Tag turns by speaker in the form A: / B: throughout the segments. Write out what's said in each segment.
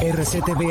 A: RCTV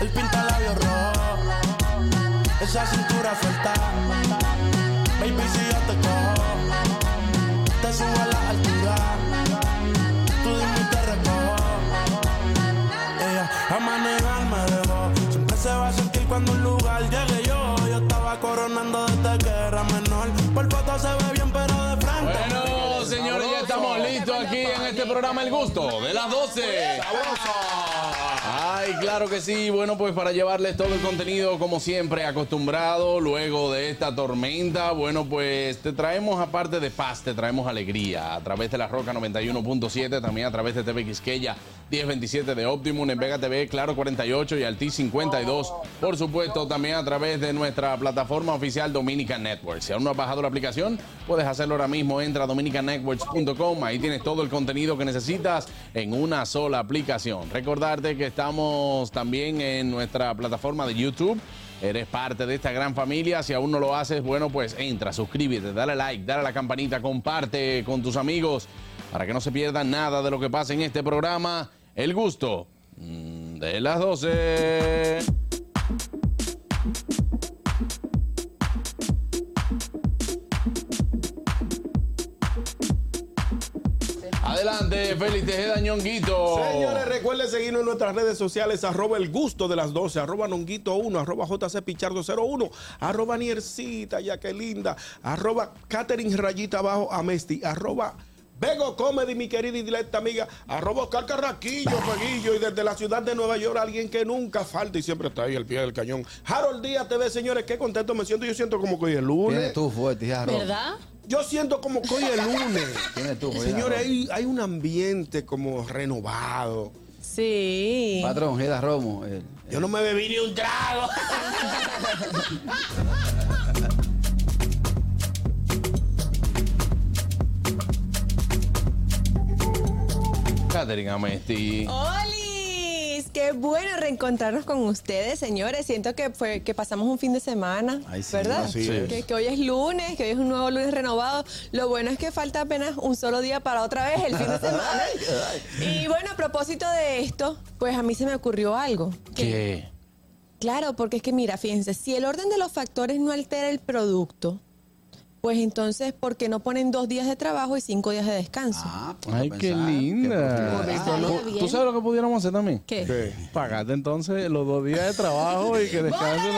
B: El pinta labios rojo. Esa cintura suelta. Baby, si yo te cojo, te subo a la altura. Tú dime y te recojo. Ella a manejar me dejó. Siempre se va a sentir cuando a un lugar llegue yo. Yo estaba coronando desde que era menor. Por foto se ve bien, pero de frente.
C: Bueno, señores, ya estamos listos aquí en este programa El Gusto de las 12. Ay, claro que sí. Bueno, pues para llevarles todo el contenido como siempre acostumbrado luego de esta tormenta, bueno, pues te traemos aparte de paz, te traemos alegría a través de la Roca 91.7, también a través de TV Quisqueya 1027 de Optimum, en Vega TV, Claro 48 y Alti 52. Por supuesto, también a través de nuestra plataforma oficial Dominican Network. Si aún no has bajado la aplicación, puedes hacerlo ahora mismo. Entra a dominicannetworks.com. Ahí tienes todo el contenido que necesitas en una sola aplicación. Recordarte que estamos también en nuestra plataforma de YouTube. Eres parte de esta gran familia. Si aún no lo haces, bueno, pues entra, suscríbete, dale like, dale a la campanita, comparte con tus amigos para que no se pierdan nada de lo que pasa en este programa. El gusto mm, de las 12. Adelante, Félix Tejeda Ñonguito.
B: Señores, recuerden seguirnos en nuestras redes sociales, arroba el gusto de las 12, arroba nonguito1, arroba jcpichardo01, arroba niercita, ya que linda, arroba catering rayita abajo amesti, arroba Vego Comedy, mi querida y directa amiga, arroba Oscar Carraquillo, Peguillo, y desde la ciudad de Nueva York, alguien que nunca falta y siempre está ahí al pie del cañón. Harold Díaz TV, señores, qué contento me siento, yo siento como que hoy es
D: Tienes
B: lunes.
D: tú fuerte, ya, Rob.
E: ¿Verdad?
B: Yo siento como que hoy es lunes.
D: Tienes tú, cuidado.
B: Señores, hay, hay un ambiente como renovado.
E: Sí.
D: Patrón, Geda Romo. el-
B: Yo no me bebí ni un trago.
C: Catherine Amesti.
E: Oh, ¡Olis! Qué bueno reencontrarnos con ustedes, señores. Siento que fue que pasamos un fin de semana,
D: Ay, sí,
E: ¿verdad?
B: así es.
E: Que, que hoy es lunes, que hoy es un nuevo lunes renovado. Lo bueno es que falta apenas un solo día para otra vez el fin de semana. y bueno, a propósito de esto, pues a mí se me ocurrió algo.
C: ¿Qué?
E: Claro, porque es que mira, fíjense, si el orden de los factores no altera el producto, pues entonces, ¿por qué no ponen dos días de trabajo y cinco días de descanso?
D: Ah, ponte a
C: Ay, qué
D: pensar,
C: linda.
D: qué
E: Bonito, ¿no? Bien.
C: ¿Tú sabes lo que pudiéramos hacer también?
E: ¿Qué?
C: Pagate entonces los dos días de trabajo y que descansen.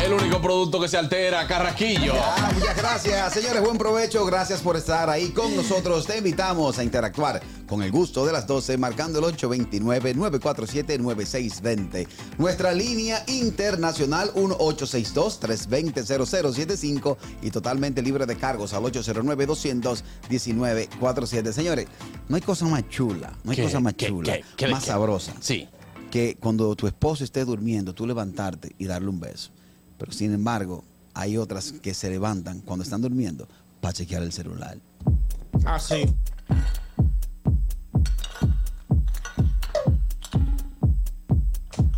C: El único producto que se altera, Carrasquillo.
D: Ah, muchas gracias, señores. Buen provecho. Gracias por estar ahí con nosotros. Te invitamos a interactuar con el gusto de las 12, marcando el 829-947-9620. Nuestra línea internacional 1862-320-0075 y totalmente libre de cargos al 809-219-47. Señores, no hay cosa más chula, no hay
C: ¿Qué?
D: cosa más
C: ¿Qué?
D: chula,
C: ¿Qué? ¿Qué?
D: más
C: ¿Qué?
D: sabrosa
C: Sí.
D: que cuando tu esposo esté durmiendo, tú levantarte y darle un beso. Pero sin embargo, hay otras que se levantan cuando están durmiendo para chequear el celular.
F: Ah,
B: Así.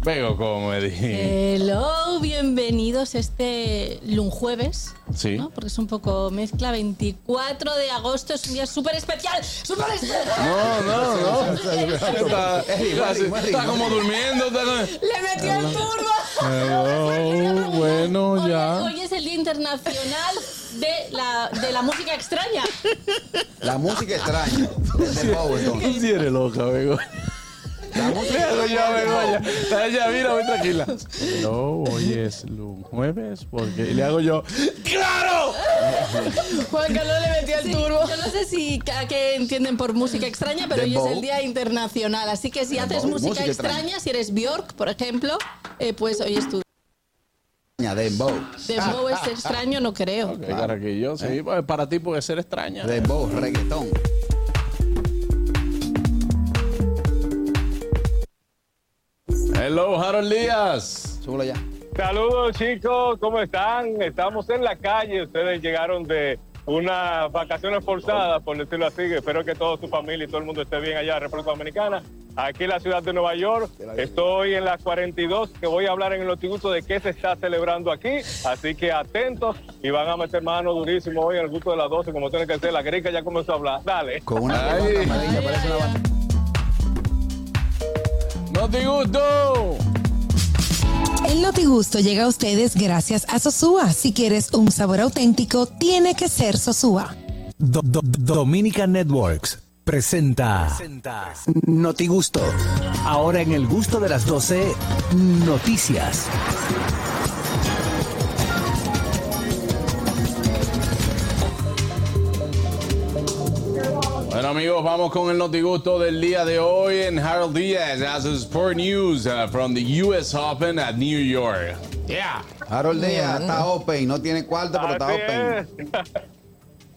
C: Veo comedy.
G: Hello, bienvenidos este lunjueves.
C: Sí.
G: ¿no? Porque es un poco mezcla. 24 de agosto es un día súper especial. ¡Súper especial!
C: No, no, no. Está,
D: igual,
C: está-
D: igual,
C: está
D: igual.
C: como durmiendo. está como-
E: ¡Le metió el turbo!
C: Hello, bueno,
G: Hoy-
C: ya.
G: Hoy es el Día Internacional de la, de la Música Extraña.
D: La música extraña. desde Bowerton.
C: Si eres loca, Bego.
D: La música
C: Míralo ya,
D: extraña.
C: Begoña. Está ella, mira, muy tranquila. No, hoy es lunes, jueves, porque y le hago yo. ¡Claro!
E: Juan Carlos le metió el
G: Sí,
E: turbo.
G: Yo no sé si a qué entienden por música extraña, pero hoy es
D: Dembow.
G: el Día Internacional. Así que si haces
D: Dembow,
G: música,
D: música extraña.
G: extraña, si eres Bjork, por ejemplo, eh, pues hoy es tu
D: Dembow.
G: Dembow es extraño, no creo.
C: Ah. Ok, Carraquillo, sí. pues, Para ti puede ser extraña.
D: Dembow, Eh. reggaetón.
C: Hello, Harold Díaz.
D: Súbelo ya.
F: Saludos chicos, ¿cómo están? Estamos en la calle, ustedes llegaron de unas vacaciones forzadas, por decirlo así. Espero que toda su familia y todo el mundo esté bien allá en República Dominicana. Aquí en la ciudad de Nueva York, estoy en las 42, que voy a hablar en el notigusto de qué se está celebrando aquí. Así que atentos y van a meter mano durísimo hoy en el gusto de las 12, como tiene que ser. La grica ya comenzó a hablar. Dale.
D: Con una
C: Ay.
D: banda amarilla, parece una banda.
C: No te gusto.
H: El Notigusto llega a ustedes gracias a Sosúa. Si quieres un sabor auténtico, tiene que ser Sosúa.
A: Do- do- Dominica Networks presenta Noti Gusto. Ahora en el gusto de las 12, noticias.
C: Bueno amigos, vamos con el notigusto del día de hoy en Harold Diaz as a sport news uh, from the US Open at New York. Yeah.
D: Harold
C: Mm.
D: Díaz está open, no tiene cuarto, pero está
F: Así
D: open.
F: es.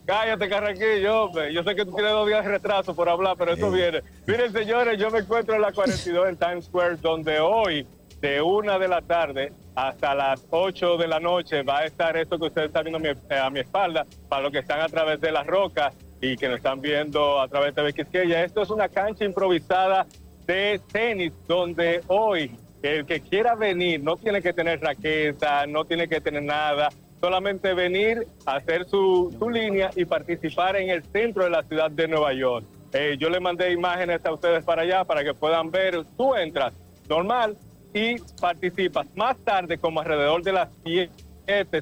F: Cállate, Carraquillo. hombre. Yo sé que tú tienes dos días de retraso por hablar, pero eso viene. Miren, señores, yo me encuentro en la 42 en Times Square, donde hoy, de una de la tarde hasta las 8 de la noche, va a estar esto que ustedes están viendo a mi, eh, a mi espalda, para los que están a través de las rocas y que nos están viendo a través de Bequisqueya. Esto es una cancha improvisada de tenis, donde hoy el que quiera venir no tiene que tener raqueta, no tiene que tener nada, solamente venir, hacer su, su línea y participar en el centro de la ciudad de Nueva York. Eh, yo le mandé imágenes a ustedes para allá para que puedan ver. Tú entras normal y participas. Más tarde, como alrededor de las 7,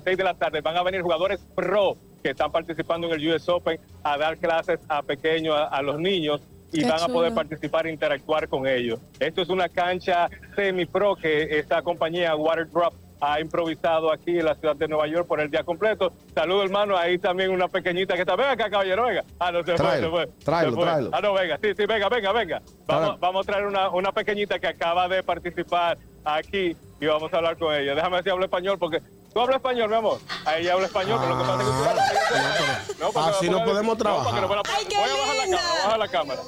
F: 6 de la tarde, van a venir jugadores pro que están participando en el US Open a dar clases a pequeños, a, a los niños, y
G: Qué
F: van a poder
G: chulo.
F: participar participar e interactuar con ellos. Esto es una cancha semi-pro que esta compañía Waterdrop ha improvisado aquí en la ciudad de Nueva York por el día completo. Saludo, hermano. Ahí también una pequeñita que está. Venga acá, caballero, venga. Ah, no, se fue,
D: Tráelo,
F: se fue.
D: tráelo,
F: Se fue.
D: tráelo.
F: Ah, no, venga. Sí, sí, venga, venga, venga.
D: Tráelo.
F: Vamos, vamos a traer una, una pequeñita que acaba de participar aquí y vamos a hablar con ella. Déjame decir, hablo español porque... ¿Tú hablas español, mi amor? Ah, Ella habla español, pero lo que pasa es que tú No, porque
I: así
F: me
I: no
F: ponga-
I: podemos
F: para que
I: trabajar.
F: no me la ponga.
E: ¡Ay, qué
F: voy a bajar
E: linda!
F: la cámara, voy a bajar la cámara.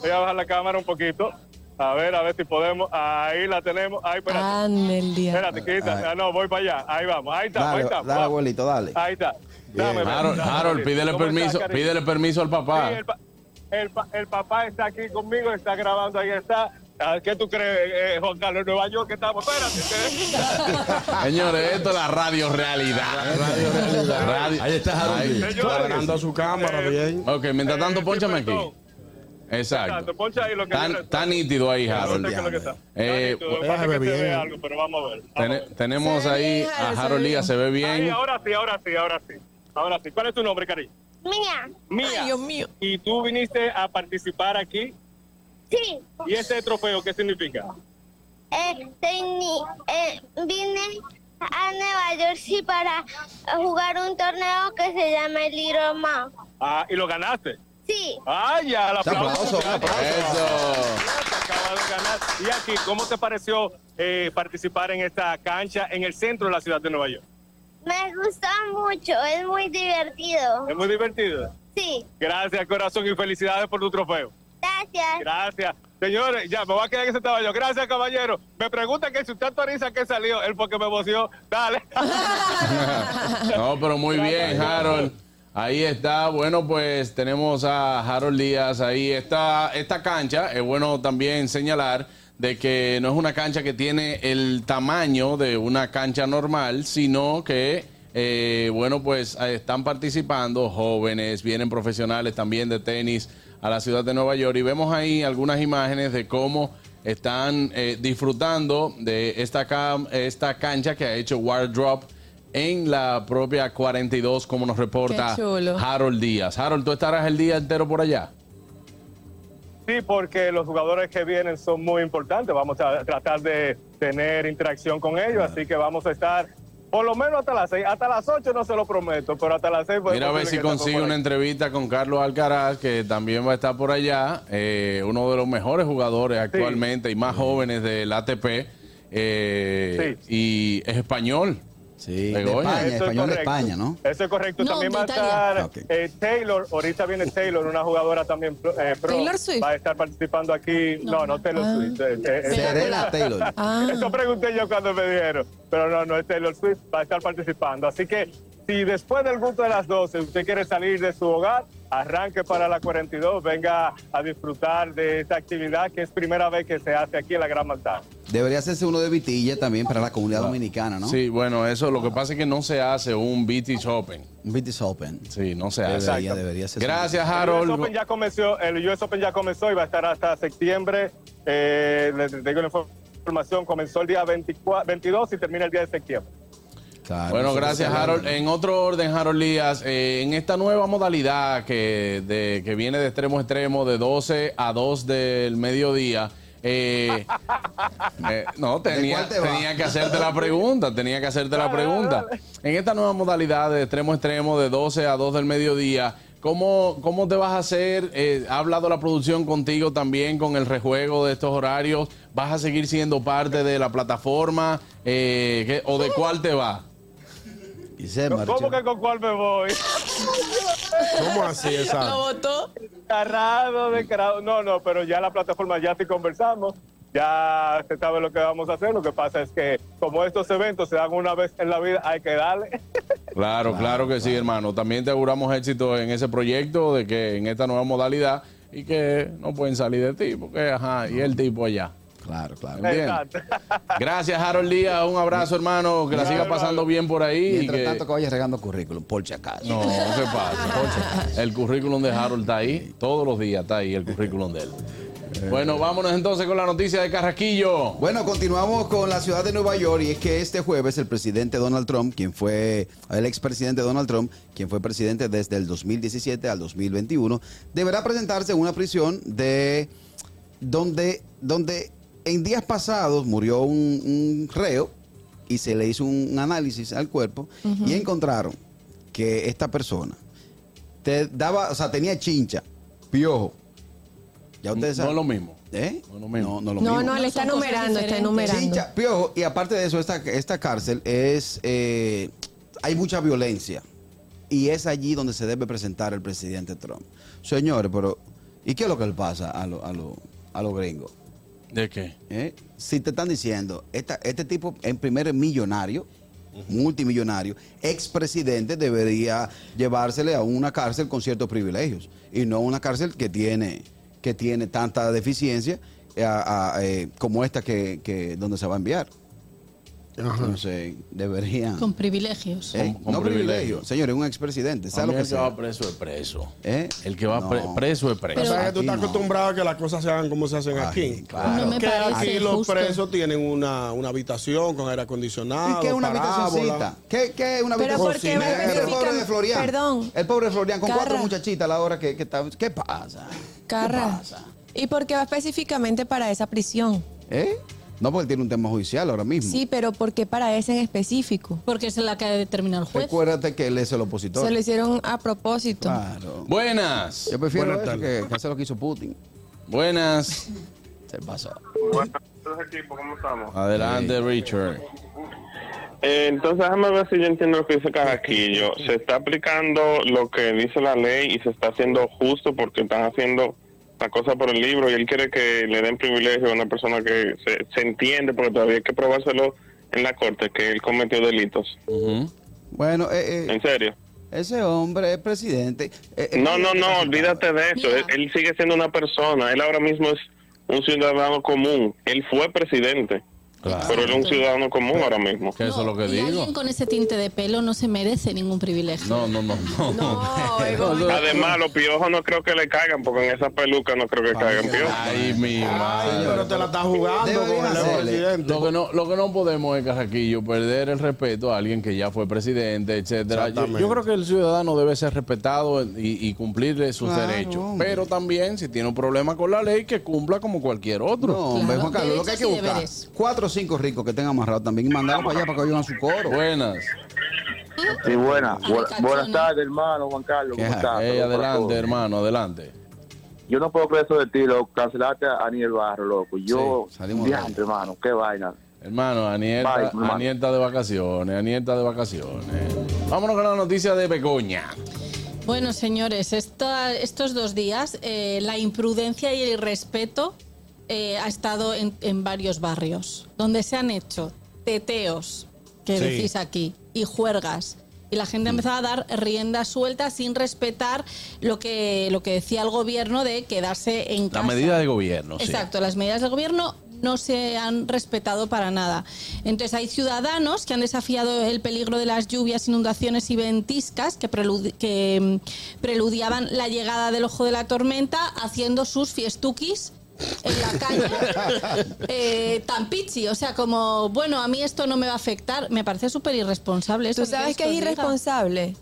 F: Voy a bajar la cámara un poquito. A ver, a ver si podemos. Ahí la tenemos. Ay, espérate.
E: Ande el día.
F: Espérate, quita. Ah, no, voy para allá. Ahí vamos. Ahí está, ahí
D: Dale,
F: está.
D: dale,
F: Va.
D: abuelito, dale.
F: Ahí está. Dame, dame,
C: Harold,
F: dame,
C: Harold,
F: Carito.
C: pídele
F: ¿Cómo
C: permiso,
F: estás, Carito?
C: pídele permiso al
F: Sí,
C: papá.
F: el, pa- el pa- el papá está aquí conmigo, está grabando, ahí está. Ah, ¿Qué tú crees, eh, Juan Carlos? En Nueva York que estamos. Espérate.
C: Señores, esto es la radio realidad. Radio realidad.
B: Ahí está Harold
F: Señores.
I: Cargando su cámara,
F: Eh,
I: bien.
C: Ok, mientras tanto,
F: Eh,
C: ponchame
F: sí,
C: aquí.
F: perdón.
C: Exacto.
F: Exacto, poncha ahí lo que dice.
C: Tan, tan nítido ahí,
F: No sé qué es lo que
C: Harold.
F: está.
C: Eh,
F: Carito, lo que pasa es que
I: déjame
F: se ve
I: bien.
F: algo, pero vamos a ver. Vamos a
C: Tene-
F: ver.
C: tenemos
E: Se ve
C: ahí
E: bien,
C: a
E: se
C: Harold
E: ve
C: Díaz, se ve bien.
F: Ahí, ahora sí, ahora sí, ahora sí. Ahora sí. ¿Cuál es tu nombre, cariño?
J: Mía,
F: Mía.
E: Ay, Dios mío.
F: Y tú viniste a participar aquí.
J: sí.
F: ¿Y este trofeo qué significa?
J: Eh, teni- eh, vine a Nueva York sí para jugar un torneo que se llama el Iroma.
F: Ah, y lo ganaste.
J: Sí,
F: Ah, ya, el aplauso.
D: aplauso, un aplauso.
C: Eso.
F: Acaba de ganar. Y aquí, ¿cómo te pareció eh, participar en esta cancha en el centro de la ciudad de Nueva York?
J: me gusta mucho, es muy divertido.
F: Es muy divertido.
J: Sí,
F: Gracias, corazón, y felicidades por tu trofeo.
J: gracias.
F: Gracias. Señores, ya me voy a quedar en ese caballo. Gracias, caballero. Me pregunta que si usted autoriza que salió, él porque me emocionó. Dale.
C: No, pero muy bien, Harold. Ahí está. Bueno, pues tenemos a Harold Díaz ahí. Esta, esta cancha, es bueno también señalar de que no es una cancha que tiene el tamaño de una cancha normal, sino que, eh, bueno, pues eh, están participando jóvenes, vienen profesionales también de tenis a la ciudad de Nueva York y vemos ahí algunas imágenes de cómo están eh, disfrutando de esta, cam- esta cancha que ha hecho Wardrop en la propia 42, como nos reporta
E: Qué chulo.
C: Harold Díaz. Harold, tú estarás el día entero por allá.
F: Sí, porque los jugadores que vienen son muy importantes. Vamos a tratar de tener interacción con ellos, así que vamos a estar por lo menos hasta las 6. Hasta las 8 no se lo prometo, pero hasta las 6
C: Mira a ver si consigue una entrevista con Carlos Alcaraz, que también va a estar por allá, eh, uno de los mejores jugadores actualmente y más jóvenes del ATP, eh, y es español.
D: Sí, de
C: Begoña.
D: España,
F: Eso es
D: español de
F: correcto.
D: España, ¿no?
F: Eso es correcto.
G: No,
F: también
G: de
F: va a
G: Italia.
F: estar
D: Ah, ok.
F: eh, Taylor. Ahorita viene Taylor, una jugadora también pro- eh, pro.
E: Taylor Swift.
F: Va a estar participando aquí. No, no, Taylor
E: Ah.
F: Swift. eh, eh, eh,
D: Serena Taylor.
E: Ah.
F: Eso pregunté yo cuando me dijeron. Pero no, no es Taylor Swift, va a estar participando. Así que si después del gusto de las 12 usted quiere salir de su hogar, arranque para la 42, venga a disfrutar de esta actividad que es primera vez que se hace aquí en la Gran Manzana.
D: Debería hacerse uno de Vitilla también para la comunidad dominicana, ¿no?
C: Sí, bueno, eso lo que pasa es que no se hace un BT Open.
D: Un Vitis Open.
C: Sí, no se hace.
D: Debería, debería ser.
C: Gracias,
F: El US Open
C: Harold.
F: ya comenzó, el US Open ya comenzó y va a estar hasta septiembre. Eh, les digo la información, comenzó el día 24, 22 y termina el día de septiembre.
D: Claro,
C: Bueno,
D: nosotros
C: gracias,
D: hablamos,
C: Harold.
D: ¿no?
C: En otro orden, Harold Lías, eh, en esta nueva modalidad que, de- que viene de extremo a extremo, de 12 a 2 del mediodía, eh, eh, no, tenía,
D: cuál te va?
C: tenía que hacerte la pregunta, tenía que hacerte la pregunta.
B: Ah,
C: En esta nueva modalidad de extremo a extremo, de 12 a 2 del mediodía, ¿cómo, cómo te vas a hacer? Eh, ha hablado la producción contigo también con el rejuego de estos horarios. ¿Vas a seguir siendo parte de la plataforma Eh, ¿qué- o de cuál te va?
D: Y se
F: ¿Cómo
D: marchó.
F: que con cuál me voy?
B: ¿Cómo así,
E: Lo
B: exacto?
E: votó.
F: Carrado de carado. No, no, pero ya la plataforma ya sí conversamos. Ya se sabe lo que vamos a hacer. Lo que pasa es que como estos eventos se dan una vez en la vida, hay que darle.
C: Claro, claro, que sí, hermano. También te auguramos éxito en ese proyecto, de que en esta nueva modalidad y que no pueden salir de ti, porque ajá, y el tipo allá.
D: Claro, claro.
C: Bien.
F: Exacto.
C: Gracias, Harold Díaz. Un abrazo, hermano. Que la siga pasando bien por ahí. y
D: Mientras
C: que-
D: tanto que vayas regando currículum, por si acaso.
C: No, ¿qué pasa? El currículum de Harold está ahí. Todos los días está ahí el currículum de él.
D: Eh.
C: Bueno, vámonos entonces con la noticia de Carrasquillo.
D: Bueno, continuamos con la ciudad de Nueva York y es que este jueves el presidente Donald Trump, quien fue el expresidente Donald Trump, quien fue presidente desde el 2017 al 2021, deberá presentarse en una prisión de donde, donde en días pasados murió un, un reo y se le hizo un análisis al cuerpo y encontraron que esta persona te daba, o sea, tenía chincha, piojo. Ya ustedes
C: No es
D: saben.
C: lo mismo.
D: ¿Eh?
C: No es lo mismo.
D: No, no es lo
E: No,
D: mismo.
E: no, le está
G: Son cosas
E: enumerando, está
G: diferentes.
E: enumerando.
D: Chincha, piojo, y aparte de eso, esta, esta cárcel es. eh, hay mucha violencia. Y es allí donde se debe presentar el presidente Trump. Señores, pero. ¿Y qué es lo que le pasa a los a lo- a los gringos?
C: ¿De qué?
D: ¿eh? Si te están diciendo, esta- este tipo en primer es millonario, multimillonario, expresidente, debería llevársele a una cárcel con ciertos privilegios y no una cárcel que tiene, que tiene tanta deficiencia eh, a- a, eh, como esta que, que- donde se va a enviar. Entonces,
C: Ah.
D: debería...
G: Con privilegios.
D: Eh,
C: Con- con
D: no privilegio,
C: privilegio.
D: señores, un expresidente.
C: A
D: ¿Sabe
C: mí
D: lo que
C: el que va
D: sea?
C: preso es preso.
D: ¿Eh?
C: El que va
D: No.
C: pre- preso es preso.
B: O sea, que
D: Aquí
B: tú estás
D: no.
B: acostumbrado a que las cosas se hagan como se hacen
D: Ay,
B: aquí.
D: claro.
G: No me
B: que
G: parece
B: aquí los
G: justo.
B: presos tienen una, una habitación con aire acondicionado.
D: ¿Y qué es una
B: parábola.
D: habitacioncita? ¿Qué, qué es una
E: Pero
D: habitación?
E: ¿por qué me
D: Mira, el pobre
E: especifican?
D: de Florian.
E: Perdón.
D: El pobre de Florian con cuatro
E: Carra.
D: muchachitas a la hora que, que está. ¿Qué pasa? ¿Qué
E: Carra.
D: pasa?
E: ¿Y por qué va específicamente para esa prisión?
D: ¿Eh? No, porque tiene un tema judicial ahora mismo.
E: Sí, pero ¿por qué para ese en específico?
G: Porque es la que determina el juez.
D: Recuérdate que él es el opositor.
E: pues. Se lo hicieron a propósito.
D: Claro.
C: Buenas.
D: Yo prefiero
B: Buenas
D: eso
B: tardes.
D: que, que hacer lo que hizo Putin.
C: Buenas.
D: Se pasó.
F: ¿cómo estamos?
C: Ah, Adelante, Richard.
F: Eh, entonces, déjame ver si yo entiendo lo que dice Carraquillo. Se está aplicando lo que dice la ley y se está haciendo justo porque están haciendo la cosa por el libro y él quiere que le den privilegio a una persona que se, se entiende, porque todavía hay que probárselo en la corte, que él cometió delitos.
C: Ujú.
D: Bueno, eh, eh,
F: ¿En serio?
D: ese hombre es presidente. Eh, eh,
F: No, no, no, olvídate de eso. Él,
G: Mira.
F: él sigue siendo una persona. Él ahora mismo es un ciudadano común. Él fue presidente,
C: Claro.
F: pero él es un ciudadano común ahora mismo.
C: Que eso es lo que
G: y
C: digo.
G: alguien con ese tinte de pelo no se merece ningún privilegio.
C: No, no, no, no.
E: No, Egon.
F: Además, los piojos no creo que le caigan, porque en esa peluca no creo que caigan piojos.
C: Ay, mi
B: Ay,
C: madre.
B: pero te la estás jugando
D: Deberían
B: con el
D: hacerle.
B: presidente.
C: Lo que, no, lo que no podemos es, Carraquillo, perder el respeto a alguien que ya fue presidente, etcétera. Yo,
B: Exactamente.
C: yo creo que el ciudadano debe ser respetado y, y cumplirle sus
B: Ah.
D: Claro,
C: derechos.
D: hombre.
C: Pero también, si tiene un problema con la ley, que cumpla como cualquier otro.
D: No, hombre,
G: Claro.
D: Juan Carlos, lo que hay que
G: Derechos y
D: buscar.
G: deberes.
D: Cuatro o cinco ricos que tengan amarrado también y mandarlos para allá para que oigan su coro.
C: Buenas.
F: Sí, buena.
G: Ay, Buena- cachona. buenas tardes,
F: hermano Juan Carlos.
D: ¿Cómo Qué estás?
C: Ey, adelante, hermano, adelante.
F: Yo no puedo creer eso de ti, loco. Cancelaste a Aniel Barro, loco.
D: Yo- Sí, salimos de ahí. diantre,
F: hermano. Qué vaina.
C: Hermano, Aniel
F: Bye,
C: está-
F: hermano.
C: Aniel está de vacaciones, Aniel está de vacaciones. Vámonos con la noticia de Begoña.
G: Bueno, señores, esta- estos dos días eh, la imprudencia y el irrespeto eh, ha estado en, en varios barrios, donde se han hecho teteos, que
K: Sí.
G: decís aquí, y juergas. Y la
C: Mm.
G: gente ha empezado a dar rienda suelta sin respetar lo que, lo que decía el gobierno de quedarse en
C: La
G: casa.
C: medida de gobierno, sí.
G: Exacto, las medidas del gobierno no se han respetado para nada. Entonces hay ciudadanos que han desafiado el peligro de las lluvias, inundaciones y ventiscas que, preludi- que, mm, preludiaban la llegada del ojo de la tormenta haciendo sus fiestuquis eh, tan pichi. O sea, como, bueno, a mí esto no me va a afectar. Me parece súper irresponsable. eso
E: ¿Tú sabes
G: queréis
E: que es
G: os diga?
E: irresponsable?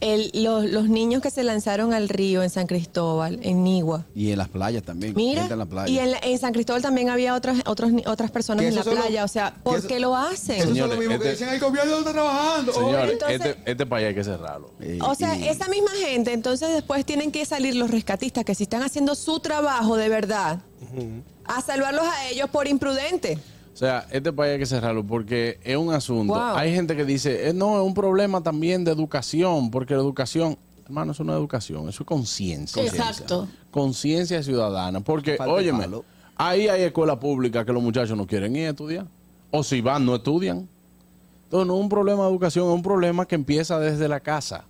E: El- los, los niños que se lanzaron al río en San Cristóbal, en Nigua.
D: Y en las playas también.
E: Mira,
D: gente en la playa.
E: y en, la- en San Cristóbal también había otras otros, ni- otras personas
D: Que
E: en la
D: eso solo-
E: playa. o sea, ¿por
D: eso-
E: qué lo hacen?
D: Eso es lo mismo que
C: este-
D: dicen, el gobierno no está trabajando.
C: Señores,
E: entonces-
C: este, este país hay que cerrarlo.
E: O sea, esa misma gente, entonces después tienen que salir los rescatistas que si están haciendo su trabajo de verdad, a salvarlos a ellos por imprudente.
C: O sea, este país hay que cerrarlo porque es un asunto.
E: Wow.
C: Hay gente que dice, "Eh, no, es un problema también de educación, porque la educación, hermano, eso no es educación, eso es conciencia.
G: Exacto.
C: Conciencia ciudadana. Porque,
D: Falta el
C: óyeme,
D: palo.
C: ahí hay escuelas públicas que los muchachos no quieren ir a estudiar. O si van, no estudian. Entonces, no es un problema de educación, es un problema que empieza desde la casa.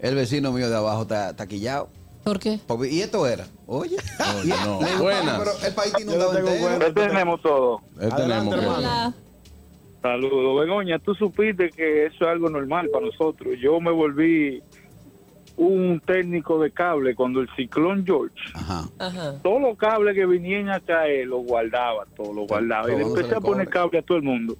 D: El vecino mío de abajo está está quillado.
G: ¿Por qué?
D: Porque- Y esto era. Oye.
C: Oye,
D: Y-
C: no.
D: le digo,
C: Buenas.
D: "Papi, Pero el país
B: Yo
D: inundado
B: tengo
D: entero.
B: buenas.
F: ¿Qué tenemos todo?
C: Eh, tenemos que-
G: Hola.
F: Saludos, Begoña. Tú supiste que eso es algo normal para nosotros. Yo me volví un técnico de cable cuando el ciclón George,
D: Ajá.
E: Ajá.
F: todos los cables que venían a caer los guardaba, todos los guardaba. Y le
D: Robándose
F: empecé a
D: el
F: poner
D: cobre.
F: cable a todo el mundo.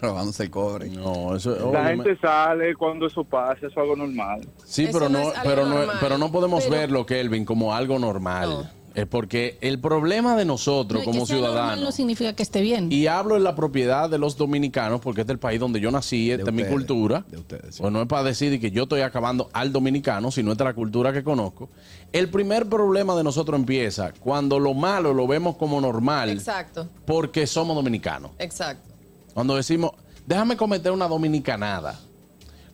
D: Robándose el cobre.
C: No, eso es...
F: La
C: óyeme.
F: gente sale cuando eso pasa, eso es algo normal.
C: Sí,
E: Eso
C: pero
E: no
C: no,
E: es algo
C: pero no,
E: normal.
C: pero no podemos
E: Pero-
C: verlo, Kelvin, como algo normal. Es porque el problema de nosotros
G: No, y que
C: como
G: sea normal no
C: ciudadanos,
G: significa que esté bien.
C: y hablo en la propiedad de los dominicanos, porque este es el país donde yo nací, esta es mi
D: ustedes,
C: cultura.
D: de ustedes, sí.
C: Pues no es para decir que yo estoy acabando al dominicano, sino esta es la cultura que conozco. El primer problema de nosotros empieza cuando lo malo lo vemos como normal
E: Exacto,
C: porque somos dominicanos.
E: exacto.
C: Cuando decimos, déjame cometer una dominicanada.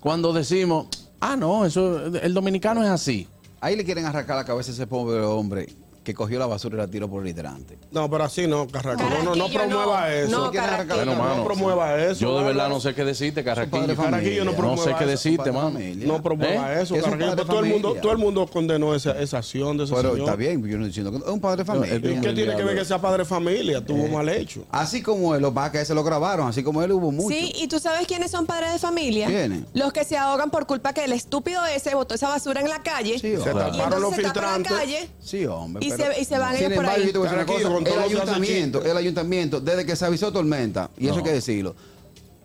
C: Cuando decimos, ah, no, eso el dominicano es así.
D: eh, Ahí le quieren arrancar la cabeza a ese pobre hombre que cogió la basura y la tiró por el hidrante.
B: No, pero así no, Carraco. No, no, no
E: Carraquillo,
B: promueva
E: no.
B: eso.
E: No,
D: ¿Quién arranca la
E: Carraquillo.
C: Bueno,
B: No
C: mano,
B: promueva eso,
C: Yo de
B: Carlos.
C: verdad no sé qué decirte, Carraquillo.
D: padre familia.
B: Carraquillo no
C: No sé
B: promueva
C: qué
B: eso,
C: decirte,
D: padre
C: mano.
D: familia.
B: No promueva
C: ¿Eh?
B: eso,
D: Que es un
B: Carraquillo.
D: padre
B: Todo el, mundo,
D: familia.
B: todo el mundo condenó esa, esa acción de ese
D: Pero
B: señor.
D: está bien, yo no estoy diciendo que es un padre de familia. Eh,
B: ¿Y qué tiene que ver que sea padre de familia? Tuvo mal hecho.
D: Así como los vacas se lo grabaron, así como él hubo mucho.
E: Sí, ¿y tú sabes quiénes son padres de familia?
D: ¿Quiénes?
E: Los que se ahogan por culpa que el estúpido ese botó esa basura en la calle.
D: Sí,
B: Se
D: hombre.
E: y
B: taparon los
E: entonces se tapa la
B: filtrantes.
E: calle.
D: Sí, hombre.
E: Y
D: pero-
E: se- y se van
D: Sin
E: ellos por
D: embargo,
E: ahí.
D: yo te voy a decir
B: Tranquilo,
D: una
B: con
D: cosa. El
B: todos los
D: ayuntamiento,
B: hace chistes.
D: el ayuntamiento, desde que se avisó tormenta, y eso hay que decirlo,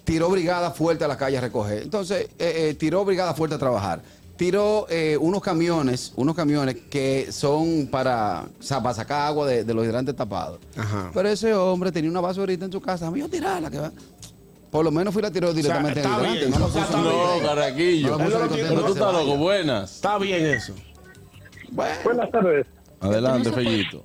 D: tiró brigada fuerte a la calle a recoger. Entonces, eh, eh, tiró brigada fuerte a trabajar. Tiró eh, unos camiones, unos camiones que son para, o sea, para sacar agua de, de los hidrantes tapados.
B: Ajá.
D: Pero ese hombre tenía una basurita en su casa, a mí yo tirarla, que va. Por lo menos fui y la tiró directamente
B: está
D: en el hidrante.
B: bien,
D: no la
B: o sea,
D: puso
B: está
D: en el
B: bien.
C: No,
D: hidrante.
C: Carraquillo.
D: No, no, no,
C: Pero tú estás loco, buenas.
B: Está bien eso.
D: Bueno,
F: Buenas tardes.
C: Adelante, Fellito.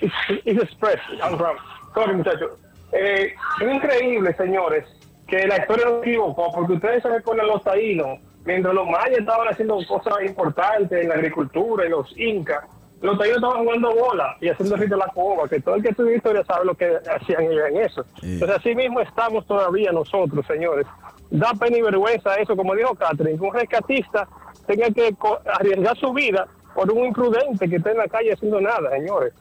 F: It's, it's express. I'm from. Sorry, muchachos. Eh, es increíble, señores, que la historia no se equivocó, porque ustedes se recuerdan los taínos, mientras los mayas estaban haciendo cosas importantes en la agricultura y los incas, los taínos estaban jugando bola y haciendo rito la coba, que todo el que estudia historia sabe lo que hacían ellos en eso. Entonces, así mismo estamos todavía nosotros, señores. Da pena y vergüenza eso, como dijo Catherine, que un rescatista tenga que co- arriesgar su vida por un imprudente que esté en la calle haciendo nada, señores.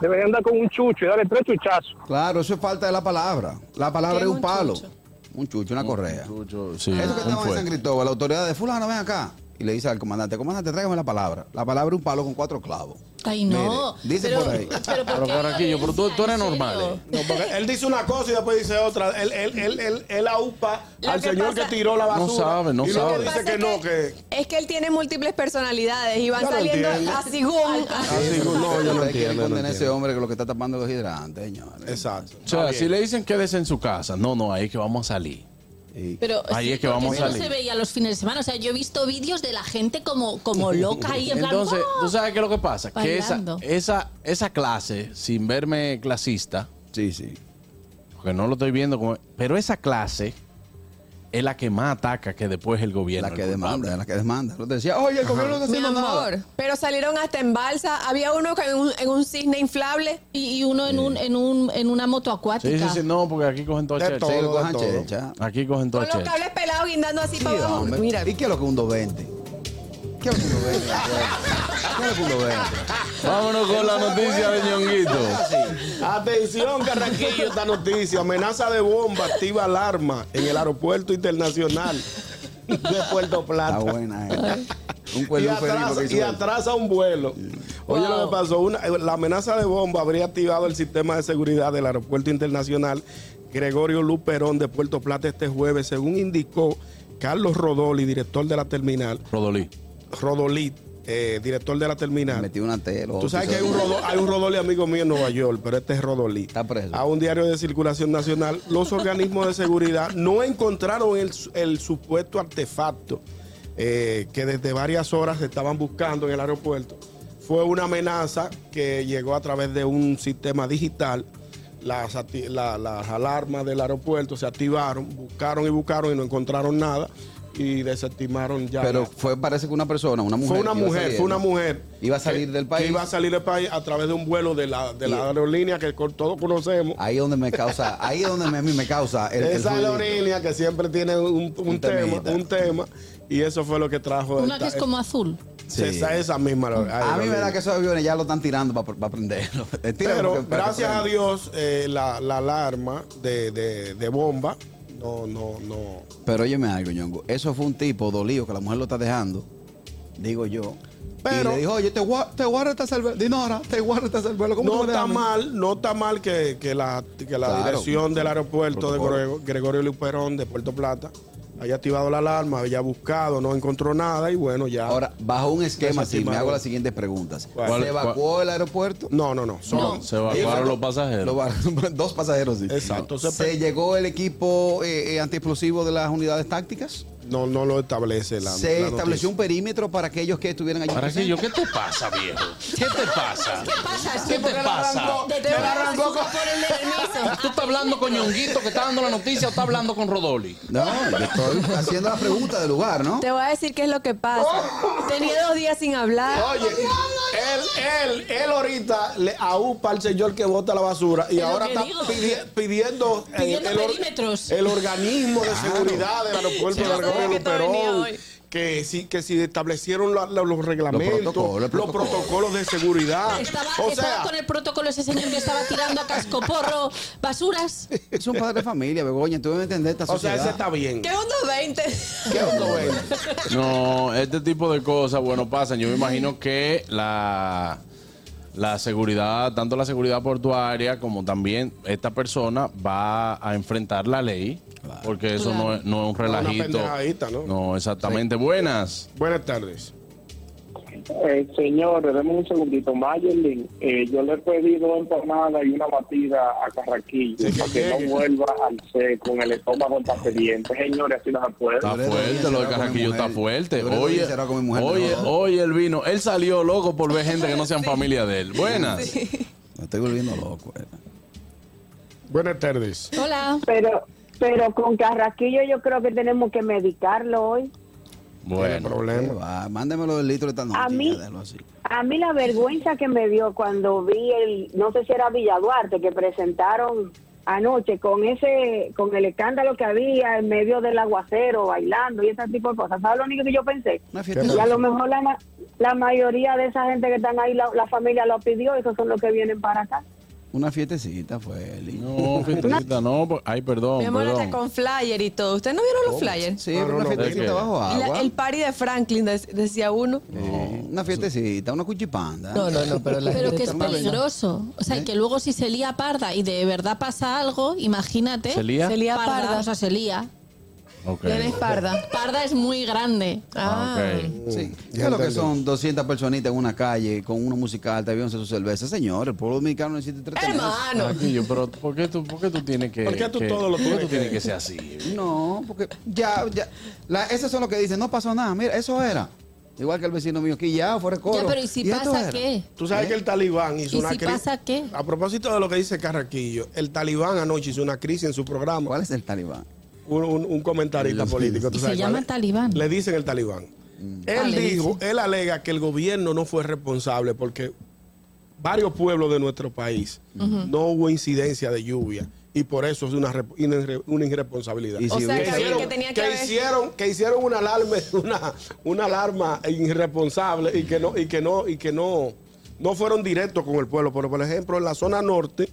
F: Debería andar con un chucho y darle tres chuchazos.
D: Claro, eso es falta de la palabra. La palabra
E: ¿Qué es
D: es un
E: un
D: palo.
E: chucho?
D: Un chucho, una correa.
C: Chucho, sí,
D: Eso que
C: un
D: estaba en San
C: fuerte.
D: Cristóbal, la autoridad de fulano, ven acá. Y le dice al comandante, comandante, tráigame la palabra. La palabra es un palo con cuatro clavos.
G: Ay, no.
D: Mire, dice
G: pero,
D: por ahí.
G: Pero, ¿por
C: Pero,
G: qué
C: Carraquillo, pero tú,
G: violencia?
C: tú eres
G: ¿En
C: normal.
G: serio?
C: ¿eh?
B: No, porque él dice una cosa y después dice otra. Él, él, él, él, él aupa
E: Lo
B: al
E: que
B: señor
E: pasa-
B: que tiró la
C: No
B: basura.
C: sabe, no
B: y luego
C: sabe.
B: dice
E: Pasa
B: que no, que...
E: Es que él tiene múltiples personalidades y van
B: Yo lo
E: saliendo
B: entiendo.
E: a según.
C: Ah,
B: Así, no, yo no
D: Ustedes quieren
B: entiendo. no
D: condenar a ese
B: entiendo.
D: hombre que lo que está tapando los hidrantes, señores.
B: Exacto.
C: O sea, si le dicen quédese en su casa, no, no, ahí es que vamos a salir.
D: Y-
G: Pero
C: Ahí
G: sí,
C: es que
G: porque
C: vamos
G: eso
C: a
G: no
C: salir.
G: se veía los fines de semana. O sea, yo he visto vídeos de la gente como, como loca ahí en plan.
C: Entonces,
G: ¡oh!
C: ¿tú sabes qué es lo que pasa? Que esa,
G: Bailando.
C: esa, esa clase, sin verme clasista,
D: Sí, sí.
C: porque no lo estoy viendo como... Pero esa clase es la que más ataca que después el gobierno.
D: La que
C: el culpable.
D: demanda, la que demanda. Lo decía, oye, el gobierno no está
E: Mi
D: haciendo nada.
E: amor, pero salieron hasta en balsa. Había uno que en un, en un cisne inflable.
G: Y, y uno en, un, en, un, en una moto acuática.
C: Sí, sí, sí, no, porque aquí cogen todo
B: De
C: a Chelsea.
B: todo,
D: Sí,
B: de
D: cojan
B: todo.
D: checha.
C: Aquí cogen todo
E: Con
C: a
E: los
C: Chelsea.
E: cables pelados guindando así para abajo.
D: hombre.
E: Mira,
D: ¿Y qué es lo que es un 220? ¿Qué es lo que es un 220? ¿Qué es lo que es un 220?
C: Vámonos con la noticia de ñonguito.
B: Ah, Atención, Carraquillo, esta noticia. Amenaza de bomba activa alarma en el aeropuerto internacional de Puerto Plata.
D: Está buena, eh. Un
B: Y
D: cuerno feliz
B: atrasa,
D: porque
B: y
D: hizo eso.
B: atrasa un vuelo. Oye, lo que pasó, una- la amenaza de bomba habría activado el sistema de seguridad del Aeropuerto Internacional Gregorio Luperón de Puerto Plata este jueves, según indicó Carlos Rodoli, director de la terminal.
C: Rodolí.
B: Rodolí, eh, director de la terminal.
D: Metí una tela.
B: Tú sabes que hay un,
D: rollo.
B: Rodo- hay un Rodolí amigo mío en Nueva York, pero este es Rodolí.
D: Está preso.
B: A un diario de circulación nacional, los organismos de seguridad no encontraron el, su- el supuesto artefacto eh, que desde varias horas se estaban buscando en el aeropuerto. Fue una amenaza que llegó a través de un sistema digital. Las, ati- la- las alarmas del aeropuerto se activaron, buscaron y buscaron y no encontraron nada y desestimaron ya.
D: Pero
B: la-
D: fue, parece que una persona, una mujer.
B: fue una
D: que iba
B: mujer, fue una
D: saliendo.
B: mujer.
D: Iba a salir
B: que-
D: del país.
B: Que iba a salir del país a través de un vuelo de la, de la
D: Y-
B: aerolínea que con- todos conocemos.
D: Ahí es donde me causa, ahí es donde me, a mí me causa el, el
B: Esa
D: ruidito.
B: aerolínea que siempre tiene un, un
D: Un
B: tema,
D: temita.
B: un tema. Y eso fue lo que trajo.
G: Una que
B: esta-
G: es como azul.
B: Sí. Esa,
D: Sí.
B: esa misma.
D: A mí me da que esos aviones ya lo están tirando para prenderlo. Tírenlo
B: Pero
D: porque- para que
B: gracias a
D: prenda.
B: Dios, eh, la, la alarma de, de- de bomba no, no, no.
D: Pero óyeme algo, Ñongo. Eso fue un tipo dolido que la mujer lo está dejando, digo yo.
B: Pero-
D: y le dijo, oye, te, gua- te guarda esta cerveza. Dinora, te guarda esta cerveza. ¿Cómo tú
B: No
D: me
B: está
D: dejas a mí?
B: mal, no está mal que, que la, que la
D: Claro.
B: dirección del aeropuerto de
D: Protocolo.
B: Grego- Gregorio Luperón de Puerto Plata haya activado la alarma, haya buscado, no encontró nada y bueno, ya.
D: Ahora, bajo un esquema así, me
B: Desestimado.
D: hago las siguientes preguntas.
B: ¿Cuál?
D: ¿Se evacuó el aeropuerto?
B: No, no, no. Solo,
C: Se evacuaron los pasajeros.
D: Lo va- Dos pasajeros, sí.
B: Exacto. pues,
D: ¿Se, llegó el equipo eh, eh, antiexplosivo de las unidades tácticas?
B: No, no lo establece la.
D: ¿Se
B: la
D: estableció
B: noticia.
D: un perímetro para aquellos que estuvieran allí?
C: Ahora sí,
D: presentes?
C: yo, ¿qué te pasa, viejo? ¿Qué te pasa?
G: pasa?
C: ¿Qué te pasa?
E: te tengo que dar por el permiso.
C: ¿Tú estás hablando con ñonguito que está dando la noticia o estás hablando con Rodolí?
D: No, yo estoy haciendo la pregunta del lugar, ¿no?
E: Te voy a decir qué es lo que pasa. Tenía dos días sin hablar.
B: Oye, él, él, él ahorita le aupa al señor que bota la basura y
G: Es lo
B: ahora
G: que
B: está
G: digo.
B: pidi- pidiendo, eh,
G: Pidiendo
B: el, or-
G: perímetros.
B: el organismo de seguridad del aeropuerto
E: Sí,
B: de
E: no sabía
B: Gregorio
E: que esto venía
B: Luperón.
E: hoy.
B: Que si, que si establecieron la- la- los reglamentos, los protocolos,
D: protocolos, protocolos.
B: de seguridad.
G: Estaba,
B: o
G: estaba
B: sea,
G: con el protocolo ese señor que estaba tirando a cascoporro basuras.
D: Es un padre de familia, Begoña, tú debes entender esta
B: o sea,
D: sociedad.
B: ese está bien.
E: ¿Qué unos 20?
B: ¿Qué otro es?
C: No, este tipo de cosas, bueno, pasan. Yo me imagino que la, la seguridad, tanto la seguridad portuaria como también esta persona va a enfrentar la ley. Porque eso
G: Claro.
C: no, es, no es un relajito.
B: pendejadita, ¿no?
C: exactamente. Buenas.
B: Buenas tardes.
F: Eh, señor, deme un segundito. Mayerlin, eh, yo le pedí dos empanadas y una batida a Carraquillo
B: Sí,
F: para
B: que
F: que no
B: llegue.
F: vuelva al C con el estómago sediente. Señores, así no se puede.
C: Está
D: Yo le doy
C: fuerte,
D: bien cerrado
C: lo de
D: con mi
C: Carraquillo está
D: mujer.
C: fuerte.
D: Yo le doy
C: Oye,
D: bien cerrado con mi mujer,
C: oye,
D: no.
C: oye, el vino. Él salió loco por ver gente que no sean familia de él. Buenas.
D: Me estoy volviendo loco. eh.
B: Buenas tardes.
G: Hola.
K: Pero, pero con Carraquillo yo creo que tenemos que medicarlo hoy.
B: Tiene
C: Bueno.
D: ¿Qué
B: problema.
D: va? Mándemelo del litro esta noche.
K: A mí-
D: ya, déjalo así.
K: A mí la vergüenza que me dio cuando vi el, no sé si era Villaduarte, que presentaron anoche con ese, con el escándalo que había en medio del aguacero, bailando y ese tipo de cosas. ¿Sabes lo único que yo pensé?
D: Una fiesta.
K: Y a lo mejor la, ma- la mayoría de esa gente que están ahí, la, la familia lo pidió, esos son los que vienen para acá.
D: Una fiestecita fue Eli.
C: No, fiestecita, no. por- Ay, perdón,
E: Mi amor, hasta
C: perdón.
E: con flyer y todo. ¿Ustedes no vieron los flyers?
D: Sí,
B: No, Ah, no,
D: pero una
B: no,
D: fiestecita
C: ¿de qué?
D: bajo
E: La-
D: agua.
E: el party de Franklin, de- decía uno.
D: Eh, una fiestecita, una cuchipanda.
L: No, no, no, pero la
G: Pero
L: gente
G: que es
C: Ah,
L: está-
G: peligroso. O sea, que luego si se lía parda y de verdad pasa algo, imagínate.
C: ¿Se lía?
E: Se lía parda.
G: O sea, se lía.
C: Ok.
E: Bien esparda.
G: Parda es muy grande.
E: Ah.
C: Ok.
D: Sí.
B: Mm,
D: ¿Qué
B: ya
D: es lo que
B: entendí.
D: son 200 personitas en una calle con uno musical, alta, avión, su cerveza? Señor, el pueblo dominicano necesita entretenerse.
E: Hermano.
C: Carraquillo, pero ¿por qué tú, por qué tú tienes que.?
B: ¿Por qué tú
C: que-
B: todo lo
C: por qué
B: tienes
C: tú
B: que-
C: tienes que ser así?
D: No, porque ya, ya. la- esos son los que dicen, no pasó nada. Mira, eso era. Igual que el vecino mío aquí, ya, fuera de coro.
G: Ya, pero ¿y si
D: esto
G: pasa
D: era? ¿Eh?
G: qué?
B: Tú sabes que el talibán hizo
G: ¿Y
B: una
G: si
B: crisis.
G: pasa qué?
B: A propósito de lo que dice Carraquillo, el talibán anoche hizo una crisis en su programa.
D: ¿Cuál es el talibán?
B: Un, un- un comentarista político. ¿tú
G: Y se
B: sabes cuál
G: llama
B: es?
G: talibán.
B: Le dicen el talibán.
D: Mm.
B: Él
G: Ah, le
B: dijo, él alega que el gobierno no fue responsable porque varios pueblos de nuestro país
G: Ujú.
B: no hubo incidencia de lluvia y por eso es una, re- inre- una irresponsabilidad.
D: Y si O sea,
E: que había- que tenía que haber-
B: hicieron, que hicieron una alarma, una, una alarma irresponsable y que no, y que no, y que no, no fueron directos con el pueblo. Pero por ejemplo, en la zona norte,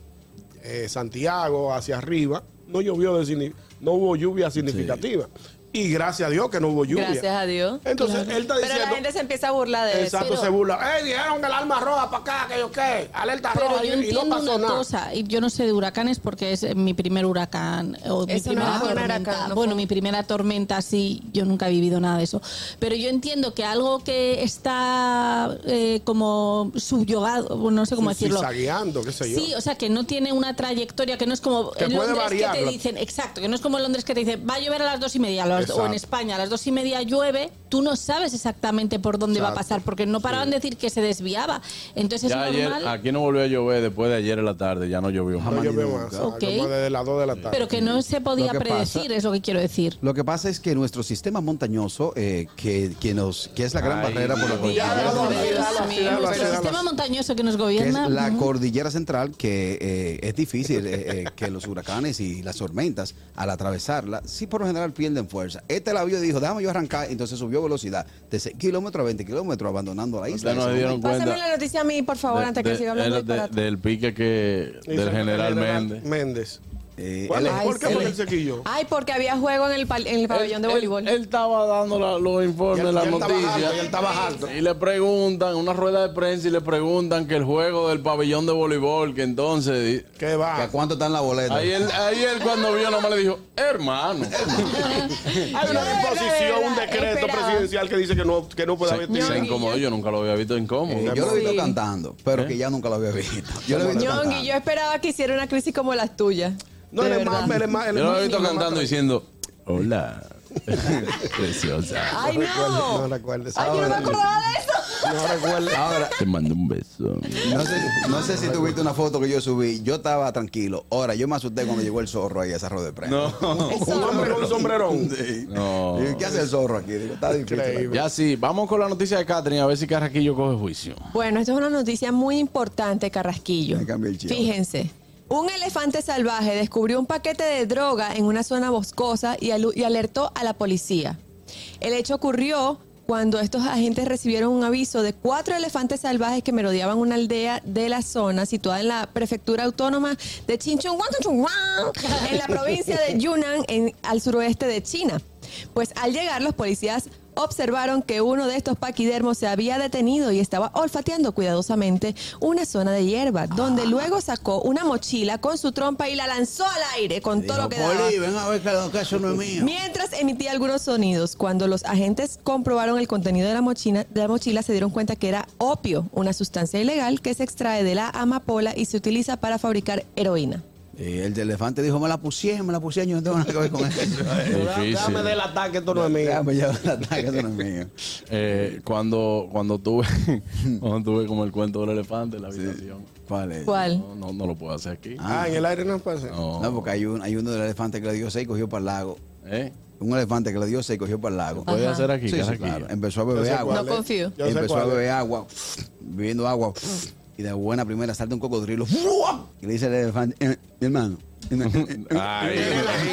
B: eh, Santiago, hacia arriba, no llovió de signi- no hubo lluvia significativa. Y gracias a Dios que no hubo lluvia.
E: Gracias a Dios.
B: Entonces, él está
E: Pero la
B: diciendo-
E: gente se empieza a burlar de eso.
B: Exacto,
E: Pero-
B: se burla. ¡Eh, dijeron que el alma roja para acá, que yo qué!
E: Ah,
B: ¡Alerta
G: Pero
B: roja!
G: yo
B: Y, y no
G: entiendo
B: pasó
G: una
B: nada.
G: cosa, y yo no sé de huracanes porque es eh, mi primer huracán eh, o mi
E: Eso no
G: primera
E: fue un
G: tormenta.
E: huracán, no
G: bueno,
E: fue-
G: mi primera tormenta sí, yo nunca he vivido nada de eso. Pero yo entiendo que algo que está eh, como subyugado, bueno, no sé cómo decirlo.
B: Zigzagueando, qué sé yo.
G: Sí, o sea, que no tiene una trayectoria, que no es como
B: Que
G: en
B: puede
G: Londres
B: variar,
G: que te
B: ¿no?
G: dicen, exacto, que no es como en Londres que te dicen, va a llover a las dos y media, a las- o en
B: Exacto.
G: España a las dos y media llueve, tú no sabes exactamente por dónde va a
B: Exacto.
G: pasar, porque no paraban de decir que se desviaba. Entonces
C: Ya
G: es
C: ayer,
G: normal.
C: aquí no volvió a llover después de ayer en la tarde, ya no llovió
B: No
C: más.
B: llovió más.
D: nunca.
B: ah,
G: Ok.
B: Como desde las 2 de la tarde.
G: Pero que no se podía
D: Lo que
G: predecir,
D: pasa-
G: es lo que quiero decir.
D: Lo que pasa es que nuestro sistema montañoso, eh, que, que nos, que es la gran
C: Ay,
D: barrera por la
C: Dios.
D: cordillera
B: Ya, ya, ya,
D: central,
B: ya, ya, ya, ya,
G: Nuestro
B: ya, ya,
G: sistema
B: ya.
G: montañoso que nos
D: que es
G: gobierna.
D: la
G: ujú.
D: cordillera central, que eh, es difícil eh, eh, que los huracanes y las tormentas, al atravesarla, sí por lo general pierden fuerza. Este la vio y dijo, déjame yo arrancar, entonces subió velocidad de 6 kilómetros a 20 kilómetros, abandonando la isla.
C: Ustedes no
D: Eso
C: se
D: no-
C: dieron
E: Pásame
C: cuenta
E: la noticia a mí, por favor,
C: de-
E: antes que
C: de-
E: siga hablando
C: de-
E: de, disparate.
C: del pique que
B: Y
C: del
B: se-
C: general Méndez.
B: Méndez.
D: Eh,
B: ¿Cuál
D: él
B: es?
D: es-
B: ¿Por qué
E: sí.
B: fue que él se quilló?
E: Ay, porque había juego en el, pal- en el pabellón de
C: Él-
E: voleibol.
C: Él, él estaba dando la- los
B: Y
C: informes,
B: él-
C: las
B: y él estaba
C: noticias.
B: harto, y él estaba harto.
C: Y le preguntan, una rueda de prensa, y le preguntan que el juego del pabellón de voleibol, que entonces. y-
B: ¿Qué
D: ¿que ¿A
B: va?
D: cuánto está en la boleta?
C: Ahí él, ahí él cuando vio, nomás le dijo, hermano.
B: Hay una
E: de verdad, de
B: disposición, un
E: verdad,
B: decreto
E: esperaba.
B: presidencial que dice que no, que no puede haber
C: Se, se
B: tiro.
C: incomodó, yo nunca lo había visto incómodo.
D: Eh, yo lo he visto
E: Sí.
D: cantando,
C: ¿Eh?
D: pero que ya nunca lo había visto. Yo lo he visto
E: Ñongui,
D: cantando.
E: yo esperaba que hiciera una crisis como las tuyas.
B: No,
E: De
B: él es más,
E: verdad.
B: él es más. él
C: Yo
B: es
C: lo
B: más
C: he visto
B: Ah, niño, más
C: cantando
B: tra-
C: diciendo, hola. Preciosa.
E: Ay, no.
B: No recuerdes.
E: Ay, yo no me acordaba de eso.
B: No recuerdes. Ahora,
C: Te mando un beso.
D: No sé, no sé si tuviste una foto que yo subí. Yo estaba tranquilo. Ahora, yo me asusté cuando llegó el zorro ahí a esa rueda de prensa.
C: No.
B: un hombre con un sombrerón.
D: Sí.
C: No.
D: Digo, ¿Qué hace el zorro aquí? Digo, está difícil.
B: Increíble.
C: Ya sí, vamos con la noticia de Catherine a ver si Carraquillo coge juicio.
E: Bueno, esto es una noticia muy importante, Carrasquillo.
D: Me cambié el chip.
E: Fíjense. Un elefante salvaje descubrió un paquete de droga en una zona boscosa y, alu- y alertó a la policía. El hecho ocurrió cuando estos agentes recibieron un aviso de cuatro elefantes salvajes que merodeaban una aldea de la zona situada en la prefectura autónoma de Chinchunguan, en la provincia de Yunnan, en- al suroeste de China. Pues al llegar los policías observaron que uno de estos paquidermos se había detenido y estaba olfateando cuidadosamente una zona de hierba,
D: Ah.
E: donde luego sacó una mochila con su trompa y la lanzó al aire con todo lo que daba.
D: ven a ver que el caso no es mío.
E: Mientras emitía algunos sonidos, cuando los agentes comprobaron el contenido de la, mochila, de la mochila, se dieron cuenta que era opio, una sustancia ilegal que se extrae de la amapola y se utiliza para fabricar heroína.
D: el de elefante dijo, me la pusieron, me la pusieron, yo no tengo nada que ver con eso.
C: Difícil.
B: Déjame del ataque, esto no es mío.
D: Déjame llevar el ataque, eso no es mío.
C: Eh, cuando, cuando tuve cuando tuve como el cuento del elefante en la habitación.
D: ¿Cuál es?
E: ¿Cuál?
C: No, no, no lo puedo hacer aquí.
B: Ah, en el aire no pasa.
C: No.
D: No, porque hay, un, hay uno del elefante que le dio seis y cogió para el lago.
C: ¿Eh?
D: Un elefante que le dio seis y cogió para el lago.
C: ¿Puede
E: Ajá.
C: hacer aquí?
D: Sí, sí,
C: Carraquillo?
D: claro. Empezó a
B: Yo sé
D: beber agua.
B: cuál es.
E: confío.
B: Yo sé
D: empezó a
B: cuál es.
D: beber agua, bebiendo agua, y de buena primera salta un cocodrilo. Y le dice el elefante, "Eh, mi hermano. mi hermano, eh, eh".
C: Ay,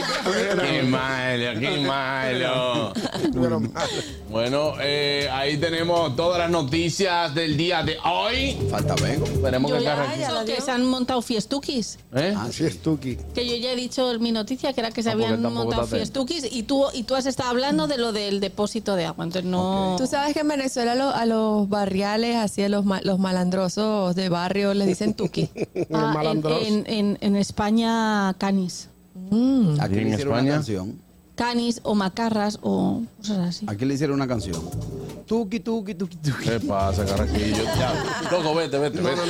C: qué malo, qué malo.
B: Pero mal.
C: Bueno, eh, ahí tenemos todas las noticias del día de hoy.
D: Falta vengo.
C: Esperemos
G: Yo
C: que
G: ya
C: Carraquillo.
E: ya la
G: he dicho que
E: dio.
G: se han montado fiestuquis.
C: ¿Eh?
B: Así es, Tuki.
G: Que yo ya he dicho en mi noticia que era que se
C: Ah, porque
G: habían
C: tampoco
G: montado
C: está atento.
G: fiestuquis y tú, y tú has estado hablando de lo del depósito de agua. Entonces no.
E: Tú sabes que en Venezuela lo- a los barriales, así a los, ma- los malandrosos de barrio, les dicen tuqui.
G: Ah, en,
B: malandros.
G: en- en- en España, canis.
D: Aquí
C: ¿Y en
D: le hicieron
C: España?
D: una canción.
G: Canis o macarras o cosas así.
D: Aquí le hicieron una canción. Tuki, tuki, tuki, tuki.
C: ¿Qué pasa, Carraquillo? Ya, loco, vete, vete, vete.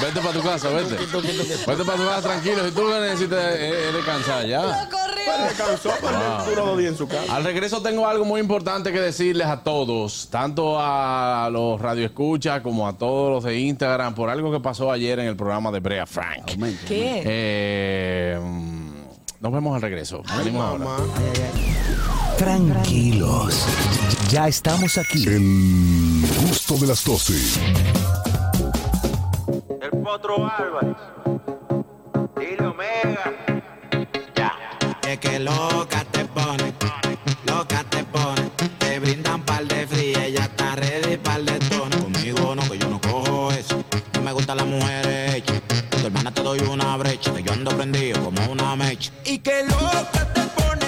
C: Vete para tu casa, vete. Vete para tu casa, tranquilo. Si tú necesitas eh, eh, descansar, ya.
E: Lo corrió.
B: descansó, pero duró dos días en su casa.
C: Al regreso tengo algo muy importante que decirles a todos, tanto a los radioescuchas como a todos los de Instagram, por algo que pasó ayer en el programa de Brea Frank.
E: ¿Qué?
C: Eh, mm, nos vemos al regreso. Venimos ahora.
A: Tranquilos, ya estamos aquí.
L: El gusto de las 12.
M: El Potro Álvarez. Dile Omega. Ya. Es que loca te pone, loca te pone. Te brindan par de frías, ella está ready par de tono. Conmigo no, que yo no cojo eso. No me gustan las mujeres hechas. Tu hermana te doy una brecha, que yo ando prendido como una mecha. Y que loca te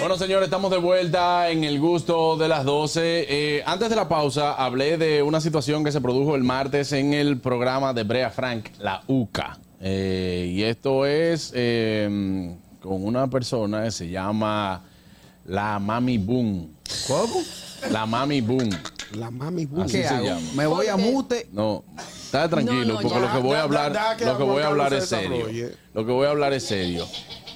C: Bueno, señores, estamos de vuelta en el gusto de las 12. Eh, antes de la pausa, hablé de una situación que se produjo el martes en el programa de Brea Frank, la UCA. Eh, y esto es eh, con una persona que se llama la Mami Boom. ¿Cómo? La Mami Boom.
B: La mami
C: Así
D: ¿Qué
C: se
D: hago?
C: llama.
D: Me voy a mute.
C: No, está tranquilo,
D: No, no, ya.
C: porque lo que voy a
D: Da-
C: hablar,
D: da- da que
C: lo que
D: Juan
C: voy a
D: Carlos
C: hablar es
D: se
C: serio.
D: desarrolle.
C: Lo que voy a hablar es serio.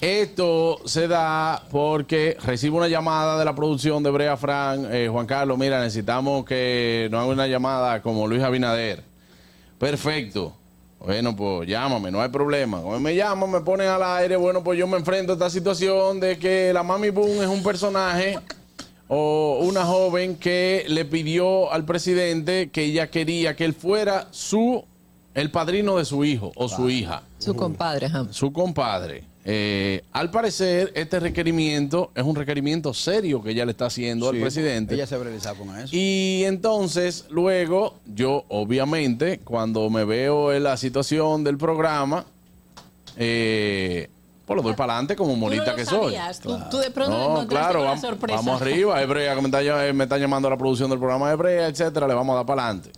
C: Esto se da porque recibo una llamada de la producción de Brea Fran. eh, Juan Carlos, mira, necesitamos que no haga una llamada como Luis Abinader. Perfecto. Bueno, pues llámame, no hay problema. Cuando me llaman, me ponen al aire. Bueno, pues yo me enfrento a esta situación de que la Mami Boom es un personaje o una joven que le pidió al presidente que ella quería que él fuera su el padrino de su hijo o su hija.
E: Su compadre, ajá.
C: Su compadre. Eh, al parecer, este requerimiento es un requerimiento serio que ella le está haciendo al
D: Sí,
C: presidente.
D: Ella se brevizaba con eso.
C: Y entonces, luego, yo obviamente, cuando me veo en la situación del programa, eh, pues lo doy para adelante como
G: Tú no
C: monita
G: lo
C: que
G: sabías.
C: soy.
G: Tú, tú de pronto
C: No,
G: encontraste
C: claro,
G: con la
C: vam-
G: sorpresa.
C: vamos arriba. Hebrea, que me está, ll- eh, me está llamando la producción del programa de Hebrea, etcétera. Le vamos a dar para adelante.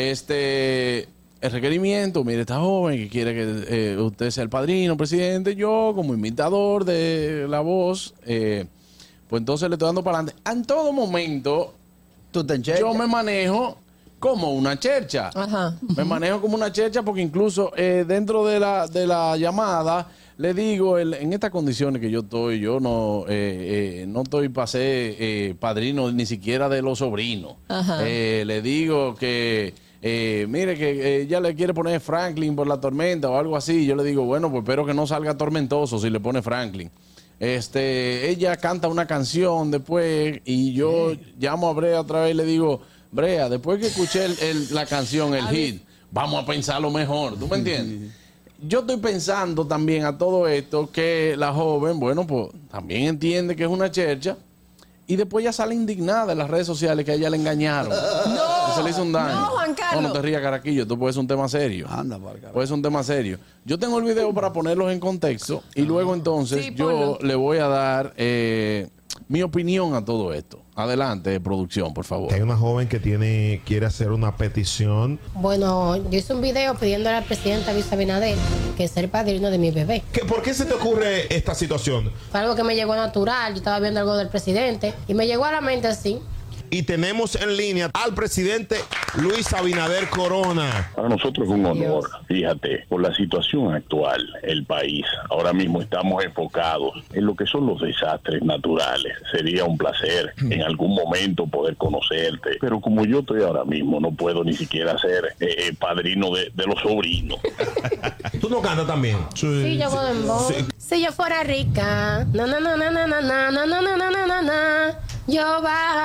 C: Este, el requerimiento, mire, esta joven que quiere que eh, usted sea el padrino, presidente, yo como imitador de la voz, eh, pues entonces le estoy dando para adelante. En todo momento, yo me manejo como una chercha.
E: Ajá.
C: Me manejo como una checha porque incluso eh, dentro de la, de la llamada le digo, el- en estas condiciones que yo estoy, yo no, eh, eh, no estoy para ser eh, padrino ni siquiera de los sobrinos.
E: Ajá.
C: Eh, le digo que, eh, mire, que eh, ya le quiere poner Franklin por la tormenta o algo así. Yo le digo, bueno, pues espero que no salga tormentoso si le pone Franklin. Este, ella canta una canción después y yo llamo a Brea otra vez y le digo, Brea, después que escuché el- el- la canción, el hit, vamos a pensarlo mejor, ¿tú me entiendes? Yo estoy pensando también a todo esto que la joven, bueno, pues también entiende que es una chercha y después ya sale indignada en las redes sociales que a ella le engañaron. Que se le hizo un daño.
E: No, Juan Carlos.
C: No, no te rías, Caraquillo, tú puedes ser un tema serio.
D: Anda, para acá.
C: Pues es un tema serio. Yo tengo el video para ponerlos en contexto y
D: Ah.
C: luego entonces
E: Sí,
C: yo
E: ponlo.
C: le voy a dar eh, mi opinión a todo esto. Adelante, producción, por favor.
N: Hay una joven que tiene quiere hacer una petición
O: Bueno, yo hice un video pidiéndole al presidente Luis Abinader que sea el padrino de mi bebé.
N: ¿Qué- ¿Por qué se te ocurre esta situación?
O: Fue algo que me llegó natural, yo estaba viendo algo del presidente y me llegó a la mente así.
N: Y tenemos en línea al presidente Luis Abinader Corona.
P: Para nosotros es un honor, fíjate, por la situación actual, el país. Ahora mismo estamos enfocados en lo que son los desastres naturales. Sería un placer
C: Mm.
P: en algún momento poder conocerte, pero como yo estoy ahora mismo, no puedo ni siquiera ser eh, eh, padrino de, de los sobrinos.
N: ¿Tú no cantas también?
O: Si yo hago dembow, si yo fuera rica, na na na na na na na na na na na na na na, yo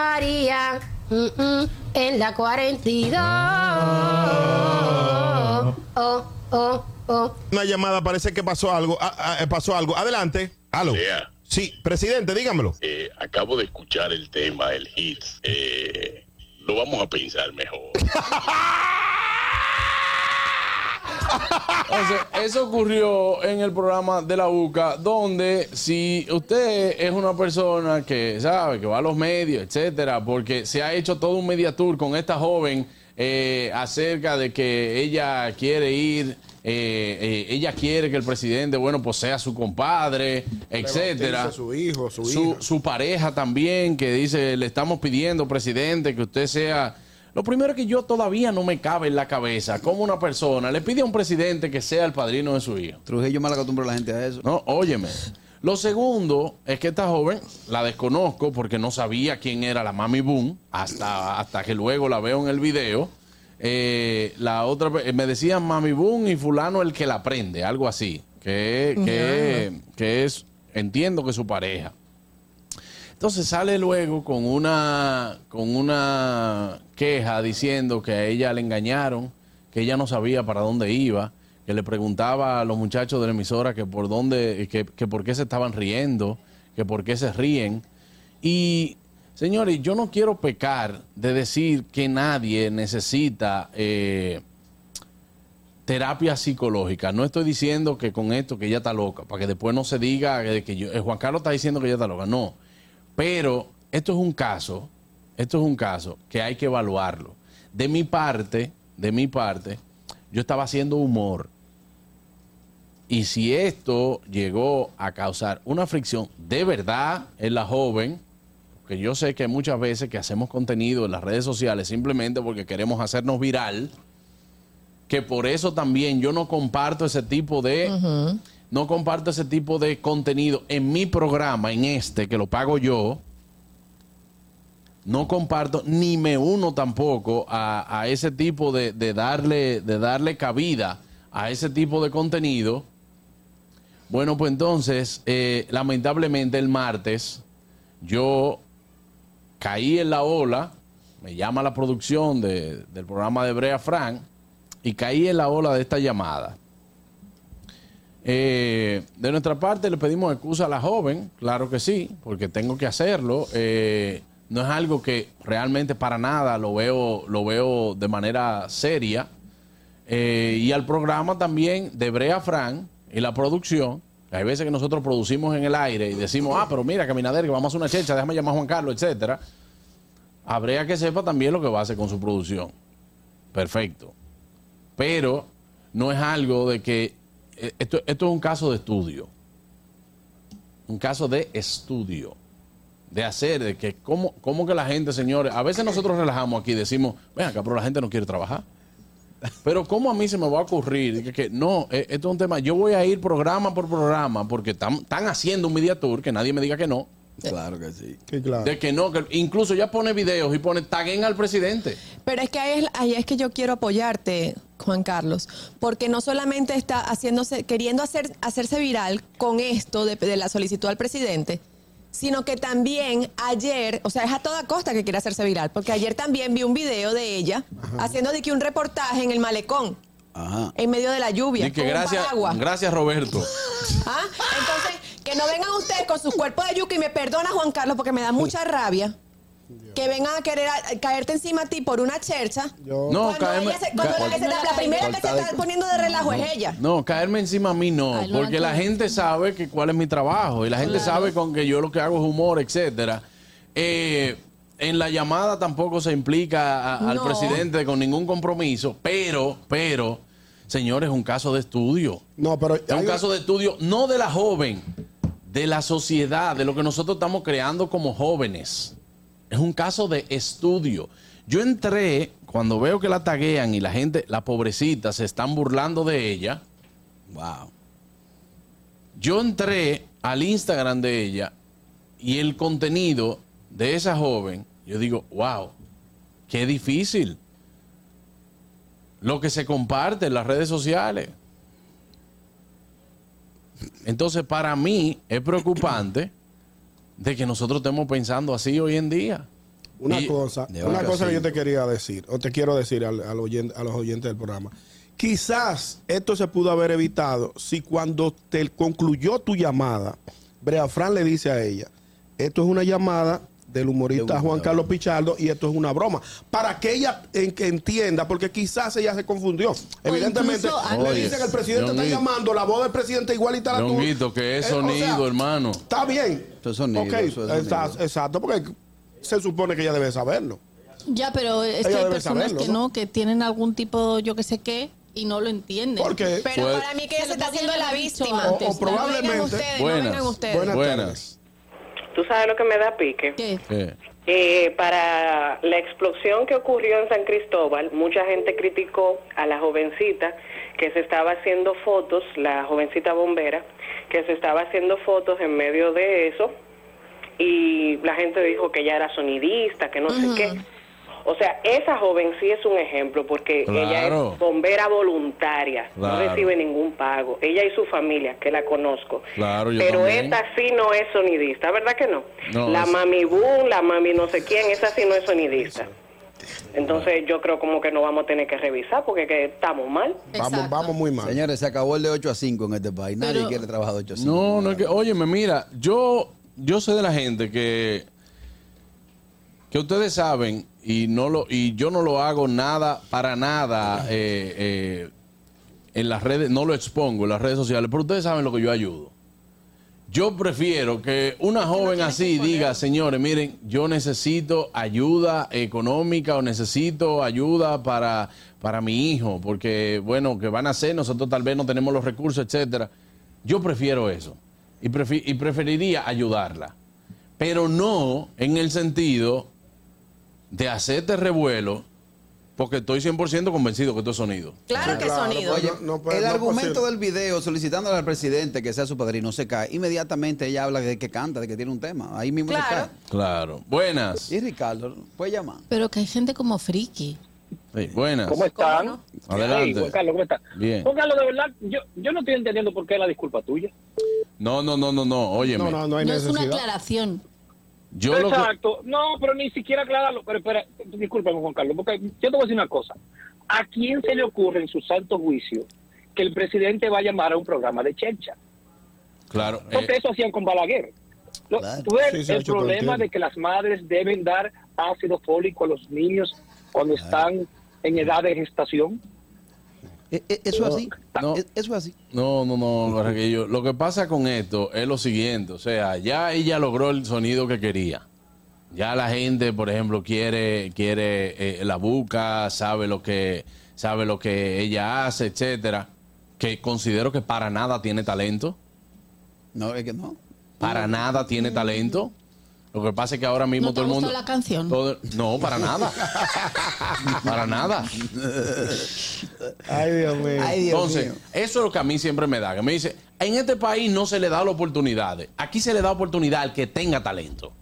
O: bajaría mm, mm, en la 42.
Q: Ah.
O: Oh, oh, oh.
N: Una llamada, parece que pasó algo. Ah, ah, pasó algo. Adelante. Aló. Sí, presidente, dígamelo.
P: Eh, acabo de escuchar el tema, el hit. Eh, lo vamos a pensar mejor.
C: Entonces, eso ocurrió en el programa de la UCA, donde si usted es una persona que sabe, que va a los medios, etcétera, porque se ha hecho todo un media tour con esta joven eh, acerca de que ella quiere ir, eh, eh, ella quiere que el presidente, bueno, pues sea su compadre, etcétera.
B: Bautiza Su hijo, su,
C: Su,
B: hija.
C: su pareja también, que dice, le estamos pidiendo, presidente, que usted sea... Lo primero que yo todavía no me cabe en la cabeza, como una persona le pide a un presidente que sea el padrino de su hijo.
D: Trujillo mal acostumbra a la gente a eso.
C: No, óyeme. Lo segundo es que esta joven la desconozco porque no sabía quién era la Mami Boom hasta, hasta que luego la veo en el video. Eh, la otra eh, me decían Mami Boom y fulano el que la prende, algo así, que, que, que es, entiendo que su pareja. Entonces sale luego con una, con una queja diciendo que a ella le engañaron, que ella no sabía para dónde iba, que le preguntaba a los muchachos de la emisora que por dónde, que, que por qué se estaban riendo, que por qué se ríen. Y señores, yo no quiero pecar de decir que nadie necesita eh, terapia psicológica. No estoy diciendo que con esto que ella está loca, para que después no se diga que, que yo- eh, Juan Carlos está diciendo que ella está loca. No. Pero esto es un caso, esto es un caso que hay que evaluarlo. De mi parte, de mi parte, yo estaba haciendo humor. Y si esto llegó a causar una fricción de verdad en la joven, que yo sé que hay muchas veces que hacemos contenido en las redes sociales simplemente porque queremos hacernos viral, que por eso también yo no comparto ese tipo de no comparto ese tipo de contenido en mi programa, en este que lo pago yo. No comparto ni me uno tampoco a, a ese tipo de, de darle de darle cabida a ese tipo de contenido. Bueno, pues entonces, eh, lamentablemente el martes yo caí en la ola, me llama la producción de- del programa de Brea Frank y caí en la ola de esta llamada. Eh, de nuestra parte le pedimos excusa a la joven, claro que sí, porque tengo que hacerlo. Eh, no es algo que realmente para nada lo veo, lo veo de manera seria. Eh, y al programa también de Brea Fran y la producción. Hay veces que nosotros producimos en el aire y decimos, ah, pero mira, caminadero, que vamos a hacer una checha, déjame llamar a Juan Carlos, etcétera. A Brea que sepa también lo que va a hacer con su producción. Perfecto. Pero no es algo de que. eh, Esto, esto es un caso de estudio. Un caso de estudio. De hacer, de que cómo, cómo que la gente, señores, a veces nosotros relajamos aquí y decimos, ven acá, pero la gente no quiere trabajar. Pero cómo a mí se me va a ocurrir que, que no, eh, esto es un tema, yo voy a ir programa por programa porque tam- están haciendo un media tour, que nadie me diga que no.
D: Claro que sí.
B: claro.
C: De que no, que incluso ya pone videos y pone taguen al presidente.
E: Pero es que ahí es, ahí es que yo quiero apoyarte, Juan Carlos, porque no solamente está haciéndose, queriendo hacer, hacerse viral con esto de, de la solicitud al presidente, sino que también ayer, o sea, es a toda costa que quiere hacerse viral, porque ayer también vi un video de ella haciendo de que un reportaje en el malecón,
D: Ajá.
E: en medio de la lluvia,
C: Y que
E: con un
C: gracias,
E: paraguas.
C: gracias Roberto.
E: ¿Ah? Entonces, que no vengan ustedes con sus cuerpos de yuca y me perdona, Juan Carlos, porque me da mucha rabia. Que vengan a querer a- caerte encima a ti por una chercha.
C: No,
E: cuando
C: caerme-
E: ella se- cuando
C: ca-
E: la, que se está- la primera que se
C: Falta de-
E: está poniendo de relajo es ella.
C: No, caerme encima a mí no,
E: Ay, no,
C: porque la
E: aquí.
C: gente sabe que cuál es mi trabajo y la gente sabe con que yo lo que hago es humor, etcétera. Eh, en la llamada tampoco se implica a- al
R: No.
C: presidente con ningún compromiso, pero, pero, señores, es un caso de estudio.
B: No, pero
C: Es un caso de estudio no de la joven, de la sociedad, de lo que nosotros estamos creando como jóvenes. Es un caso de estudio. Yo entré, cuando veo que la taguean y la gente, la pobrecita, se están burlando de ella. Wow. Yo entré al Instagram de ella y el contenido de esa joven, yo digo, wow, qué difícil. Lo que se comparte en las redes sociales. Entonces, para mí es preocupante de que nosotros estemos pensando así hoy en día.
B: Una
C: Y-
B: cosa,
C: de
B: una
C: vaca,
B: cosa que
C: sí.
B: yo te quería decir, o te quiero decir al, al oyen- a los oyentes del programa. Quizás esto se pudo haber evitado si cuando te concluyó tu llamada, Brea Fran le dice a ella, esto es una llamada del humorista Juan Carlos Pichardo y esto es una broma. Para que ella en- que entienda, porque quizás ella se confundió. Evidentemente,
N: incluso
B: le
N: antes-
B: dicen que el presidente está
C: Leonid.
B: llamando, la voz del presidente igualita a la tuya.
C: Longuito, que es
B: Eh, o sea,
C: sonido, hermano.
B: Está bien.
D: sonido,
B: Ok,
D: eso es
B: está- exacto, porque se supone que ella debe saberlo.
G: Ya, pero es
B: Ella
G: que hay
B: debe
G: personas
B: saberlo,
G: que
B: ¿no?
G: ¿no? que tienen algún tipo, yo que sé qué, y no lo entienden.
B: Porque-
E: Pero
C: Pues-
E: para mí que ella se está haciendo la víctima.
G: antes.
E: No vengan ustedes, no vengan ustedes.
C: buenas.
Q: ¿Tú sabes lo que me da pique?
C: Eh,
R: Eh, para la explosión que ocurrió en San Cristóbal, mucha gente criticó a la jovencita que se estaba haciendo fotos, la jovencita bombera, que se estaba haciendo fotos en medio de eso y la gente dijo que ella era sonidista, que no sé qué. O sea, esa joven sí es un ejemplo porque ella
C: Claro.
R: es bombera voluntaria, no
C: Claro.
R: recibe ningún pago. Ella y su familia, que la conozco.
C: Claro, yo
R: Pero
C: también.
R: esta sí no es sonidista, ¿verdad que no?
C: No,
R: la
C: es-
R: mami Boom, la mami no sé quién, esa sí no es sonidista. Entonces yo creo como que no vamos a tener que revisar porque que estamos mal.
D: Vamos, vamos muy mal. Señores, se acabó el de 8 a 5 en este país. Nadie
R: Pero-
D: quiere trabajar de 8 a 5.
C: No, no es que, óyeme, mira, yo, yo soy de la gente que, que ustedes saben y no lo, y yo no lo hago nada, para nada, eh, eh, en las redes, no lo expongo en las redes sociales, pero ustedes saben lo que yo ayudo. Yo prefiero que una joven así diga, señores, miren, yo necesito ayuda económica o necesito ayuda para, para mi hijo, porque bueno, que van a ser, nosotros tal vez no tenemos los recursos, etcétera. Yo prefiero eso y, prefi- y preferiría ayudarla, pero no en el sentido de hacerte revuelo, porque estoy 100% convencido que esto es sonido.
D: Claro
B: que Claro, sonido.
D: Oye,
B: no, no puede-
D: el
B: no es
D: argumento
B: posible.
D: del video solicitando al presidente que sea su padrino se cae. Inmediatamente ella habla de que canta, de que tiene un tema. Ahí mismo se
G: Claro.
D: cae.
C: Claro. Buenas.
D: Y Ricardo, pues, puede llamar.
G: Pero que hay gente como friki.
C: Sí, buenas.
Q: ¿Cómo están?
C: Adelante.
Q: Hey, Juan Carlos, ¿cómo estás?
C: Bien.
Q: Juan Carlos, de verdad, yo, yo no estoy entendiendo por qué es la disculpa tuya.
C: No, no, no, no, no. Óyeme.
G: no es una aclaración.
C: Yo lo que-
Q: Exacto. No, pero ni siquiera aclararlo. Pero espera, discúlpame, Juan Carlos, porque yo te voy a decir una cosa. ¿A quién se le ocurre en su santo juicio que el presidente va a llamar a un programa de chencha?
C: Claro. eh,
Q: Porque eso hacían con Balaguer. Lo- Tú ves
C: Sí, se ha
Q: el
C: hecho por
Q: problema
C: tiempo.
Q: de que las madres deben dar ácido fólico a los niños
C: Ah.
Q: cuando están en edad de gestación.
D: Eh, Eso así. Eh,
C: No.
D: Eso así.
C: No, no, no, Barraquillo. Lo que pasa con esto es lo siguiente. O sea, ya ella logró el sonido que quería. Ya la gente, por ejemplo, quiere, quiere eh, la buca, sabe lo que, sabe lo que ella hace, etcétera. Que considero que para nada tiene talento.
D: No, es que no.
C: Para nada tiene talento. Lo que pasa es que ahora mismo
G: ¿No te
C: todo el
G: gustó
C: mundo.
G: la canción?
C: todo- no, para nada. para nada.
B: Ay, Dios mío.
C: Entonces, eso es lo que a mí siempre me da. Que me dice, en este país no se le da la oportunidad. Aquí se le da oportunidad al que tenga talento.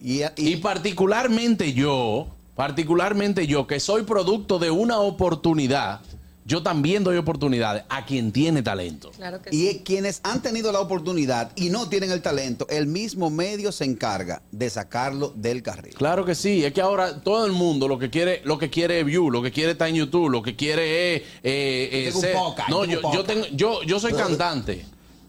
D: Y,
C: particularmente yo, particularmente yo, que soy producto de una oportunidad, yo también doy oportunidades a quien tiene talento.
D: y quienes han tenido la oportunidad y no tienen el talento, el mismo medio se encarga de sacarlo del carril.
C: Claro que sí, es que ahora todo el mundo lo que quiere, lo que quiere es view, lo que quiere está en YouTube, lo que quiere es eh, eh,
M: Tengo un
C: ser-
M: podcast,
C: no,
M: tengo
C: yo,
M: un
C: yo
M: podcast.
C: tengo, yo, yo soy cantante,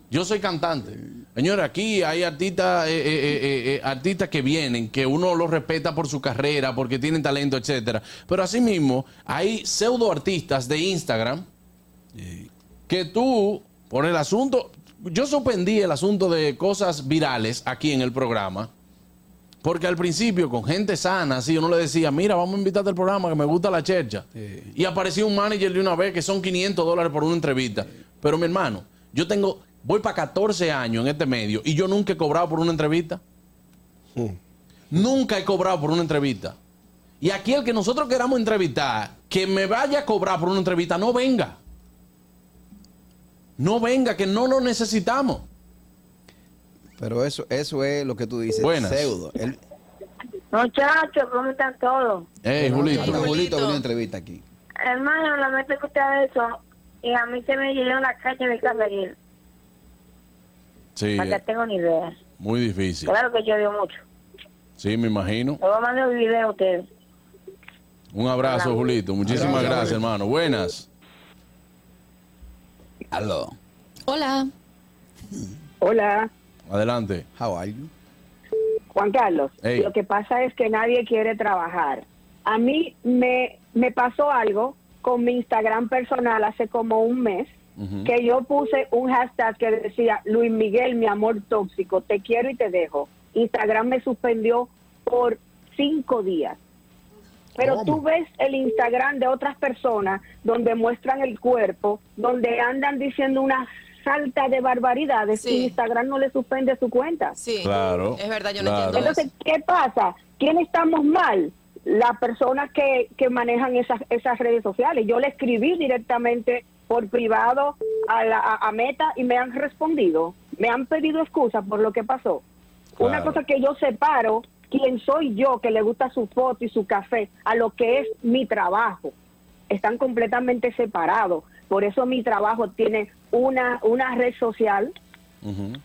C: yo soy cantante. Señora, aquí hay artistas, eh, eh, eh, eh, eh, artistas que vienen, que uno los respeta por su carrera, porque tienen talento, etcétera. Pero asimismo, hay pseudo artistas de Instagram que tú, por el asunto, yo suspendí el asunto de cosas virales aquí en el programa. Porque al principio, con gente sana, así uno le decía, mira, vamos a invitarte al programa, que me gusta la chercha. Y apareció un manager de una vez que son 500 dólares por una entrevista. Pero mi hermano, yo tengo, voy para 14 años en este medio y yo nunca he cobrado por una entrevista.
S: Hmm.
C: Nunca he cobrado por una entrevista. Y aquí el que nosotros queramos entrevistar, que me vaya a cobrar por una entrevista, no venga. No venga, que no lo necesitamos.
D: Pero eso, eso es lo que tú dices.
C: Buenas.
D: Pseudo. El,
S: Muchachos, ¿cómo están todos?
C: Ey,
D: Julito.
C: Julito.
D: Julito vino a entrevista aquí.
S: Hermano, lamento escuchar eso. Y a mí se me llenó la calle de Camerino.
C: Sí,
S: Para que
C: eh,
S: tengo ni idea.
C: muy difícil.
S: Claro que yo veo mucho.
C: Sí, me imagino.
S: Le voy a mandar un video a ustedes.
C: Un abrazo, Julito. Muchísimas gracias, hermano. Buenas.
D: Aló.
G: Hola.
K: Hola,
C: Adelante.
D: How are you?
K: Juan Carlos.
C: Hey.
K: Lo que pasa es que nadie quiere trabajar. A mí me, me pasó algo con mi Instagram personal hace como un mes que yo puse un hashtag que decía Luis Miguel, mi amor tóxico, te quiero y te dejo. Instagram me suspendió por cinco días. Pero tú ves el Instagram de otras personas donde muestran el cuerpo, donde andan diciendo una salta de barbaridades y Instagram no le suspende su cuenta.
E: Sí,
C: Claro,
E: es verdad, yo
C: claro.
E: no entiendo eso.
K: Entonces, ¿qué pasa? ¿Quién estamos mal? Las personas que, que manejan esas, esas redes sociales. Yo le escribí directamente por privado a, la- a- a Meta y me han respondido. Me han pedido excusas por lo que pasó. Una
T: Claro.
K: cosa que yo separo quién soy yo que le gusta su foto y su café a lo que es mi trabajo. Están completamente separados. Por eso mi trabajo tiene una, una red social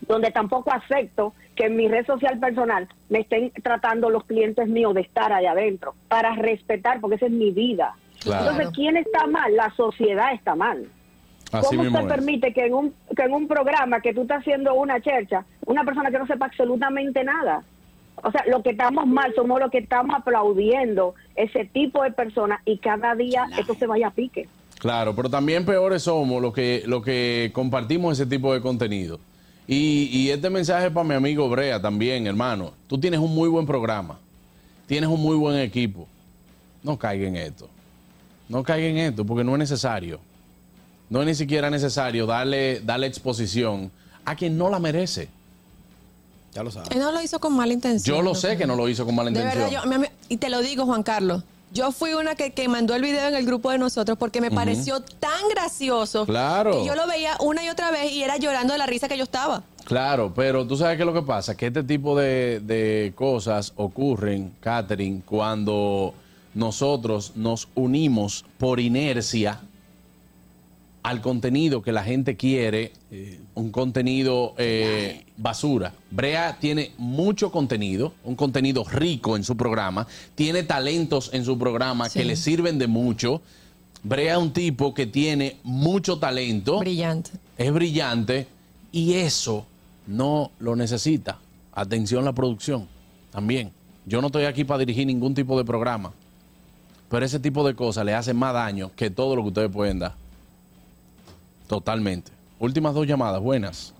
K: donde tampoco acepto que en mi red social personal me estén tratando los clientes míos de estar allá adentro, para respetar, porque esa es mi vida.
C: Claro.
K: Entonces, ¿quién está mal? La sociedad está mal.
C: Así
K: ¿Cómo
C: mismo
K: se
C: es.
K: permite que en, un, que en un programa que tú estás haciendo una chercha, una persona que no sepa absolutamente nada? O sea, lo que estamos mal somos los que estamos aplaudiendo ese tipo de personas y cada día esto se vaya a pique.
C: Claro, pero también peores somos los que, los que compartimos ese tipo de contenido. Y, y este mensaje para mi amigo Brea también, hermano. Tú tienes un muy buen programa. Tienes un muy buen equipo. No caiga en esto. No caiga en esto porque no es necesario. No es ni siquiera necesario darle, darle exposición a quien no la merece. Ya lo sabes.
E: Él no lo hizo con mala intención.
C: Yo lo sé que no lo hizo con mala
E: De
C: intención.
E: verdad, yo, me- me- y te lo digo, Juan Carlos. Yo fui una que, que mandó el video en el grupo de nosotros porque me
C: Ujú.
E: pareció tan gracioso
C: Claro.
E: que yo lo veía una y otra vez y era llorando de la risa que yo estaba.
C: Claro, pero tú sabes qué es lo que pasa, que este tipo de, de cosas ocurren, Catherine, cuando nosotros nos unimos por inercia al contenido que la gente quiere, eh, un contenido eh, basura. Brea tiene mucho contenido, un contenido rico en su programa, tiene talentos en su programa que le sirven de mucho. Brea es un tipo que tiene mucho talento.
E: Brillante.
C: Es brillante y eso no lo necesita. Atención la producción también. Yo no estoy aquí para dirigir ningún tipo de programa, pero ese tipo de cosas le hacen más daño que todo lo que ustedes pueden dar. Totalmente. Últimas dos llamadas, buenas.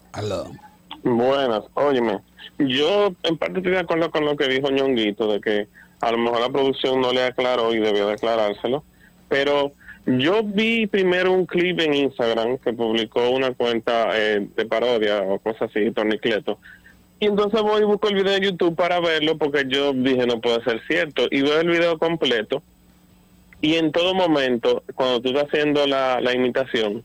U: Buenas, óyeme. Yo en parte estoy de acuerdo con lo que dijo Ñonguito, de que a lo mejor la producción no le aclaró y debió de aclarárselo, pero yo vi primero un clip en Instagram que publicó una cuenta eh, de parodia o cosas así, Tornicleto, y entonces voy y busco el video en YouTube para verlo porque yo dije no puede ser cierto. Y veo el video completo. Y en todo momento, cuando tú estás haciendo la, la imitación,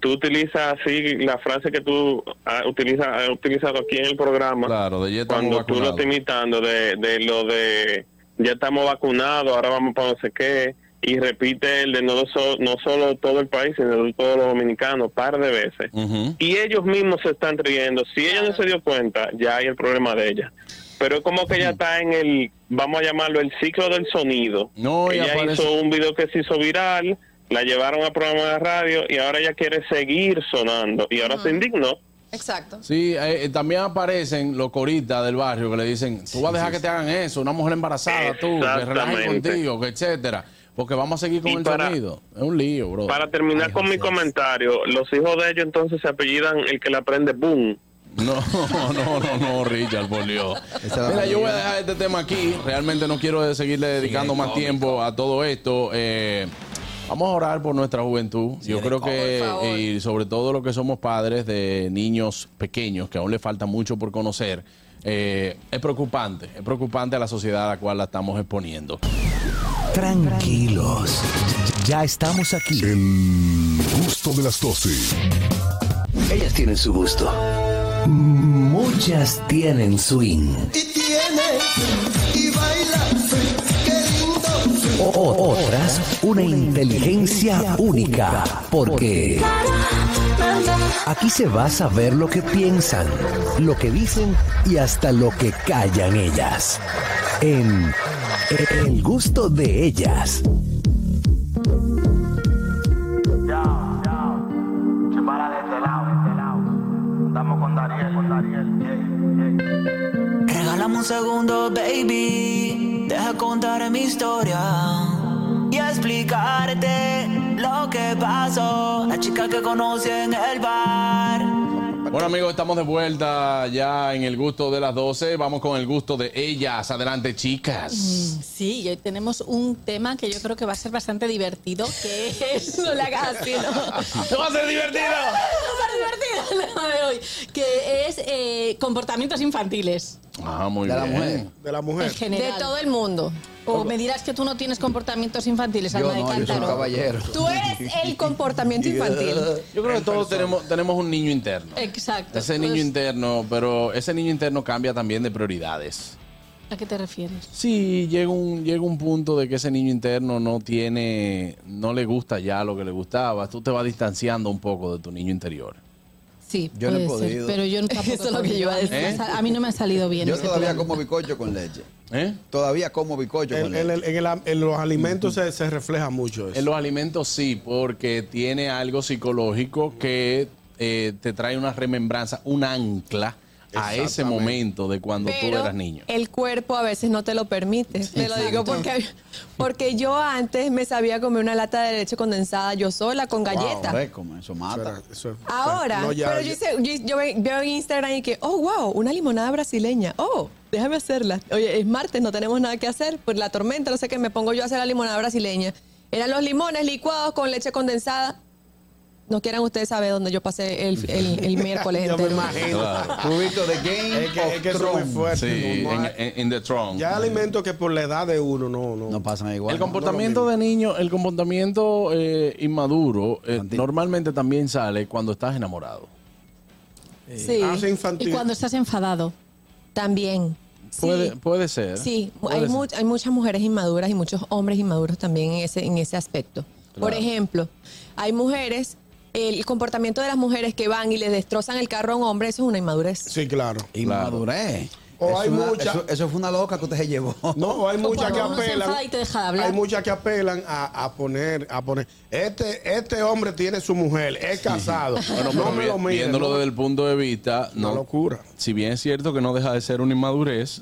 U: tú utilizas así la frase que tú ah, utilizas, has utilizado aquí en el programa.
C: Claro, de ya estamos
U: Cuando tú lo
C: vacunados.
U: estás imitando, de, de lo de ya estamos vacunados, ahora vamos para no sé qué. Y repite el de no, so- no solo todo el país, sino de todos los dominicanos, par de veces y ellos mismos se están riendo. Si ella no se dio cuenta, ya hay el problema de ella. Pero es como que ella está en el, vamos a llamarlo, el ciclo del sonido.
C: No, y
U: ella
C: aparece-
U: hizo un video que se hizo viral, la llevaron a programa de radio y ahora ella quiere seguir sonando. Y ahora se indignó.
E: Exacto.
C: Sí, eh, eh, también aparecen los coristas del barrio que le dicen, tú vas a dejar que te hagan eso, una mujer embarazada, tú, que relajen
U: Exactamente.
C: contigo, que etcétera, porque vamos a seguir con
U: Y
C: el
U: para-
C: sonido. Es un lío, bro.
U: Para terminar con mi comentario, los hijos de ellos entonces se apellidan el que la aprende, boom.
C: No, no, no, no, Richard, por Dios. Mira, yo voy a dejar este tema aquí. Realmente no quiero seguirle dedicando más tiempo a todo esto. Eh, vamos a orar por nuestra juventud. yo creo que, eh, y sobre todo los que somos padres de niños pequeños, que aún le falta mucho por conocer, eh, es preocupante. Es preocupante a la sociedad a la cual la estamos exponiendo.
A: Tranquilos, ya estamos aquí. El gusto de las 12. Ellas tienen su gusto. Muchas tienen swing.
I: Y tiene, y baila, qué lindo.
A: O- o- otras, una inteligencia única. Porque aquí se va a saber lo que piensan, lo que dicen y hasta lo que callan ellas. En el gusto de ellas.
V: Regálame un segundo, baby. Deja contar mi historia y explicarte lo que pasó. La chica que conocí en el bar.
C: Bueno amigos, estamos de vuelta ya en el gusto de las 12. Vamos con el gusto de ellas. Adelante, chicas.
B: Mm.
G: Sí, y hoy tenemos un tema que yo creo que va a ser bastante divertido, que es...
E: No le hagas así, no.
C: ¡No va a ser divertido!
G: divertida el tema de hoy, que es eh, comportamientos infantiles.
C: Ah, muy
D: De la
C: bien.
D: mujer.
B: De la mujer.
G: En general. De todo el mundo. O me dirás que tú no tienes comportamientos infantiles,
D: Yo
G: Alma de
D: no, yo soy un
G: Cántaro.
D: caballero.
G: Tú eres el comportamiento infantil.
C: Yo creo que todos tenemos, tenemos un niño interno.
G: Exacto.
C: Ese
G: Pues,
C: niño interno, pero ese niño interno cambia también de prioridades.
G: ¿A qué te refieres?
C: Sí, llega un, llega un punto de que ese niño interno no tiene, no le gusta ya lo que le gustaba. Tú te vas distanciando un poco de tu niño interior.
G: Sí,
C: Yo no he
G: puede ser,
C: podido.
G: pero yo tampoco.
E: Eso es lo que yo iba a
G: mí no me
C: decir.
G: ha sal- A mí no me ha salido bien.
D: Yo
G: ese
D: todavía
G: plan.
D: como bicocho con leche.
C: ¿Eh?
D: Todavía como bicocho
B: En,
D: con leche.
B: en el- en el- en los alimentos se, se refleja mucho
D: Pues
B: eso.
C: En los alimentos sí, porque tiene algo psicológico que eh, te trae una remembranza, un ancla a ese momento de cuando tú
E: Pero
C: eras niño.
E: El cuerpo a veces no te lo permite. te lo digo porque, porque yo antes me sabía comer una lata de leche condensada yo sola con galleta.
D: Wow, ve cómo eso mata.
E: Ahora,
D: No, ya-
E: pero yo,
D: ya-
E: hice- yo- yo ve- veo en Instagram y que, oh, wow, una limonada brasileña. Oh, déjame hacerla. Oye, es martes, no tenemos nada que hacer por la tormenta, no sé qué, me pongo yo a hacer la limonada brasileña. Eran los limones licuados con leche condensada. No quieran ustedes saber dónde yo pasé el, el- el miércoles
B: Yo me
E: entero.
B: imagino.
D: Cubito de Game
B: Es que, es que eso es muy fuerte.
C: Sí,
B: no, no
C: en,
B: hay-
C: en- en The Throne.
B: ya alimentos que por la edad de uno no, no.
D: No pasan igual.
C: El
D: ¿no?
C: comportamiento de niño, el comportamiento eh, inmaduro, eh, normalmente también sale cuando estás enamorado.
E: Sí.
B: Ah, sí, infantil.
G: Y cuando estás enfadado.
E: También. Sí.
C: Puede, puede ser.
E: Sí,
C: Puede
E: hay,
C: ser.
E: mu- hay muchas mujeres inmaduras y muchos hombres inmaduros también en ese, en ese aspecto. Por
C: Claro.
E: ejemplo, hay mujeres, el comportamiento de las mujeres que van y le destrozan el carro a un hombre, eso es una inmadurez.
B: Sí, claro.
D: Inmadurez.
B: O
D: Eso
B: hay
D: una-
B: mucha-
D: eso, eso fue una loca que usted se llevó.
B: No, o hay
G: O
B: muchas
G: cuando
B: que
G: uno se
B: apelan.
G: enfada y te deja de hablar.
B: Hay muchas que apelan a, a poner, a poner. Este, este hombre tiene su mujer, es casado.
C: Bueno,
B: no
C: pero
B: me
C: vi-
B: lo mire,
C: viéndolo
B: no me-
C: desde el punto de vista, no,
B: locura.
C: Si bien es cierto que no deja de ser una inmadurez,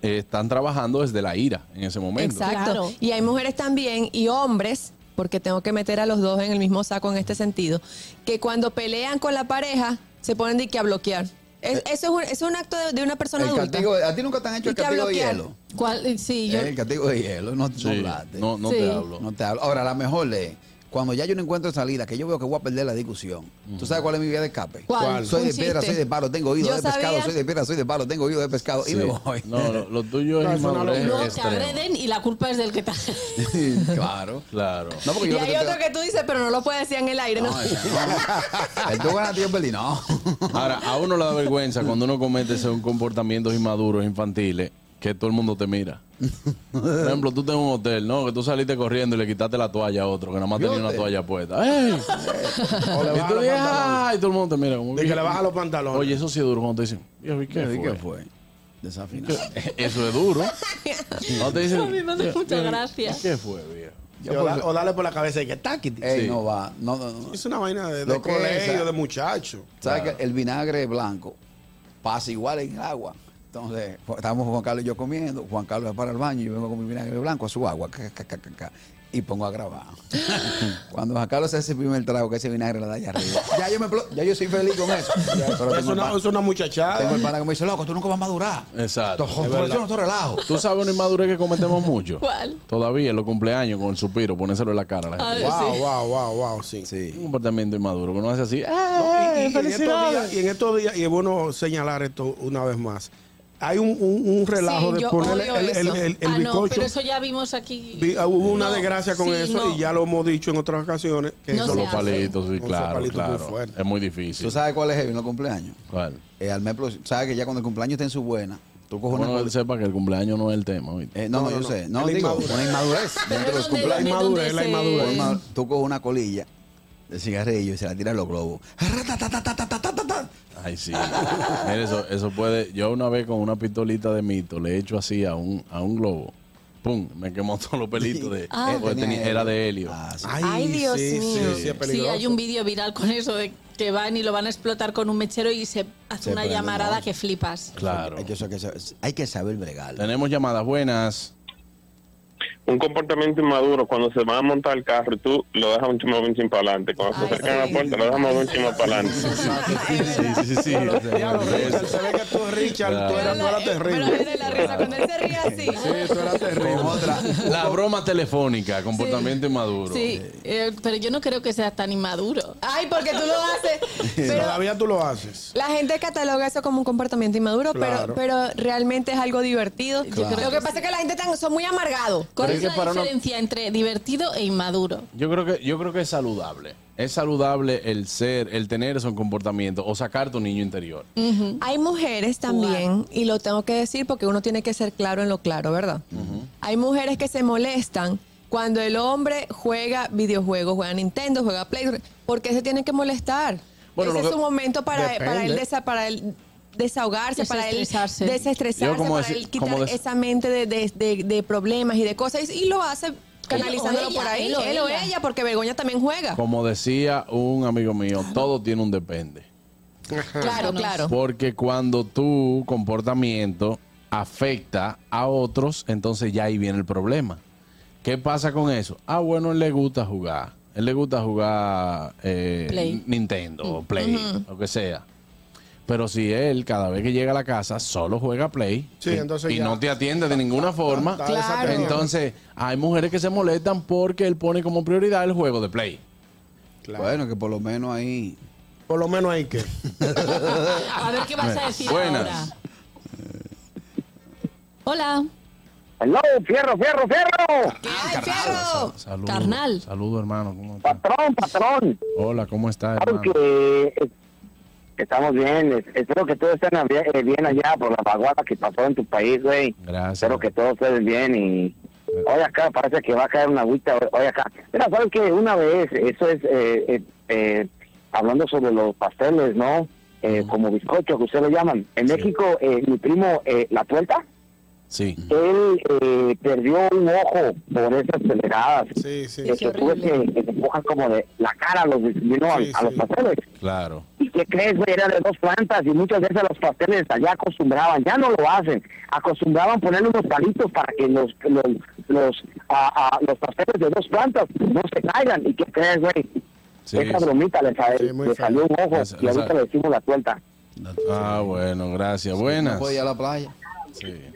C: eh, están trabajando desde la ira en ese momento.
E: Exacto. Y hay mujeres también y hombres, porque tengo que meter a los dos en el mismo saco en este sentido, que cuando pelean con la pareja se ponen de que a bloquear. Es- eso es un, es un acto de, de una persona
D: El
E: adulta.
D: castigo, a ti nunca te han hecho
E: Y
D: el
E: que a
D: castigo de
E: bloquear.
D: hielo.
E: Eh,
G: ¿Cuál? Sí, yo.
D: El castigo de hielo, no, no
C: Sí,
D: late.
C: no- no
G: te Sí. hablo.
D: No te hablo. Ahora, la mejor es cuando ya yo no encuentro salida, que yo veo que voy a perder la discusión. ¿Tú sabes cuál es mi vía de escape?
G: ¿Cuál? ¿Cuál?
D: Soy
G: Un
D: de piedra,
G: chiste.
D: soy de palo, tengo oído
G: Yo
D: de pescado,
G: sabía-
D: soy de piedra, soy de palo, tengo oído de pescado y
C: Sí.
D: me voy.
C: No, lo, lo tuyo es
G: Y
C: inmadurez.
G: luego te
C: extrema.
G: agreden y la culpa es del que te agrede.
D: claro.
C: Claro.
D: No, porque
E: Y
D: yo lo
E: hay
D: que te-
E: otro que tú dices, pero no lo puedes decir en el aire. ¿no?
D: No, esa no. El tú ganas tiempo, Eli, no.
C: Ah. Ahora, a uno le da vergüenza cuando uno comete esos comportamientos inmaduros, infantiles, que todo el mundo te mira. Por ejemplo, tú tienes un hotel, ¿no? Que tú saliste corriendo y le quitaste la toalla a otro, que nada más tenía una
D: te-
C: toalla puesta. ¡Ey!
B: O le
C: Y
B: baja
C: tú
B: los
C: dices,
B: pantalones.
C: ¡ay! Y todo el mundo te mira como
B: De que le baja los pantalones.
C: Oye, eso sí es duro cuando te dicen, viejo, ¿y
D: ¿Y
C: qué
D: qué
C: fue?
D: fue? Desafinado.
C: Eso es duro. No te dicen,
G: A mí me hace
C: "Viejo,
G: mucha
C: ¿y
G: gracia".
C: ¿Qué fue, viejo?
B: Sí, o, da- o darle por la cabeza y que taquiti.
D: Ey,
C: Sí.
D: no va. No, no, no.
B: Es una vaina de, de
D: Lo que es,
B: colegio,
D: ¿sabes?
B: de muchacho.
D: ¿Sabes que el vinagre blanco pasa igual en el agua? Entonces, fu- estábamos Juan Carlos y yo comiendo. Juan Carlos va para el baño y yo vengo con mi vinagre blanco a su agua. ca, ca, ca, ca, ca, y pongo a grabar. Cuando Juan Carlos hace el primer trago, que ese vinagre la da allá arriba. Ya yo, me, plo- ya yo soy feliz con eso. Pero
B: es,
D: tengo, el
B: una,
D: pana,
B: es una
D: tengo
B: muchachada.
D: el pana que me dice, loco, tú nunca vas a madurar.
C: Exacto.
D: Tojo, Por eso no te relajo.
C: Tú sabes una inmadurez que cometemos mucho.
G: ¿Cuál?
C: Todavía en los cumpleaños con el supiro, ponérselo en la cara a la gente.
G: Ay,
B: Wow,
G: sí.
B: wow, wow, wow, sí.
C: Un comportamiento inmaduro, que no hace así.
B: No, y- y- y,
C: ¡Eh,
B: en estos días,
C: felicidades!
B: y en estos días, y es bueno señalar esto una vez más, hay un, un- un relajo
G: Sí,
B: de
G: yo
B: ponerle
G: odio
B: el, el,
G: eso.
B: el- el
G: ah, no,
B: bizcocho.
G: pero eso ya vimos aquí.
B: Vi- Hubo una
G: No,
B: desgracia con
G: sí,
B: eso
G: no.
B: y ya lo hemos dicho en otras ocasiones. Que
G: No
B: eso
G: se
C: Los
B: lo
G: hace.
C: palitos, sí,
B: Esos
C: claro,
B: palitos muy
C: claro.
B: fuertes.
C: Es muy
D: ¿Tú
C: difícil.
D: sabes cuál es el en los cumpleaños?
C: ¿Cuál?
D: Eh, al mes pro- ¿Sabes que ya cuando el cumpleaños está en su buena, tú coges una
C: Bueno, él sepa que el cumpleaños no es el tema. ¿oíste?
D: Eh, no, no,
B: No,
D: yo
B: no,
D: sé.
B: no.
D: No,
B: La
D: digo,
B: inmadurez.
D: una inmadurez
G: Pero
D: dentro de los
G: ¿dónde-
D: cumpleaños.
G: dónde-
B: inmadurez,
G: dónde
B: la
G: se-
B: inmadurez.
D: Por ma- Tú coges una colilla de cigarrillo y se la tiras a los globos. Ratatatatatatatata.
C: Ay, sí. Mira, eso, eso puede. Yo una vez con una pistolita de mito le he hecho así a un, a un globo. ¡Pum! Me quemó todos los pelitos de.
D: Ah.
C: porque tenía- era de helio.
D: Ah, sí.
B: Ay,
G: Ay, Dios
B: sí, sí,
G: mío.
B: sí, es
G: Sí,
B: peligroso.
G: hay un vídeo viral con eso de que van y lo van a explotar con un mechero y se hace
D: Se
G: una
D: prende,
G: llamarada
D: ¿no?
G: que flipas.
C: Claro.
D: Hay que, hay que saber, hay que saber bregar.
C: Tenemos llamadas buenas.
U: un comportamiento inmaduro cuando se va a montar el carro y tú lo dejas un chimo un chin para adelante. Cuando se acercan a la puerta, lo dejamos un chimo para adelante.
N: Sí, sí, sí.
B: Diablo, Richard, se ve que tú, Richard, tú eras, tú
E: eh,
B: eras terrible.
C: Otra. La broma telefónica, comportamiento inmaduro.
G: Sí, eh, pero yo no creo que sea tan inmaduro.
E: Ay, porque tú lo haces. Pero
B: Todavía tú lo haces.
E: la gente cataloga eso como un comportamiento inmaduro,
B: Claro.
E: pero, pero realmente es algo divertido.
C: Claro.
E: Lo que pasa es que la gente tan- son muy amargados.
G: ¿Cuál
C: Pero
G: es
C: es que
G: la
C: para una-
G: diferencia entre divertido e inmaduro?
C: Yo creo que yo creo que es saludable. Es saludable el ser, el tener esos comportamientos o sacar tu niño interior.
E: Hay mujeres también, y lo tengo que decir porque uno tiene que ser claro en lo claro, ¿verdad? Hay mujeres que se molestan cuando el hombre juega videojuegos, juega Nintendo, juega Play. ¿Por qué se tiene que molestar?
C: Bueno,
E: Ese
C: lo
E: es
C: que-
E: su momento para,
C: Depende.
E: para él, desa- para él desahogarse, para él
G: Desestresarse.
E: desestresarse,
C: Yo como
E: para
C: deci-
E: él quitar
C: como des-
E: esa mente de, de- de- de problemas y de cosas. Y, y lo hace canalizándolo
G: ella,
E: por ahí,
G: él o
E: él o
G: ella.
E: ella, porque Begoña también juega.
C: Como decía un amigo mío, todo tiene un depende.
E: Claro, claro.
C: Porque cuando tu comportamiento afecta a otros, entonces ya ahí viene el problema. ¿Qué pasa con eso? Ah, bueno, él le gusta jugar. Él le gusta jugar eh,
G: Play.
C: Nintendo, o Play,
G: Ujú.
C: lo que sea. Pero si él cada vez que llega a la casa solo juega Play
B: Sí,
C: y,
B: entonces
C: y
B: ya. Ah,
C: no te atiende de ninguna forma,
B: está Claro. desatento.
C: entonces hay mujeres que se molestan porque él pone como prioridad el juego de Play.
D: Bueno, que por lo menos ahí.
B: Por lo menos hay que.
D: Eh.
G: A ver qué vas a decir
C: Buenas.
G: ahora. Hola,
H: Hello, fierro, fierro, fierro.
E: ¡Ay, fierro!
C: Saludos.
G: Carnal.
C: Saludos, hermano. ¿Cómo estás?
H: Patrón, patrón.
C: Hola, ¿cómo estás,
H: Claro
C: hermano?
H: que eh, estamos bien. Es- Espero que todos estén abie- eh, bien allá por la vaguada que pasó en tu país, güey.
C: Gracias.
H: Espero que todos estén bien y... Hoy acá parece que va a caer una agüita hoy- hoy acá. Mira, ¿sabes que Una vez, eso es eh, eh, eh, hablando sobre los pasteles, ¿no? Eh, Como bizcocho, que ustedes lo llaman. En México, eh, mi primo, eh, La Tuelta,
C: Sí.
H: él eh, perdió un ojo por esas aceleradas.
B: Sí, sí.
H: que tú ves que, que te empujan como de la cara a los, vino a, a los pasteles.
C: Claro.
H: ¿Y qué crees, güey? Era de dos plantas y muchas veces los pasteles allá acostumbraban, ya no lo hacen, acostumbraban ponerle unos palitos para que los los, los, ah, ah, los pasteles de dos plantas no se caigan. ¿Y qué crees, güey?
C: Sí,
H: Esa
C: sí.
H: bromita le, sa-
C: Sí, muy
H: le
C: feo.
H: salió un ojo
C: Esa-
H: y ahorita
C: esa-
H: le decimos la cuenta.
C: Ah, bueno, gracias. Buenas.
H: voy a la playa.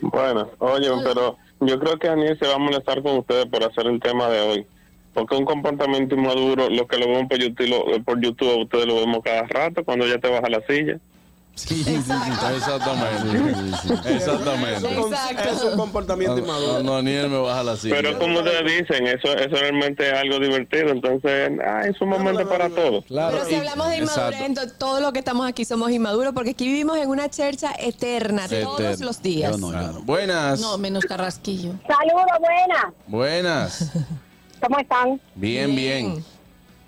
U: Bueno, oye, pero yo creo que Daniel se va a molestar con ustedes por hacer el tema de hoy. Porque un comportamiento inmaduro, los que lo vemos por YouTube, lo- eh, por YouTube ustedes lo vemos cada rato cuando ya te baja la silla.
C: Sí, sí, sí. Exactamente. Exactamente.
B: Exacto. Es un comportamiento
C: No, no,
B: inmaduro.
C: no, ni él me baja la silla.
U: Pero como te dicen, eso, eso realmente es algo divertido. Entonces, ah, es un momento para todos.
E: Pero si hablamos de inmadurez, entonces todos los que estamos aquí somos inmaduros porque aquí vivimos en una chercha eterna todos
C: Eterno.
E: los días.
C: Yo no, yo no. Buenas.
G: no, menos Carrasquillo.
S: Saludos,
D: Oh.
S: buenas.
C: Buenas.
S: ¿Cómo están?
C: Bien, bien.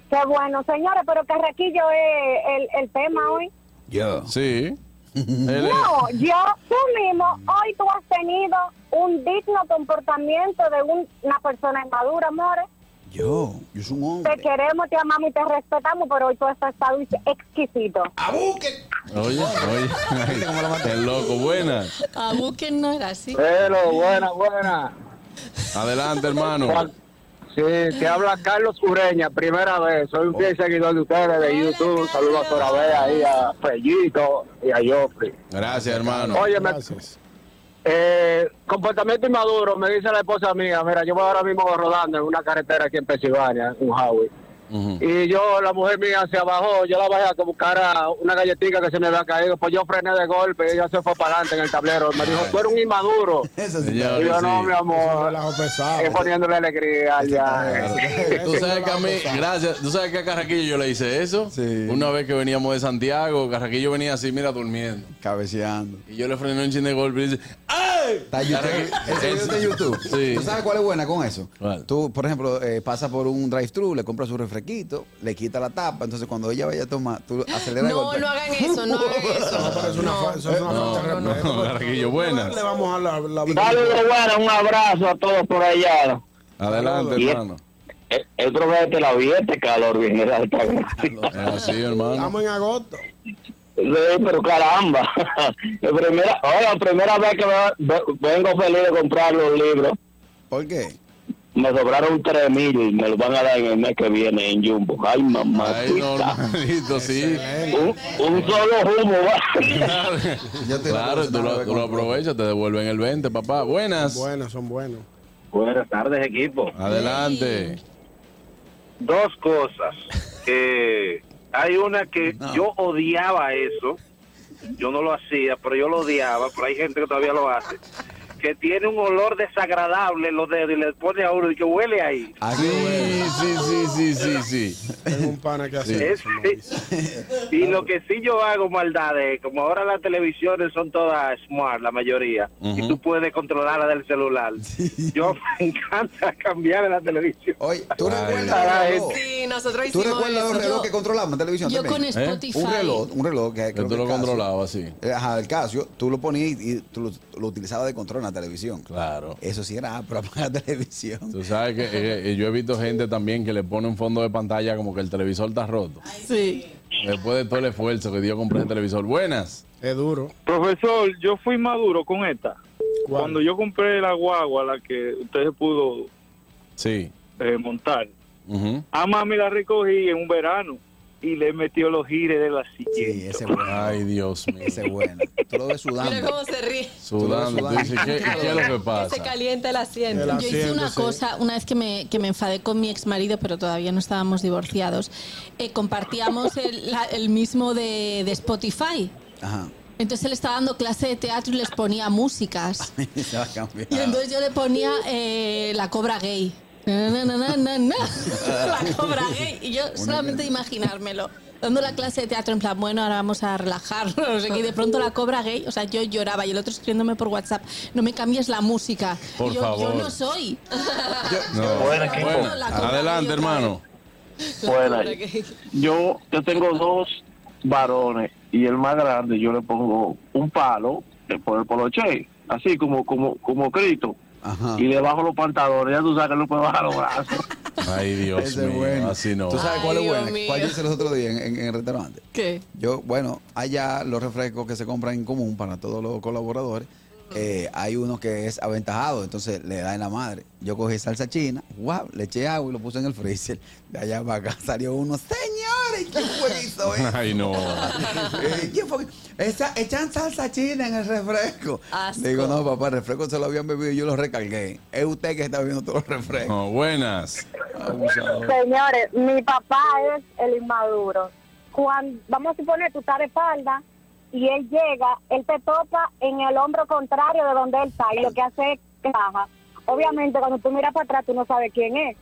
S: Qué bueno, señores, pero Carraquillo es el, el tema hoy.
C: Yo. Sí. Él es-
S: No, yo, tú mismo, hoy tú has tenido un digno comportamiento de un- una persona inmadura, amores.
D: Yo, yo soy un hombre.
S: Te queremos, te amamos y te respetamos, pero hoy tú has estado exquisito.
C: Oye, oye. El loco. Buenas.
G: A Buken no era así.
H: Pero, buena, buena.
C: Adelante, hermano.
H: Sí, te habla Carlos Ureña, primera vez. Soy un
D: Oh.
H: fiel seguidor de ustedes de YouTube. Saludos a Torabea y a Fellito y a Joffrey.
C: Gracias, hermano.
H: Oye, me- eh, comportamiento inmaduro, me dice la esposa mía. Mira, yo voy ahora mismo rodando en una carretera aquí en Pensilvania, un Huawei.
C: Mm.
H: Y yo, la mujer mía se abajó, yo la bajé a que buscara una galletita que se me había caído. Pues yo frené de golpe y ella se fue para adelante en el tablero. Me dijo, tú eres un inmaduro. Y yo, no, mi amor, es poniéndole alegría allá.
C: Tú sabes que a mí, gracias, tú sabes que a Carraquillo yo le hice eso. Una vez que veníamos de Santiago, Carraquillo venía así, mira, durmiendo.
D: Cabeceando.
C: Y yo le frené un chin de golpe y dice, ¡ay!
D: Está YouTube.
C: Carraquillo-
D: Ese video de YouTube.
C: Sí.
D: ¿Tú sabes cuál es buena con eso? Tú, por ejemplo, eh, pasas por un drive-thru, le compras su refresquito, le quita la tapa, entonces cuando ella vaya a tomar, tú aceleras el
E: No,
D: golpe.
E: no hagan eso, no hagan eso.
B: Es una fa- eso es una falta de respeto.
C: Carraquillo, buenas.
B: Le vamos a la, la
H: Saludos, buenas, un abrazo a todos por allá.
C: Adelante,
H: Y es-
C: hermano.
H: es- Es problema de la vida, este calor bien era de Altagracia.
C: Es así, hermano.
B: Estamos en agosto.
H: Sí, pero caramba. La primera, oh, la primera vez que me- ve- vengo feliz de comprar los libros.
D: ¿Por qué?
J: me sobraron tres mil y me lo van a dar en el mes que viene en Jumbo. Ay, mamá.
C: Ay, normalito, sí.
J: Un, un solo humo va.
C: Claro, tú lo, tú lo aprovechas, te devuelven el 20, papá. Buenas.
B: Buenas, son buenos.
T: Buenas tardes, equipo.
C: Adelante.
T: Dos cosas. Eh, hay una que yo odiaba eso. Yo no lo hacía, pero yo lo odiaba. Pero hay gente que todavía lo hace. Que tiene un olor desagradable en los dedos y le pone a uno y que huele ahí.
C: Sí, sí, sí, sí, sí, sí.
B: Tengo un pana que hace
T: Sí.
B: eso.
T: Y lo que sí yo hago maldades, como ahora las televisiones son todas smart, la mayoría, y
B: Ujú.
T: tú puedes controlar la del celular. Yo me encanta cambiar la televisión.
D: Oye, tú
T: Para
D: recuerdas.
T: eso.
E: Pues Sí, nosotros
D: ¿Tú
E: hicimos
D: recuerdas
E: eso.
D: los relojes
E: Yo-
D: que controlamos en televisión?
E: yo
D: también?
E: con Spotify.
D: Un reloj, un reloj que,
C: ¿Eh? tú lo controlabas, sí.
D: Ajá, el Casio, tú lo ponías y tú lo, lo utilizabas de control en la televisión.
C: Claro.
D: Eso sí era ah, para apagar la televisión.
C: Tú sabes que eh, eh, yo he visto gente también que le pone un fondo de pantalla como que el televisor está roto.
E: Sí.
C: Después de todo el esfuerzo que dio comprar el televisor. Buenas.
B: Es duro.
T: Profesor, yo fui maduro con esta.
B: Cuando
T: yo compré la guagua, la que usted se pudo
C: Sí.
T: eh, montar,
C: Ujú.
T: a mami la recogí en un verano y le metió los gires de la silla.
D: Sí, ese bueno.
C: Ay, Dios mío.
D: Ese bueno. Tú lo ves sudando.
E: Mira cómo se ríe.
C: Sudando. Tú dices, ¿qué, Eh, qué es lo que
E: Que se
C: pasa?
E: calienta el asiento.
G: Yo hice una cosa, una vez que me, que me enfadé con mi ex marido, pero todavía no estábamos divorciados, eh, compartíamos el, la- el mismo de, de Spotify.
D: Ajá.
G: Entonces él estaba dando clase de teatro y les ponía músicas.
D: Se va a cambiar.
G: Y entonces yo le ponía eh, la cobra gay. Na, na, na, na, na, na. La cobra gay. Y yo solamente imaginármelo. Dando la clase de teatro en plan, bueno, ahora vamos a relajarnos. no sé qué, y de pronto la cobra gay, o sea, yo lloraba y el otro escribiéndome por WhatsApp, no me cambies la música. Y
C: Por
G: yo,
C: favor.
G: yo no soy.
C: No.
T: Buenas, ¿qué?
C: Buenas.
T: La
G: compra
C: Adelante,
T: yo
C: hermano.
T: Buena.
G: Cobra Gay.
T: Yo, yo tengo dos varones y el más grande yo le pongo un palo le pongo el poloche, así como como como Cristo. Y le bajo los pantalones, ya tú sabes que no puedo bajar los brazos.
C: Ay, Dios
D: Ese
C: mío.
D: es bueno.
C: Así no.
D: ¿Tú sabes
C: Ay,
D: cuál es
C: Dios
D: bueno?
C: mío.
D: ¿Cuál yo hice los otros días en, en- en el restaurante?
E: ¿Qué?
D: Yo, bueno, allá los refrescos que se compran en común para todos los colaboradores, eh, hay uno que es aventajado, entonces le da en la madre. Yo cogí salsa china, guau, le eché agua y lo puse en el freezer. De allá para acá salió uno, señores, ¿quién fue que hizo eso?
C: Ay, no.
D: Eh, ¿Quién fue? que- Esa- echan salsa china en el refresco.
E: Asco.
D: Digo, no, papá, el refresco se lo habían bebido y yo lo recargué. Es usted que está bebiendo todos los refrescos.
C: No, buenas.
S: Señores, mi papá es el inmaduro. Cuando, vamos a suponer, tú estás de espalda y él llega, él te topa en el hombro contrario de donde él está y lo que hace es que baja. Obviamente, cuando tú miras para atrás, tú no sabes quién es.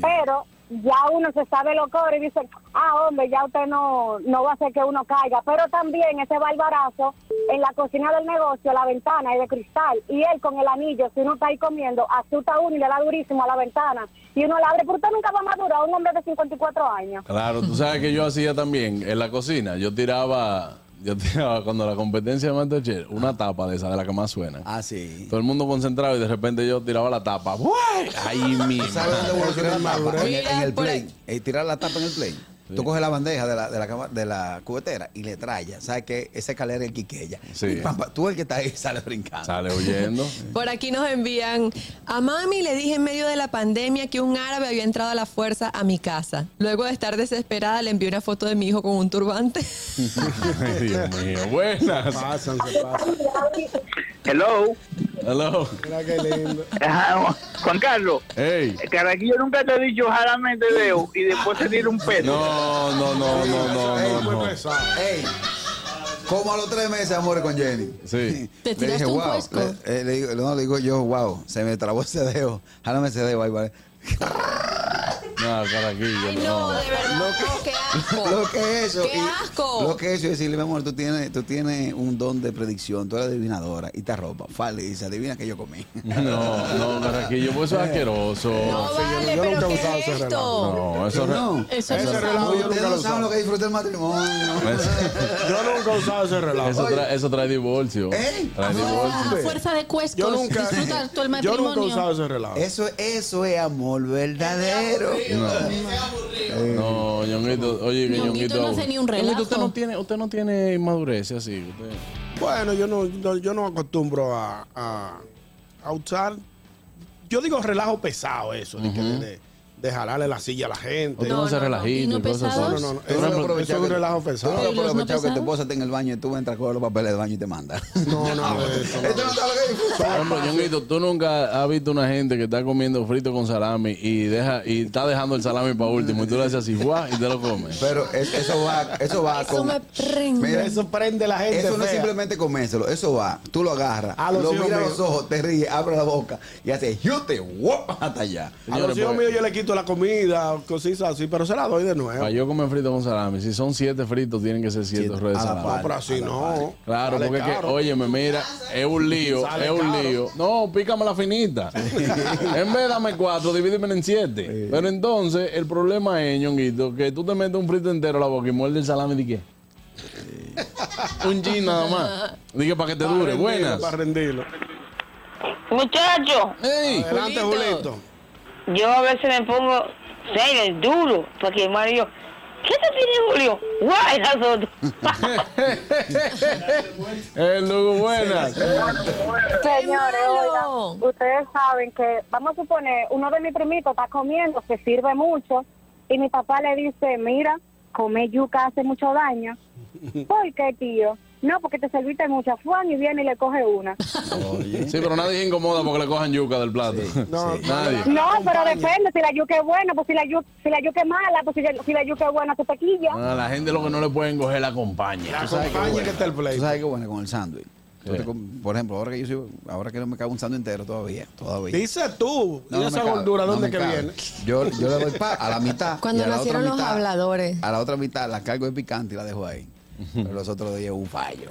S: Pero ya uno se sabe lo que y dice, ah, hombre, ya usted no, no va a hacer que uno caiga. Pero también ese barbarazo en la cocina del negocio, la ventana es de cristal. Y él con el anillo, si uno está ahí comiendo, asusta uno y le da durísimo a la ventana. Y uno la abre, pero usted nunca va a madurar, un hombre de 54 años.
C: Claro, tú sabes que yo hacía también en la cocina. Yo tiraba, yo tiraba cuando la competencia de Masterchef, una tapa de esa, de la que más suena.
D: Ah, sí.
C: Todo el mundo concentrado y de repente yo tiraba la tapa. ¡Guay! Ahí mismo. pues.
D: ¿Sabes dónde evoluciona la tapa? En, el- en el
E: por
D: play. Eh, tirar la tapa en el play. Tú coges la bandeja de la, de la, cama- de la cubetera y le trayas. ¿Sabes qué? Esa escalera es quiqueya.
C: Sí.
D: Y papá, tú el que está ahí sale brincando.
C: Sale huyendo.
E: Por aquí nos envían, a mami le dije en medio de la pandemia que un árabe había entrado a la fuerza a mi casa. Luego de estar desesperada le envié una foto de mi hijo con un turbante.
C: Ay, Dios mío. Buenas.
B: Pasan, se pasan.
T: Hello.
C: Hello.
B: Mira qué lindo.
T: Ajá, Juan Carlos,
C: Hey.
T: Caraquillo nunca te he dicho jalamente dedo y después te tira un pedo.
C: No, no, no, no, no,
B: pues,
C: no. no.
D: Ey, Eh, como a los tres meses amores con Jenny.
C: Sí.
G: ¿Te
D: Le
G: tiraste
D: dije,
G: un
D: wow.
G: puesco?
D: Le, eh, le digo, no, le digo yo, wow, se me trabó ese dedo. Jálame ese dedo, ahí, vale.
C: No, caraquillo.
E: No, de verdad, no, Oh, qué asco.
D: Lo que es eso.
E: ¡Qué
D: y-
E: asco!
D: Lo que es eso, y decirle, mi amor, tú tienes, tú tienes un don de predicción, tú eres adivinadora y te arropa. Fale, y dice, adivina que yo comí. Eh.
C: No, no, caraquillo, pues eso es asqueroso.
E: No vale,
B: yo nunca
E: pero
B: he
E: ¿qué
B: usado
E: es
B: ese
E: esto?
C: No,
G: Eso
C: eso no.
G: no
B: Ese
G: está
B: relajo yo
D: Ustedes
B: nunca lo
D: no
B: he
D: saben lo
B: usado.
D: que disfruta el matrimonio.
B: Yo nunca he usado ese relajo.
C: Eso trae, eso trae divorcio.
D: ¿Eh?
C: Trae divorcio.
G: a fuerza de cuescos.
B: Yo nunca,
G: Disfruta tú el
B: yo
G: matrimonio.
B: nunca he usado ese relajo.
D: Eso, eso es amor verdadero.
C: No, Ñonguito, oye, que
G: Ñonguito
C: Ñonguito.
G: no hace ni un
C: Ñonguito,
G: relajo.
C: usted no tiene, usted no tiene inmadurez así. Usted.
B: Bueno, yo no, no- yo no acostumbro a, a, a usar yo digo relajo pesado eso, de, que de- de- de jalarle la silla a la gente.
C: Otro No, no, no, relajito y no y cosas así. pesados.
B: No, no, no,
C: Tú
B: eso
C: no
B: es-
C: aprovechas
B: eso es un
C: que-
B: relajo
D: Tú no
B: pesado.
D: has aprovechado que tu esposa está en el baño y tú entras con los papeles del baño y te manda.
B: No,
Q: Ah,
B: no,
C: Por ejemplo, Ñonguito, tú nunca has visto una gente que está comiendo frito con salami y deja y está dejando el salami para último y tú le haces así, ¡guau! y te lo comes.
D: Pero eh, es- eso va, eso va
E: Eso
D: con.
E: me prende.
B: eso prende la gente.
D: Eso no es
B: fea.
D: simplemente comérselo, eso va. Tú lo agarras,
B: A los
D: lo
B: hijos
D: miras a
B: míos.
D: los ojos, te ríes, abres la boca y haces, yo te guap hasta allá.
B: A los
C: pues,
B: hijos míos yo le quito la comida, cositas así, pero se la doy de nuevo.
C: Para yo comer frito con salami, si son siete fritos, tienen que ser siete rollos de
B: a la
C: salami.
B: par, No, pero así a la no. par.
C: Claro,
B: Sale
C: porque es que,
B: caro.
C: oye, me mira, es un lío,
B: Sale
C: es un
B: caro.
C: lío. No, pícame la finita. en vez de dame cuatro, divídeme en siete. Pero entonces, el problema es, ñonguito, que tú te metes un frito entero a la boca y muerde el salami de qué. un chin nada más. Dije, para que te dure.
B: rendirlo,
C: Buenas.
B: Para rendirlo.
F: Muchacho.
B: Adelante, Julito.
F: Yo a veces me pongo serio, duro, porque mi marido, ¿qué te tiene Julio? Guay, nosotros.
C: El Lugo, Eh, buenas.
S: Señores, oigan, ustedes saben que, vamos a suponer, uno de mis primitos está comiendo, se sirve mucho, y mi papá le dice, mira, comer yuca hace mucho daño. ¿Por qué, tío? No, porque te serviste mucha fuan y viene y le coge una.
C: Sí, pero nadie se incomoda porque le cojan yuca del plato.
B: No,
C: nadie.
S: No, pero depende, si la yuca es buena, pues si la yuca, si la yuca es mala, pues si la, si la yuca es buena, se te quilla.
C: Ah, la gente lo que no le pueden coger la acompaña.
D: La
C: Tú sabes que
D: acompaña
C: bueno.
D: que está el play. Tú sabes qué bueno con el sándwich. Tú te com- Por ejemplo, ahora que yo soy- ahora que no me cago un sándwich entero todavía, todavía.
B: Dice tú, ¿y
D: me
B: esa
D: cabe,
B: gordura
D: no
B: dónde
D: me
B: que
D: cabe.
B: viene?
D: Yo, yo le doy pa a la mitad.
E: Cuando
D: y a la otra
E: nacieron los
D: mitad-
E: habladores.
D: A la otra mitad la cargo de picante y la dejo ahí. Pero los otros días hubo un fallo.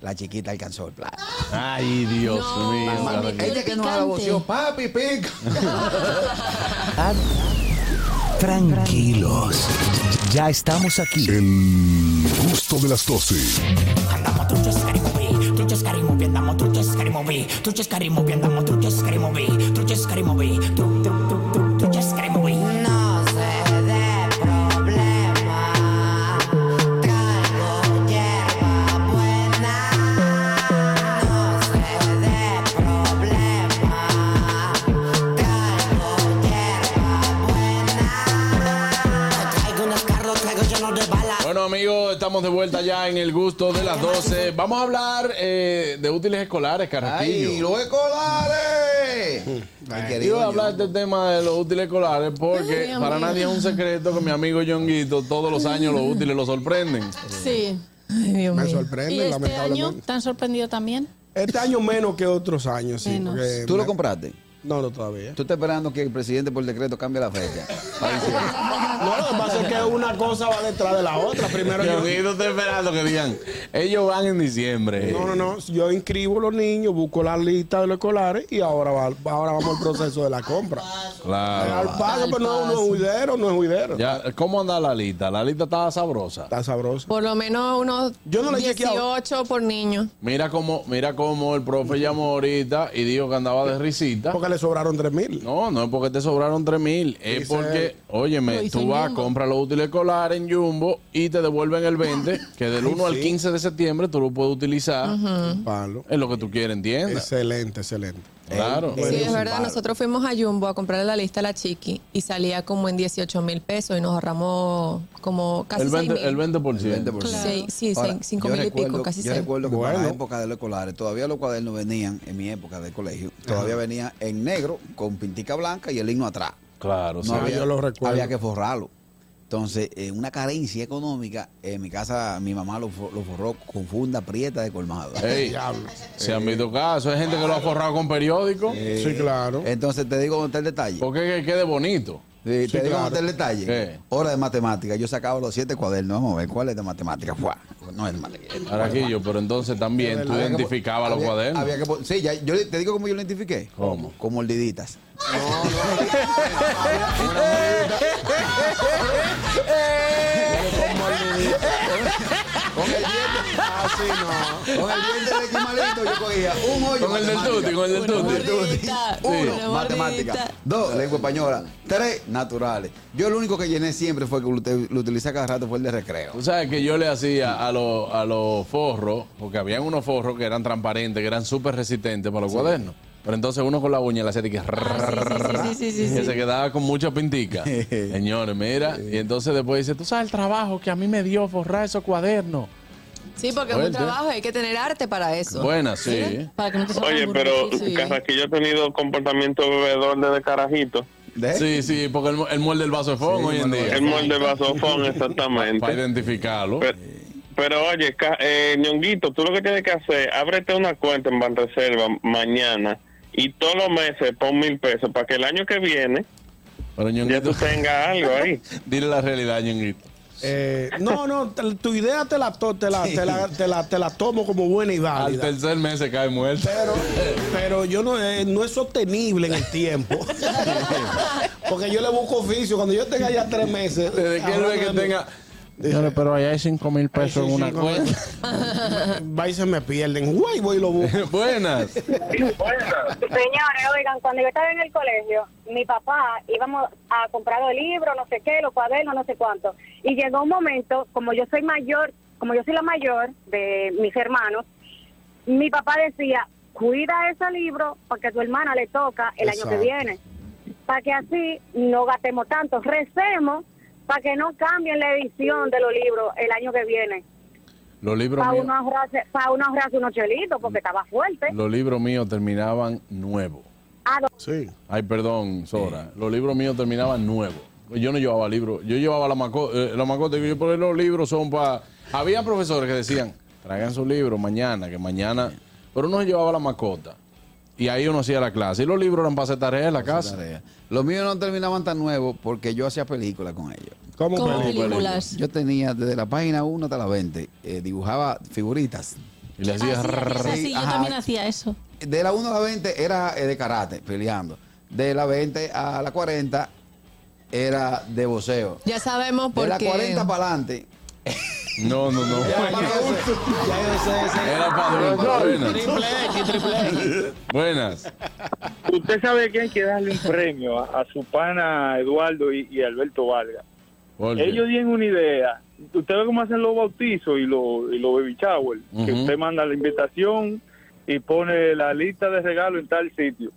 D: La chiquita alcanzó el plato.
C: Ay, Dios
D: No,
C: mío.
D: mami,
C: Claro que-
D: ella que nos aboció, papi, pica.
A: Tranquilos, ya estamos aquí. El gusto de las 12.
L: truchos, carimovi, truchos, carimovi, andamos truchos, carimovi, truchos, carimovi, andamos truchos, carimovi, truchos, carimovi, tru, tru, tru, tru, truchos, carimovi. No se dé problema, traigo hierba buena. No se dé problema, traigo hierba buena. Traigo unos carros, traigo llenos de balas.
C: Bueno, amigos, estamos de vuelta ya en el gusto de las 12. Vamos a hablar eh, de útiles escolares, Carraquillo. Mm.
D: ¡Ay, los
B: eh.
D: escolares! Mi querido
C: Iba a hablar de este tema de los útiles escolares porque
G: Dios
C: para
G: mío.
C: nadie es un secreto que mi amigo Yonguito todos los años los útiles lo sorprenden.
G: Sí.
B: Me
G: ¿Y
B: sorprende,
G: este año
B: lamentablemente.
G: te han sorprendido también?
B: Este año menos que otros años, sí.
G: Menos.
B: porque
D: ¿Tú lo
B: me-
D: compraste?
B: No, no, todavía.
D: ¿Tú estás esperando que el presidente por decreto cambie la fecha?
B: No, lo que pasa es que una cosa va detrás de la otra. Primero yo-
C: Yonguito está esperando que digan, ellos van en diciembre.
B: No, no, no. Yo inscribo los niños, busco la lista de los escolares y ahora, va, ahora vamos al proceso de la compra.
C: Claro.
B: Al paso, pero no, no es juidero, no es juidero.
C: Ya, ¿Cómo anda la lista? La lista está sabrosa.
B: Está sabrosa.
E: Por lo menos unos
B: no le he chequeado.
E: 18 por niño.
C: Mira cómo, mira cómo el profe llamó ahorita y dijo que andaba de risita.
B: Porque le sobraron tres mil.
C: No, no es porque te sobraron tres mil. Es
B: Dice
C: porque,
B: él. Lo
C: óyeme,
B: hizo
C: tú
B: en
C: vas,
B: Jumbo.
C: compras los útiles escolares en Jumbo y te devuelven el 20, que del
B: Ay,
C: 1 al
B: sí.
C: 15 de septiembre tú lo puedes utilizar
E: Ujú.
B: Palo.
C: en lo que tú quieres, ¿entiendes?
B: Excelente, excelente.
C: Claro.
E: Sí, es verdad. Nosotros fuimos a Jumbo a comprar la lista a la chiqui y salía como en 18 mil pesos y nos ahorramos como casi
C: El
E: 6
C: 20,
E: mil.
C: el 20%.
E: Sí, sí,
D: Ahora,
E: seis- cinco
D: yo
E: mil y pico,
D: recuerdo-
E: casi
D: Yo
E: seis.
D: recuerdo que para
E: Bueno.
D: la época de los escolares, todavía los cuadernos venían, en mi época de colegio, todavía
B: Ajá.
D: venía en negro, con pintica blanca y el himno atrás.
C: Claro,
B: sí. Ah, yo lo recuerdo.
D: Había que forrarlo. Entonces, eh, una carencia económica, en mi casa mi mamá lo, fo- lo forró con funda prieta de colmado.
C: Ey, se han visto casos. Hay gente que lo ha forrado con periódico.
D: Sí,
B: claro.
D: Entonces, te digo dónde está el detalle.
C: Porque que quede bonito. Eh,
D: Sí, te
C: Sí,
D: digo
C: claro.
D: dónde está el detalle.
C: ¿Qué?
D: Hora de matemática. Yo sacaba los siete cuadernos. Vamos a ver cuál es de matemática. Fuá. No es de matemática.
C: Carraquillo, pero entonces también tú
D: Había que po-
C: identificabas los
D: había-
C: cuadernos.
D: había que po- sí, ya, yo le- te digo cómo yo lo identifiqué. ¿Cómo? Con mordiditas. Con el diente de Quimalito yo cogía un hoyo.
C: Con el del
D: matemática,
C: tuti, con el del
D: uno,
C: tuti.
E: Mordidita,
D: Uno,
E: una
D: matemática.
E: mordidita.
D: Dos, lengua española. Tres, naturales. Yo lo único que llené siempre fue que lo, ut- lo utilicé cada rato fue el de recreo.
C: Tú sabes que yo le hacía a los a los forros, porque habían unos forros que eran transparentes, que eran súper resistentes para los cuadernos. Pero entonces uno con la uña le hacía de que.
G: sí, sí, sí, sí,
C: que
G: sí.
C: se quedaba con mucha pintica. Señores, mira. Y entonces después dice, tú sabes el trabajo que a mí me dio forrar esos cuadernos.
E: Sí, porque es un
C: Fuerte.
E: trabajo y hay que tener arte para eso.
C: Buena, sí. ¿eh?
E: Para que no te salga
U: Oye, pero
E: burbuja. Sí.
U: Carraquillo ha tenido comportamiento bebedor desde carajito.
C: Sí, sí, porque el, mu- el molde del vasofón hoy en día.
U: El molde vasofón, exactamente.
C: Para identificarlo.
U: Pero, pero oye, ca- eh, Ñonguito, tú lo que tienes que hacer, ábrete una cuenta en Banreserva mañana y todos los meses pon mil pesos para que el año que viene
C: Pero
U: ya tú tengas algo ahí.
C: Dile la realidad, Ñonguito.
B: Eh, no, no, te- tu idea te la, to- te, la, te, la, te, la, te la tomo como buena y
C: Al
B: válida.
C: tercer mes se cae muerto.
B: Pero yo no, eh, no es sostenible en el tiempo. Porque yo le busco oficio. Cuando yo tenga ya tres meses.
C: Desde que él ve que tenga. Señores, pero allá hay 5 mil pesos en una cuenta.
B: Va y se me pierden. Guay, voy y lo busco.
C: Buenas.
S: Señores, oigan, cuando yo estaba en el colegio, mi papá íbamos a comprar los libros, no sé qué, los cuadernos, no sé cuánto. Y llegó un momento, como yo soy mayor, como yo soy la mayor de mis hermanos, mi papá decía, cuida ese libro porque a tu hermana le toca el año
O: Exacto.
S: que viene. Para que así no gastemos tanto. Recemos para que no cambien la edición de los libros el año que viene.
C: Los libros
S: Para
C: míos,
S: uno ahorrarse, para uno ahorrarse unos chelitos porque estaba fuerte.
C: los libros míos terminaban nuevos.
S: Ah, no.
B: Sí.
C: Ay, perdón, Sora. Los libros míos terminaban nuevos. Yo no llevaba libros. Yo llevaba la macota. la macota y yo, pero los libros son para. Había profesores que decían, traigan sus libros mañana, que mañana. Pero uno llevaba la macota. Y ahí uno hacía la clase. Y los libros eran para hacer tareas en la casa.
D: Los míos no terminaban tan nuevos porque yo hacía películas con ellos.
B: ¿Cómo
G: ¿Cómo películas? películas?
D: Yo tenía desde la página 1 hasta la 20, eh, dibujaba figuritas.
C: Y le hacía
G: Es así, yo también hacía eso.
D: De la 1 a la 20 era eh, de karate, peleando. De la 20 a la 40 era de voceo.
E: Ya sabemos
D: De
E: por
D: la
E: qué.
D: 40 para adelante.
C: No, no, no.
D: Era
B: Triple X, triple X.
C: Buenas.
P: Usted sabe que hay que darle un premio a, a su pana Eduardo y, y Alberto Valga.
C: ¿Por qué?
P: Ellos tienen una idea. Usted ve cómo hacen los bautizos y los, y los baby shower. Que
C: Ujú.
P: usted manda la invitación y pone la lista de regalo en tal sitio.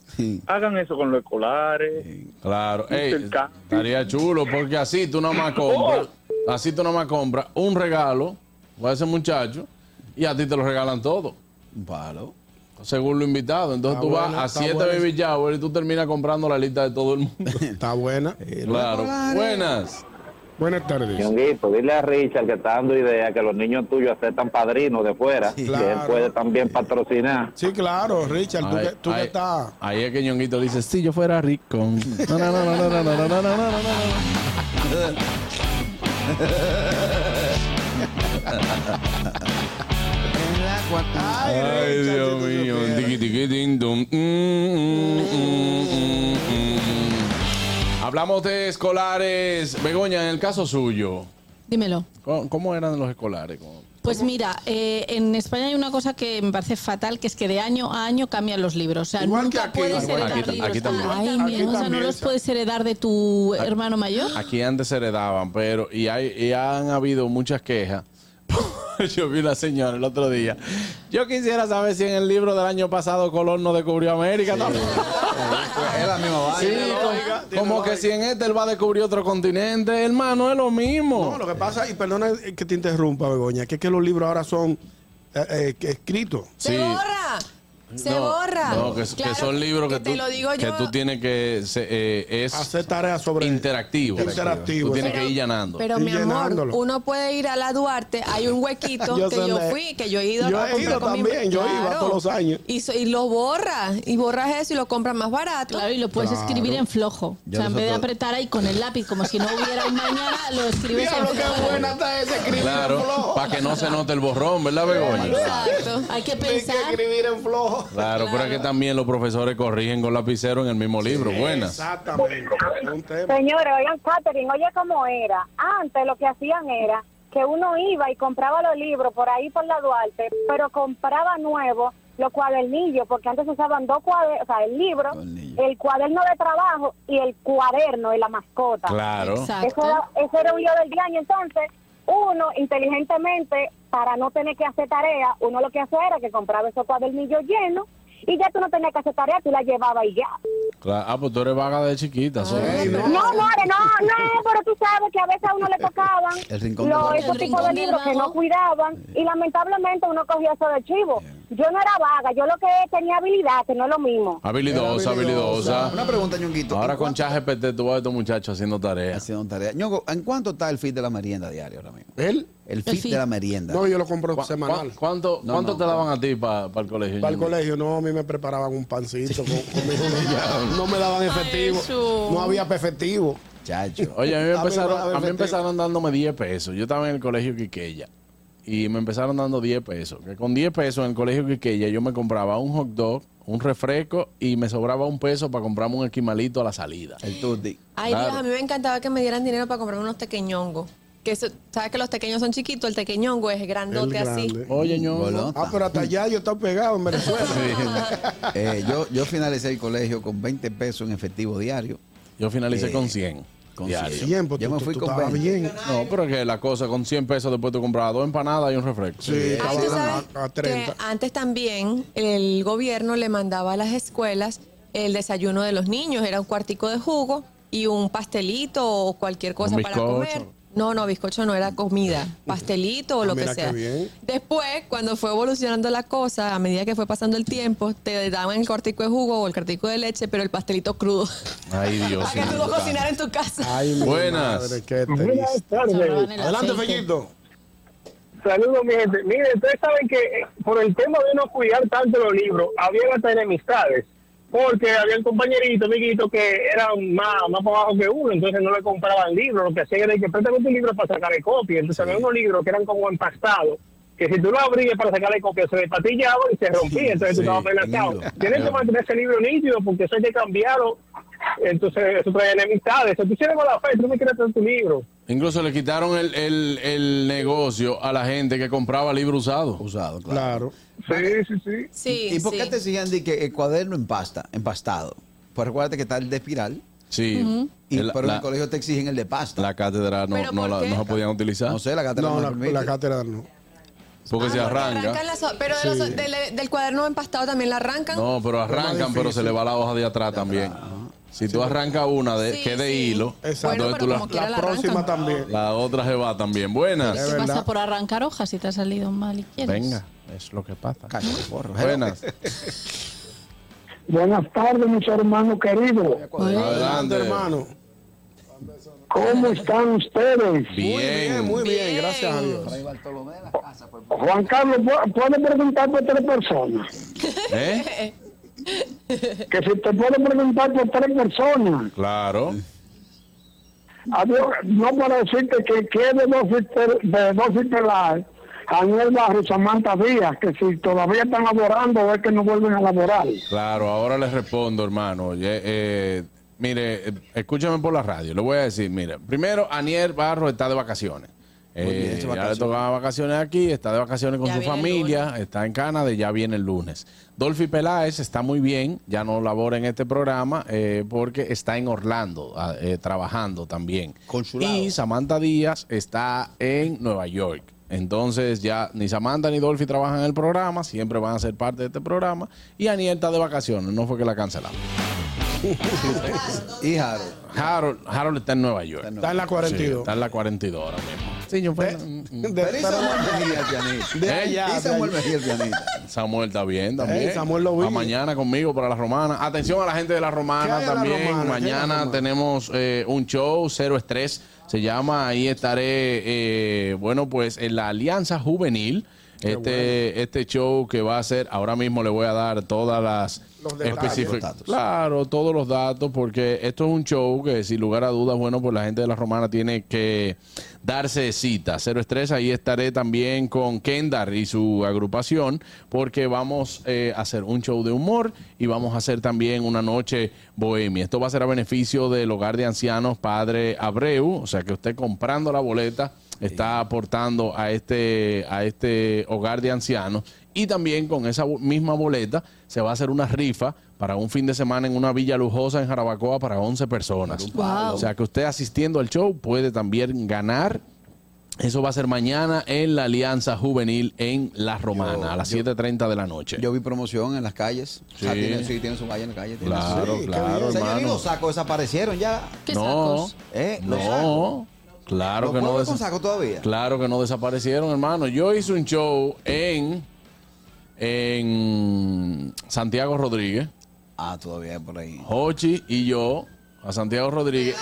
P: Hagan eso con los escolares.
C: Claro,
P: Un
C: Ey,
P: cerca-
C: estaría chulo porque así tú nomás compras, así tú nomás compras un regalo para ese muchacho y a ti te lo regalan todo. Claro. Según lo invitado. Entonces
B: Está
C: tú
B: buena,
C: vas a
B: está
C: siete
B: buena.
C: baby shower y tú terminas comprando la lista de todo el mundo.
B: Está buena.
C: claro. Buenas.
B: Buenas tardes.
P: Ñonguito, dile a Richard que está dando idea que los niños tuyos aceptan padrinos de fuera.
B: Sí.
P: que
B: Claro.
P: él puede también patrocinar.
B: Sí, claro, Richard, tú
C: Ay,
B: que, tú que
C: ay.
B: estás.
C: Ahí es que Ñonguito le dice, si yo fuera rico. No, no, no, no, no, no, no, no, no, no, no. Ay, Dios mío. Tiqui, tiqui, tin, dum. Mm, mm, mm, mm, mm. Hablamos de escolares. Begoña, en el caso suyo,
G: Dímelo.
C: ¿cómo, cómo eran los escolares? ¿Cómo-
G: Pues mira, eh, en España hay una cosa que me parece fatal, que es que de año a año cambian los libros. O sea,
C: Igual que
G: nunca
C: aquí.
G: puedes
C: Igual
G: heredar
C: aquí ta-
G: libros.
C: aquí también.
G: Ay,
C: Aquí
G: mija, o sea, no
C: también,
G: los
C: sa-
G: puedes heredar de tu hermano mayor.
C: Aquí antes se heredaban, pero y, hay, y han habido muchas quejas. Yo vi una señora el otro día. Yo quisiera saber si en el libro del año pasado Colón no descubrió América. ¿no?
D: Es la misma
C: Sí,
D: vaina.
C: como, como que si en este él va a descubrir otro continente, hermano, es lo mismo.
B: No, lo que pasa, y perdona eh, que te interrumpa, Begoña, que es que los libros ahora son eh, eh, que escritos.
E: Se borra. Se
C: No,
E: borra.
C: no, que, que
E: Claro,
C: son libros que,
E: te
C: tú,
E: lo digo
C: que
E: yo.
C: tú tienes que se- eh, es
B: Hacer tareas sobre.
C: interactivo.
B: Interactivo,
C: Tú tienes
B: exacto.
C: que ir llanando.
E: Pero
B: Y
E: mi amor,
B: llenándolo.
E: uno puede ir a la Duarte, hay un huequito
B: Yo
E: que
B: sé
E: yo
B: leer.
E: fui, que yo he ido
B: Yo
E: a
B: he
E: comprar
B: ido
E: con mi-
B: también, yo iba todos los años.
E: Y, so- y lo borras, y borras eso y lo compras más barato.
G: Claro, y lo puedes escribir en flojo.
E: Ya
G: o sea, en vez de
E: nosotros-
G: apretar ahí con el lápiz, como si no hubiera un mañana, lo escribes en flojo.
B: está ese
C: Claro, para que no se note el borrón, ¿verdad, Begoña?
G: Exacto. Hay que pensar.
B: escribir en flojo.
C: Claro, pero es que también los profesores corrigen con lapicero en el mismo libro. Buenas.
B: Exactamente. Es un tema.
S: Señores, oigan, Catherine, oye cómo era. Antes lo que hacían era que uno iba y compraba los libros por ahí por la Duarte, pero compraba nuevos los cuadernillos, porque antes usaban dos cuadernos, o sea, el libro, el cuaderno de trabajo y el cuaderno de la mascota.
C: Claro.
S: Eso era, eso era un lío del día. Y entonces, uno inteligentemente, para no tener que hacer tarea, uno lo que hacía era que compraba esos cuadernillos llenos y ya tú no tenías que hacer tarea, tú la llevabas y ya.
C: Claro. Ah, pues tú eres vaga de chiquita. solo.
S: No, More, no, no, pero tú sabes que a veces a uno le tocaban
C: El rincón
S: los-
C: del vago.
S: esos
C: El
S: tipos de
C: rincón del
S: libros que no
C: vago.
S: cuidaban y lamentablemente uno cogía eso de chivo. Yo no era vaga, yo lo que tenía habilidad, que no es lo mismo.
C: Habilidosa, habilidosa.
D: Una pregunta, Ñonguito.
C: Ahora con ChatGPT tú vas a estos muchachos haciendo tarea.
D: Haciendo tarea. Ñongo, ¿en cuánto está el feed de la merienda diario ahora mismo?
B: ¿El?
D: El feed de la merienda.
B: No, yo lo compro
D: ¿Cuá-
B: semanal.
D: cuá-
C: ¿Cuánto,
D: No,
C: cuánto
D: no,
C: te daban a ti para el colegio?
B: Para el colegio, no, a mí me preparaban un pancito con, conmigo. No me daban efectivo.
C: Jesús.
B: No había efectivo.
D: Chacho.
C: Oye, a mí me
B: A mí
C: empezaron,
B: me daba
C: a mí me
B: efectivo.
C: empezaron dándome 10 pesos. Yo estaba en el colegio Quiqueya. Y me empezaron dando 10 pesos. Que con 10 pesos en el colegio Quiqueya yo me compraba un hot dog, un refresco y me sobraba un peso para comprarme un esquimalito a la salida.
D: El tutti.
E: Ay, Dios, a mí me encantaba que me dieran dinero para comprarme unos tequeñongos. Que eso- sabes que los tequeños son chiquitos, el tequeñongo es grandote así.
C: Oye, ño.
B: Ah, pero hasta allá yo estaba pegado en Venezuela.
D: Eh, yo, yo finalicé el colegio con 20 pesos en efectivo diario.
C: Yo finalicé
D: Eh,
C: con 100.
D: con
C: diario.
D: 100. Tiempo,
C: yo
D: tú-
C: me
D: tú-
C: fui
D: tú
C: con
D: estabas
C: 20.
D: bien.
C: No, pero es que la cosa con 100 pesos después tú comprabas dos empanadas y un refresco. Sí,
E: Ay, tú sabes que antes también el gobierno le mandaba a las escuelas el desayuno de los niños, era un cuartico de jugo y un pastelito o cualquier cosa
O: Un
E: para
O: bizcocho.
E: comer. No, no, bizcocho no era comida, pastelito
B: Ah,
E: o lo que
O: Mira qué
E: sea.
O: bien.
E: Después, cuando fue evolucionando la cosa, a medida que fue pasando el tiempo, te daban el cuartico de jugo o el cuartico de leche, pero el pastelito crudo.
C: Ay, Dios.
E: para que tú lo cocinaras en tu casa.
B: mi
C: Buenas.
B: madre, qué
Q: Buenas tardes.
B: Este, Adelante, Fellito.
Q: Saludos, mi gente. Miren, ustedes saben que eh, por el tema de no cuidar tanto los libros, había hasta enemistades. Porque había compañeritos, amiguitos, que eran más, más para abajo que uno, entonces no le compraban libros. Lo que hacían era que préstame tu libro para sacarle copia. Entonces había unos libros que eran como empastados, que si tú lo abrías para sacarle copia, se despatillaba y se rompía. Entonces tú
R: sí,
Q: estabas amenazado.
R: claro.
Q: Tienes que mantener ese libro nítido porque eso hay que cambiarlo. Entonces eso trae enemistades. Si tú tienes mala fe, tú no quieres tener tu libro.
C: Incluso le quitaron el, el- el negocio a la gente que compraba libro usado.
D: Usado,
B: claro.
Q: Sí, sí, sí.
E: Sí,
D: ¿Y por qué
E: sí.
D: te decían de que el cuaderno en pasta, empastado? Pues recuérdate que está el de espiral.
C: Sí. Ujú.
D: Y,
C: El-
D: pero en
C: la-
D: el colegio te exigen el de pasta.
C: La cátedra no,
E: ¿Pero
C: no
E: por
C: la-
E: qué?
C: no se podían utilizar. No
D: sé, la cátedra
B: No, no la- permite. la cátedra no.
C: Porque se arranca.
E: Arrancan las ho- pero de los-
C: Sí.
E: del, del cuaderno empastado también la arrancan.
C: No, pero arrancan, pero se le va la hoja de atrás también. Si tú arrancas una de, que es de hilo, entonces tú la-
G: quiera la
B: próxima también.
C: la otra se va también. Buenas.
G: ¿Qué pasa por arrancar hojas si te ha salido mal y quieres?
C: Venga, es lo que pasa. Buenas.
D: Buenas.
R: Buenas tardes, mis hermanos queridos.
C: Adelante.
B: hermano.
R: ¿Cómo están ustedes?
B: Bien, muy bien, gracias a Dios.
R: Juan Carlos, ¿pu- ¿puedes preguntar por tres personas?
C: ¿Eh?
R: Que si te puedes preguntar por tres personas.
C: Claro.
R: Adiós, no para decirte que quede dos sister- de dos sistemas, Daniel Barrio y Samantha Díaz, que si todavía están laborando, es que no vuelven a laborar.
C: Claro, ahora les respondo, hermano. Oye, eh, mire, eh, escúchame por la radio. Le voy a decir, mira, primero, Aniel Barro está de vacaciones. Eh,
D: se
C: ya le tocaba vacaciones aquí, está de vacaciones con
D: Ya
C: su
D: viene el
C: familia, está en Canadá, y ya viene el lunes. Dolphy Peláez está muy bien, ya no labora en este programa eh, porque está en Orlando ah, eh, trabajando también. Y Samantha Díaz está en Nueva York. Entonces ya ni Samantha ni Dolphy trabajan en el programa, siempre van a ser parte de este programa. Y Aniel está de vacaciones, no fue que la cancelaron.
D: y Harold.
C: Harold, Harold está en Nueva York.
B: Está en la 42.
C: Sí, está en la 42 ahora mismo.
B: Sí, yo Mm,
D: Pero y Samuel Mejía, el pianista.
C: Eh, De allá,
D: Y Samuel Mejía, el pianista.
C: Samuel está bien también.
B: Ey, Samuel lo vi.
C: A mañana conmigo para la romana. Atención a la gente de la romana
B: ¿Qué hay en La
C: también.
B: Romana? ¿Qué hay en La
C: mañana
B: Romana?
C: tenemos eh, un show, Cero Estrés. Se llama, ahí estaré, eh, bueno, pues en la Alianza Juvenil. Este, este show que va a ser, ahora mismo le voy a dar todas las especificaciones. Claro, todos los datos, porque esto es un show que sin lugar a dudas, bueno, pues la gente de la Romana tiene que darse cita. Cero estrés, ahí estaré también con Kendar y su agrupación, porque vamos eh, a hacer un show de humor y vamos a hacer también una noche bohemia. Esto va a ser a beneficio del hogar de ancianos Padre Abreu, o sea que usted comprando la boleta está aportando a este, a este hogar de ancianos. Y también con esa bo- misma boleta se va a hacer una rifa para un fin de semana en una villa lujosa en Jarabacoa para 11 personas.
O: Wow.
C: O sea que usted asistiendo al show puede también ganar Eso va a ser mañana en la Alianza Juvenil en La Romana, a las 7.30 de la noche.
D: Yo vi promoción en las calles. O sea,
C: Sí.
D: tiene, sí, tiene su valla en la calle. tiene
C: Claro,
D: su-
C: Sí, qué claro, bien.
D: Señor, ¿y
C: hermano.
D: los sacos desaparecieron ya?
C: no,
D: ¿Eh? ¿Los
C: no. Claro
D: ¿Los
C: que no.
D: pueblos con
C: desa-
D: saco todavía?
C: Claro que no desaparecieron, hermano. Yo hice un show en en Santiago Rodríguez.
D: Ah, todavía por ahí.
C: Hochi y yo a Santiago Rodríguez.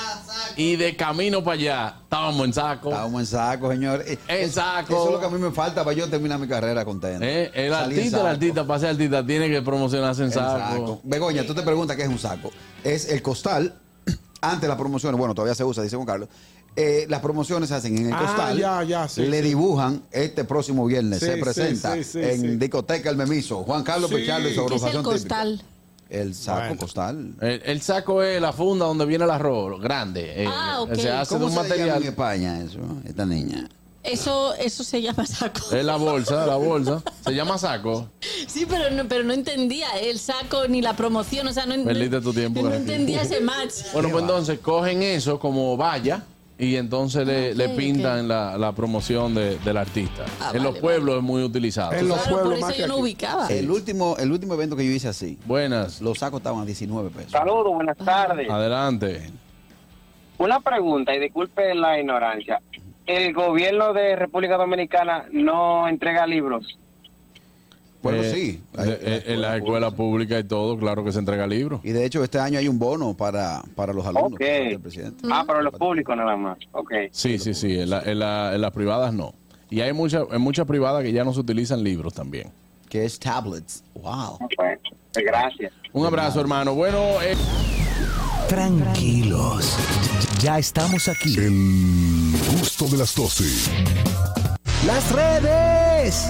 C: Y de camino para allá estábamos en saco.
D: Estábamos en saco, señor. Eh, es-
C: saco.
D: Eso es lo que a mí me falta para yo terminar mi carrera contento.
C: Eh,
D: Salí
C: el
D: en
C: artista, el
D: saco.
C: artista, para ser artista, tiene que promocionarse en
D: El
C: saco.
D: saco. Begoña, tú te preguntas qué es un saco. Es el costal, antes de las promociones, bueno, todavía se usa, dice Juan Carlos. eh, las promociones se hacen en el
B: Ah,
D: costal.
B: ya, ya, sí,
D: le
B: sí.
D: dibujan este próximo viernes.
B: Sí,
D: se
B: sí,
D: presenta
B: sí, sí,
D: en
B: sí.
D: Discoteca El Memiso. Juan Carlos
B: Sí.
C: pues
D: Pichardo y su
B: ¿Qué
G: es el
D: agrupación típica.
G: costal.
D: El saco
C: Bueno.
D: costal.
C: El, el saco es la funda donde viene el arroz, grande. eh,
G: Ah, ok.
C: Se hace de
D: ¿Cómo
C: un
D: se le llama
C: material.
D: en España eso? Esta niña.
G: Eso, eso se llama saco.
C: Es la bolsa, la bolsa. Se llama saco.
G: Sí, pero no, pero no entendía el saco ni la promoción, o sea, no, no-
C: Perdiste tu tiempo.
G: no
C: García.
G: entendía ese match.
C: Bueno, pues entonces cogen eso como valla y entonces le, le
G: Ah, ok.
C: pintan la, la promoción de- del artista.
G: Ah,
C: en
G: vale,
C: los pueblos es muy utilizado.
B: En los
G: Claro,
B: pueblos
G: por
B: más
G: eso
B: que
G: yo no
B: aquí.
G: ubicaba.
D: El último, el último evento que yo hice así,
C: Buenas,
D: los sacos estaban a 19 pesos.
M: Saludos,
G: Ah.
M: buenas tardes.
C: adelante.
M: Una pregunta, y disculpe la ignorancia. ¿El gobierno de República Dominicana no entrega libros?
D: Bueno,
C: Eh,
D: sí.
C: de- eh, en las escuelas públicas y todo, claro que se entrega libros.
D: Y de hecho, este año hay un bono para, para los
B: Oh,
D: alumnos.
M: Ok.
D: por parte del presidente.
M: Ah, pero los públicos nada más. Ok.
C: Sí, sí, sí. En, la- en la- en las privadas no. Y hay muchas en muchas privadas que ya no se utilizan libros también.
D: Que es tablets. Wow.
M: Bueno, gracias.
C: Un abrazo, hermano. Bueno, eh,
A: Tranquilos, ya estamos aquí. El gusto de las 12. Las redes.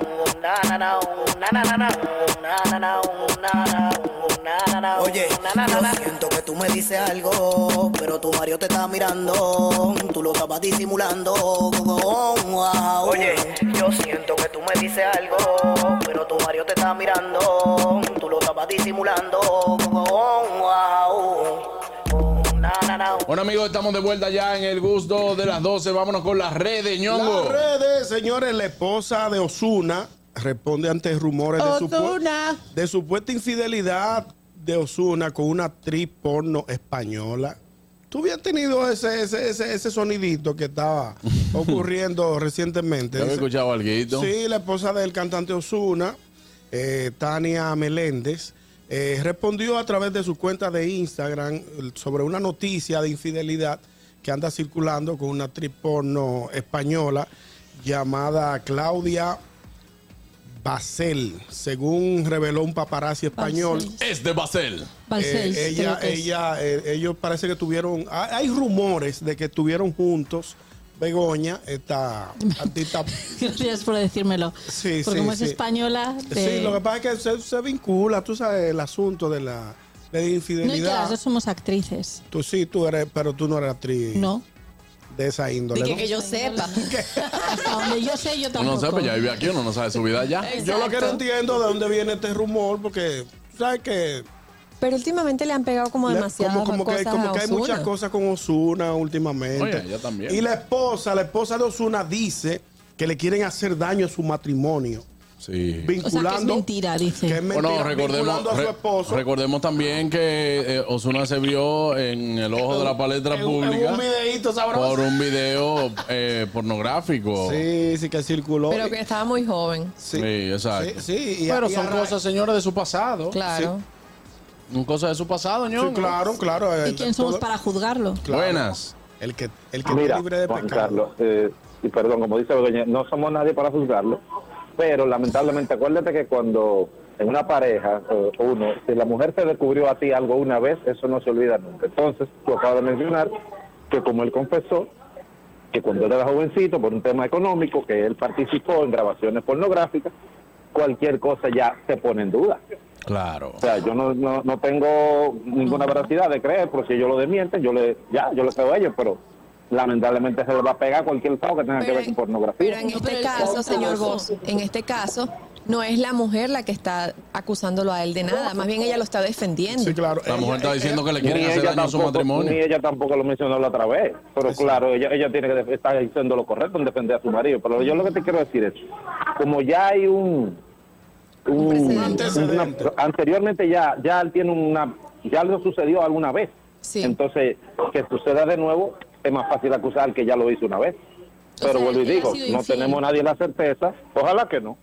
O: Oye, yo siento que tú me dices algo, pero tu Mario te está mirando, tú lo estabas disimulando. Oye, yo siento que tú me dices algo, pero tu Mario te está mirando, tú lo estabas disimulando.
C: bueno, amigos, estamos de vuelta ya en el gusto de las 12. Vámonos con las redes, ñongo.
B: Las redes, señores, la esposa de Osuna responde ante rumores de, supue- de supuesta infidelidad de Osuna con una actriz porno española. ¿Tú habías tenido ese, ese, ese, ese sonidito que estaba ocurriendo recientemente?
C: Yo había
B: Ese-
C: escuchado algo.
B: Sí, la esposa del cantante Osuna, eh, Tania Meléndez, eh, respondió a través de su cuenta de Instagram eh, sobre una noticia de infidelidad que anda circulando con una actriz porno española llamada Claudia Basel, según reveló un paparazzi español.
C: Es de Basel.
B: Eh, ella, ella, eh, ellos parece que tuvieron, ha- hay rumores de que estuvieron juntos. Begoña, esta artista
G: Gracias por decírmelo.
B: Sí,
G: Porque
B: sí,
G: como es
B: sí.
G: española, te-
B: Sí, lo que pasa es que se, se vincula, tú sabes, el asunto de la, de la
G: no y que las
B: infidelidad.
G: dos somos actrices.
B: tú sí, tú eres, pero tú no eres actriz
G: No.
B: de esa índole. ¿no?
G: yo sepa. Hasta donde yo sé, yo
C: Uno
G: tampoco.
C: no sabe, ya vive aquí, uno no sabe su vida ya.
B: Yo lo que no
E: Exacto.
B: entiendo de dónde viene este rumor, porque tú sabes que
E: Pero últimamente le han pegado como
B: le-
E: demasiadas
B: como, como que,
E: cosas
B: hay- como
E: a
B: que hay
E: Ozuna.
B: muchas cosas con Osuna últimamente.
C: Oye, yo también.
B: Y la esposa, la esposa de Osuna dice que le quieren hacer daño a su matrimonio,
G: O
C: Sí.
G: sea, que es
B: vinculando
G: mentira, dice.
B: que es mentira,
C: Bueno, recordemos,
B: vinculando a su
C: re-
B: esposo.
C: recordemos también que eh, Osuna se vio en el ojo de la palestra
B: en- en un
C: pública
B: videíto sabroso.
C: por un video eh, pornográfico.
B: Sí, sí que circuló.
E: Pero que estaba muy joven.
B: Sí,
C: exacto.
B: Sí, sí, y-
C: Pero
B: y
C: son
B: arra-
C: cosas, señores, de su pasado.
E: Claro.
C: Son cosas de su pasado,
B: Sí,
C: ñongo.
B: claro, claro.
G: ¿Y
B: el-
G: quién somos
B: todo-
G: para juzgarlo?
B: claro.
C: Buenas.
B: El que, el que
M: Mira,
B: esté libre de
M: Juan
B: pecado.
M: Carlos, eh, y perdón, como dice Begoña, no somos nadie para juzgarlo, pero lamentablemente acuérdate que cuando en una pareja, eh, uno, si la mujer se descubrió a ti algo una vez, eso no se olvida nunca. Entonces, tú acabas de mencionar que como él confesó, que cuando él era jovencito, por un tema económico, que él participó en grabaciones pornográficas, cualquier cosa ya se pone en duda.
C: Claro.
M: O sea, yo no, no, no tengo ninguna veracidad de creer, pero si ellos lo desmienten, yo le, ya, yo le creo a ellos, pero lamentablemente se le va a pegar cualquier cosa que tenga que ver con pornografía.
E: Pero en este caso, señor Vos, en este caso no es la mujer la que está acusándolo a él de nada, más bien ella lo está defendiendo.
B: Sí, claro.
C: La mujer está diciendo que le quieren
M: Ni
C: hacer
M: ella
C: daño a su
M: tampoco-
C: matrimonio.
M: Ni ella tampoco lo mencionó la otra vez. Pero claro, ella, ella tiene que def- estar diciendo lo correcto en defender a su marido. Pero yo lo que te quiero decir es, como ya hay un... un- una- anteriormente ya, ya él tiene una... Ya lo sucedió alguna vez. Entonces, que suceda de nuevo es más fácil acusar que ya lo hizo una vez. Pero vuelvo y
B: él ha
M: digo,
B: sido
M: no
B: infiel.
M: tenemos nadie la certeza. Ojalá que no.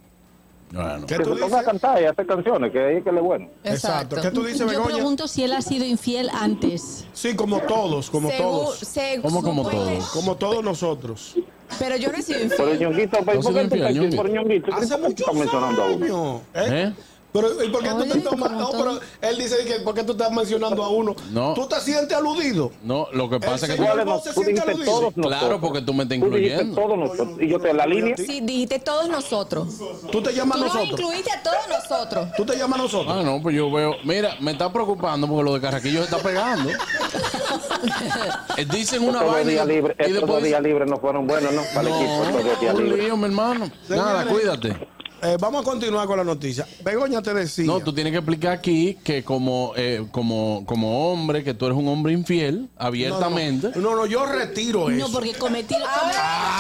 C: Bueno.
M: Que se ponga a cantar y a hacer canciones, que ahí es que le bueno.
B: Exacto. ¿Qué tú dices,
G: Yo
B: Begoña?
G: pregunto si él ha sido infiel antes.
B: Sí, como todos, como
G: Según-
B: todos.
G: según ¿Cómo como pues- todos?
B: Como todos nosotros.
E: Pero yo no he sido
M: Pero
E: infiel.
M: ñonguito, pues,
B: No se
M: ¿por qué tú
B: limpia,
M: estás aquí
B: Ñonguito.
M: por ñonguito?
B: Hace
M: ¿Por qué tú estás mencionando a uno?
C: ¿Eh?
B: Pero, ¿y por qué tú te estás ma- no, pero él dice que ¿por qué tú estás mencionando a uno?
C: No.
B: ¿Tú te sientes aludido?
C: No, lo que pasa es que
B: señor Vos se Tú siente dijiste aludido. todos
C: Claro,
B: nosotros.
C: porque tú me estás
B: Tú dijiste
C: incluyendo.
M: Todos nosotros. Y yo te la línea.
E: Sí, dijiste todos nosotros.
B: Tú te llamas
E: Tú nos
C: nosotros.
E: incluiste a todos nosotros.
B: Tú te llamas nosotros.
C: Ah, no, pues yo veo. Mira, me está preocupando porque lo de Carraquillo se está pegando. Eh, Dicen una
M: Estos dos
C: vaina.
M: días
C: y-
M: libres-
C: y
M: estos
C: después
M: dos días
C: dicen-
M: libres no fueron buenos, ¿no? Para el equipo, estos dos días
C: un
M: libres.
C: lío, mi hermano. Nada,
B: Señores.
C: cuídate.
B: Eh, vamos a continuar con la noticia. Begoña te decía.
C: No, tú tienes que explicar aquí que como, eh, como, como hombre, que tú eres un hombre infiel, abiertamente.
B: No, no, yo retiro
G: No, porque cometí.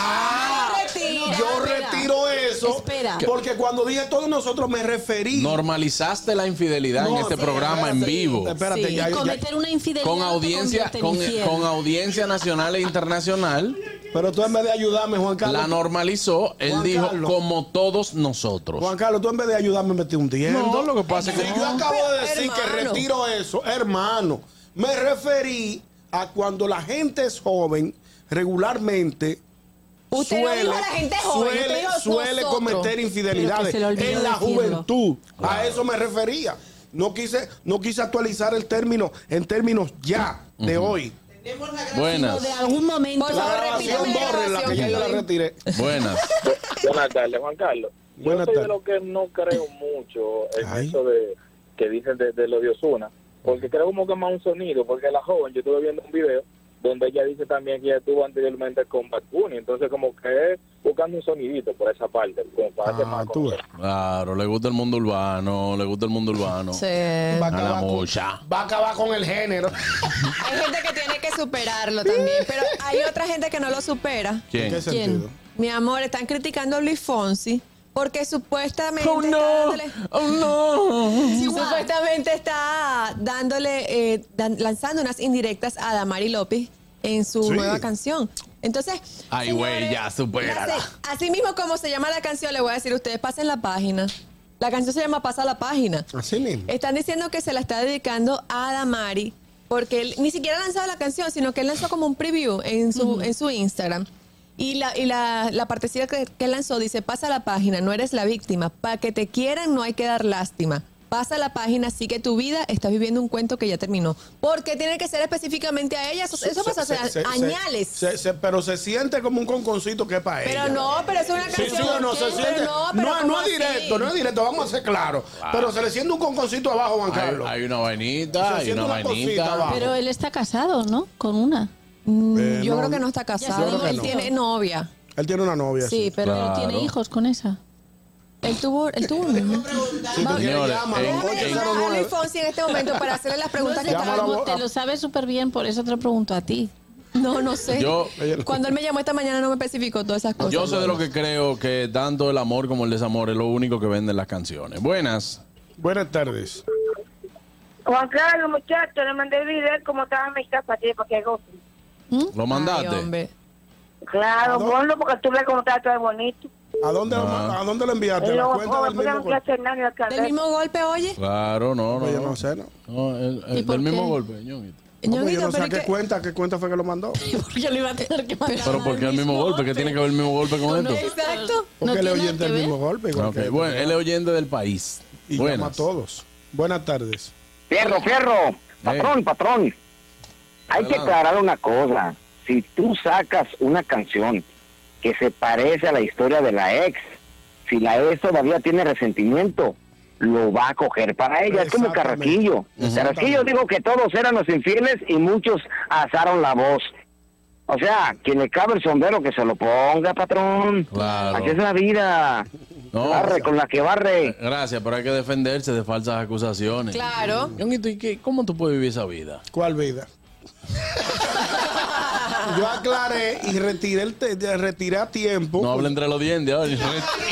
G: Ah,
B: Yo retiro eso.
G: Espera.
B: Ah. Porque cuando dije todos nosotros me referí.
C: Normalizaste la infidelidad en
B: No,
C: este
B: sí,
C: programa en
B: espérate,
C: vivo.
B: espérate, Sí, ya- y ya- cometer
G: una infidelidad
C: con
G: te
C: audiencia,
G: convierte en
C: con, eh,
G: infiel.
C: con audiencia nacional e internacional.
B: Pero tú en vez de ayudarme, Juan Carlos.
C: La normalizó, él
B: Juan
C: dijo,
B: Carlos.
C: como todos nosotros.
B: Juan Carlos, tú en vez de ayudarme metí un diente.
C: No, lo que pasa es que-
B: Si yo acabo de decir que
C: Hermano.
B: retiro eso, hermano. Me referí a cuando la gente es joven, regularmente.
E: Usted no dijo la gente joven, usted
B: suele,
E: dijo
B: suele
E: nosotros.
B: cometer
E: Pero
B: infidelidades
E: que se le olvidó
B: en la
E: decirlo.
B: juventud. A eso me refería. No quise, no quise actualizar el término en términos ya de hoy.
C: Buenas.
G: De algún momento.
B: Por favor, repítame la bórrenla, que ya yo la retiré.
C: Buenas.
I: Buenas tardes, Juan Carlos.
B: Buenas
I: Yo soy de
B: tardes.
I: lo que no creo mucho en eso de que dicen de, de lo de Osuna, porque creo como que es más un sonido, porque la joven, yo estuve viendo un video donde ella dice también que ella estuvo anteriormente con Bad Bunny, entonces como que es buscando un sonidito por esa parte, como para
B: Ah,
I: hacer más con-
C: Claro, le gusta el mundo urbano, le gusta el mundo urbano.
E: Sí.
C: A la mocha.
B: Va a acabar con el género.
E: Hay gente que tiene que superarlo también, pero hay otra gente que no lo supera.
C: ¿Quién? ¿En qué sentido?
E: Mi amor, están criticando a Luis Fonsi porque supuestamente
L: Oh, no.
E: está dándole,
L: no.
E: supuestamente está dándole eh, dan- lanzando unas indirectas a Damari López en su
C: Sí.
E: nueva canción. Entonces,
C: Ay, güey, ya, supérala.
E: así, así mismo como se llama la canción, le voy a decir a ustedes, pasen la página. La canción se llama Pasa la página.
B: Así mismo.
E: Están diciendo que se la está dedicando a Damari, porque él ni siquiera ha lanzado la canción, sino que él lanzó como un preview en su, en su Instagram. Y la, y la, la partecilla que, que él lanzó dice, pasa la página, no eres la víctima. Para que te quieran no hay que dar lástima. Pasa la página, sigue tu vida, estás viviendo un cuento que ya terminó. Porque tiene que ser específicamente a ella. Eso, eso pasó hace
B: Se- se-
E: añales.
B: se- se- pero se siente como un conconcito que es para ella.
E: Pero no, pero es una
B: Sí,
E: canción.
B: sí, o no, se
E: pero
B: siente.
E: no,
B: No,
E: pero
B: no,
E: ¿cómo
B: es directo,
E: así?
B: no es directo, vamos a ser claros.
C: Claro.
B: Pero se le siente un conconcito abajo, Juan
C: Hay,
B: Carlos.
C: hay una vainita,
B: Se
C: hay
B: siente
C: una
B: una cosita
C: vainita.
B: abajo.
G: Pero él está casado, ¿no? Con una. Mm,
B: Eh,
E: Mm, Yo creo que no está
B: Yo creo
E: casado.
B: que
E: Él
B: no.
E: tiene novia.
B: Él tiene una novia.
E: Sí, pero no tiene hijos con esa. Él tuvo, él tuvo un
C: Señores, en-
E: Déjame
C: en-
E: llamar a Luis Fonsi en este momento para hacerle las preguntas que
G: Llámalo
E: estábamos.
G: Te lo sabes súper bien, por eso te lo pregunto a ti.
E: No, no sé.
C: Yo-
E: Cuando él me llamó esta mañana no me especificó todas esas cosas.
C: yo sé de lo que creo que tanto el amor como el desamor es lo único que venden las canciones. Buenas.
B: Buenas tardes.
S: Juan Carlos, muchacho, le mandé el video como estaba en mi casa ayer para que goce.
C: ¿Lo mandaste?
S: Claro, ponlo porque tú le contaste todo bonito.
B: ¿A dónde, lo
C: Ah.
B: ma- ¿A dónde lo enviaste?
S: Y
B: La
S: luego,
B: cuenta
S: oh,
B: del
S: después
B: mismo
S: no quiero hacer nada, ni alcanzar.
E: ¿Del mismo golpe, oye?
C: claro, no, no.
B: yo no sé, ¿no?
C: No, el, el-
E: ¿Y por
C: del mismo
E: qué?
C: golpe, ñonguito.
B: No, pues yo
E: Ñonguito,
B: no sé
E: pero
B: a qué
E: que-
B: cuenta, qué cuenta fue que lo mandó.
G: Porque lo iba a tener que mandar.
C: Pero ¿por qué el mismo golpe? ¿Qué tiene que ver el mismo golpe con esto?
E: Exacto.
B: Porque le oyente el mismo golpe. igual
C: Ok,
B: que-
C: bueno, él es oyente del país.
B: Y llama a
C: Buenas.
B: todos. Buenas tardes.
I: Fierro, fierro. Patrón, patrón. Hay que
B: Adelante.
I: aclarar una cosa.
K: si tú sacas una canción que se parece a la historia de la ex, si la ex todavía tiene resentimiento, lo va a coger para ella. Es como Carraquillo. Carraquillo dijo que todos eran los infieles y muchos asaron la voz. O sea, quien le cabe el sombrero que se lo ponga, patrón. Así es la vida.
C: No.
K: Barre con la que barre.
C: Gracias, pero hay que defenderse de falsas acusaciones.
E: Claro.
C: Ñonguito, ¿y qué- ¿Cómo tú puedes vivir esa vida?
B: ¿Cuál vida? Yo aclaré y retiré, el te- de- retiré a tiempo.
C: No habla entre los dientes. ahora.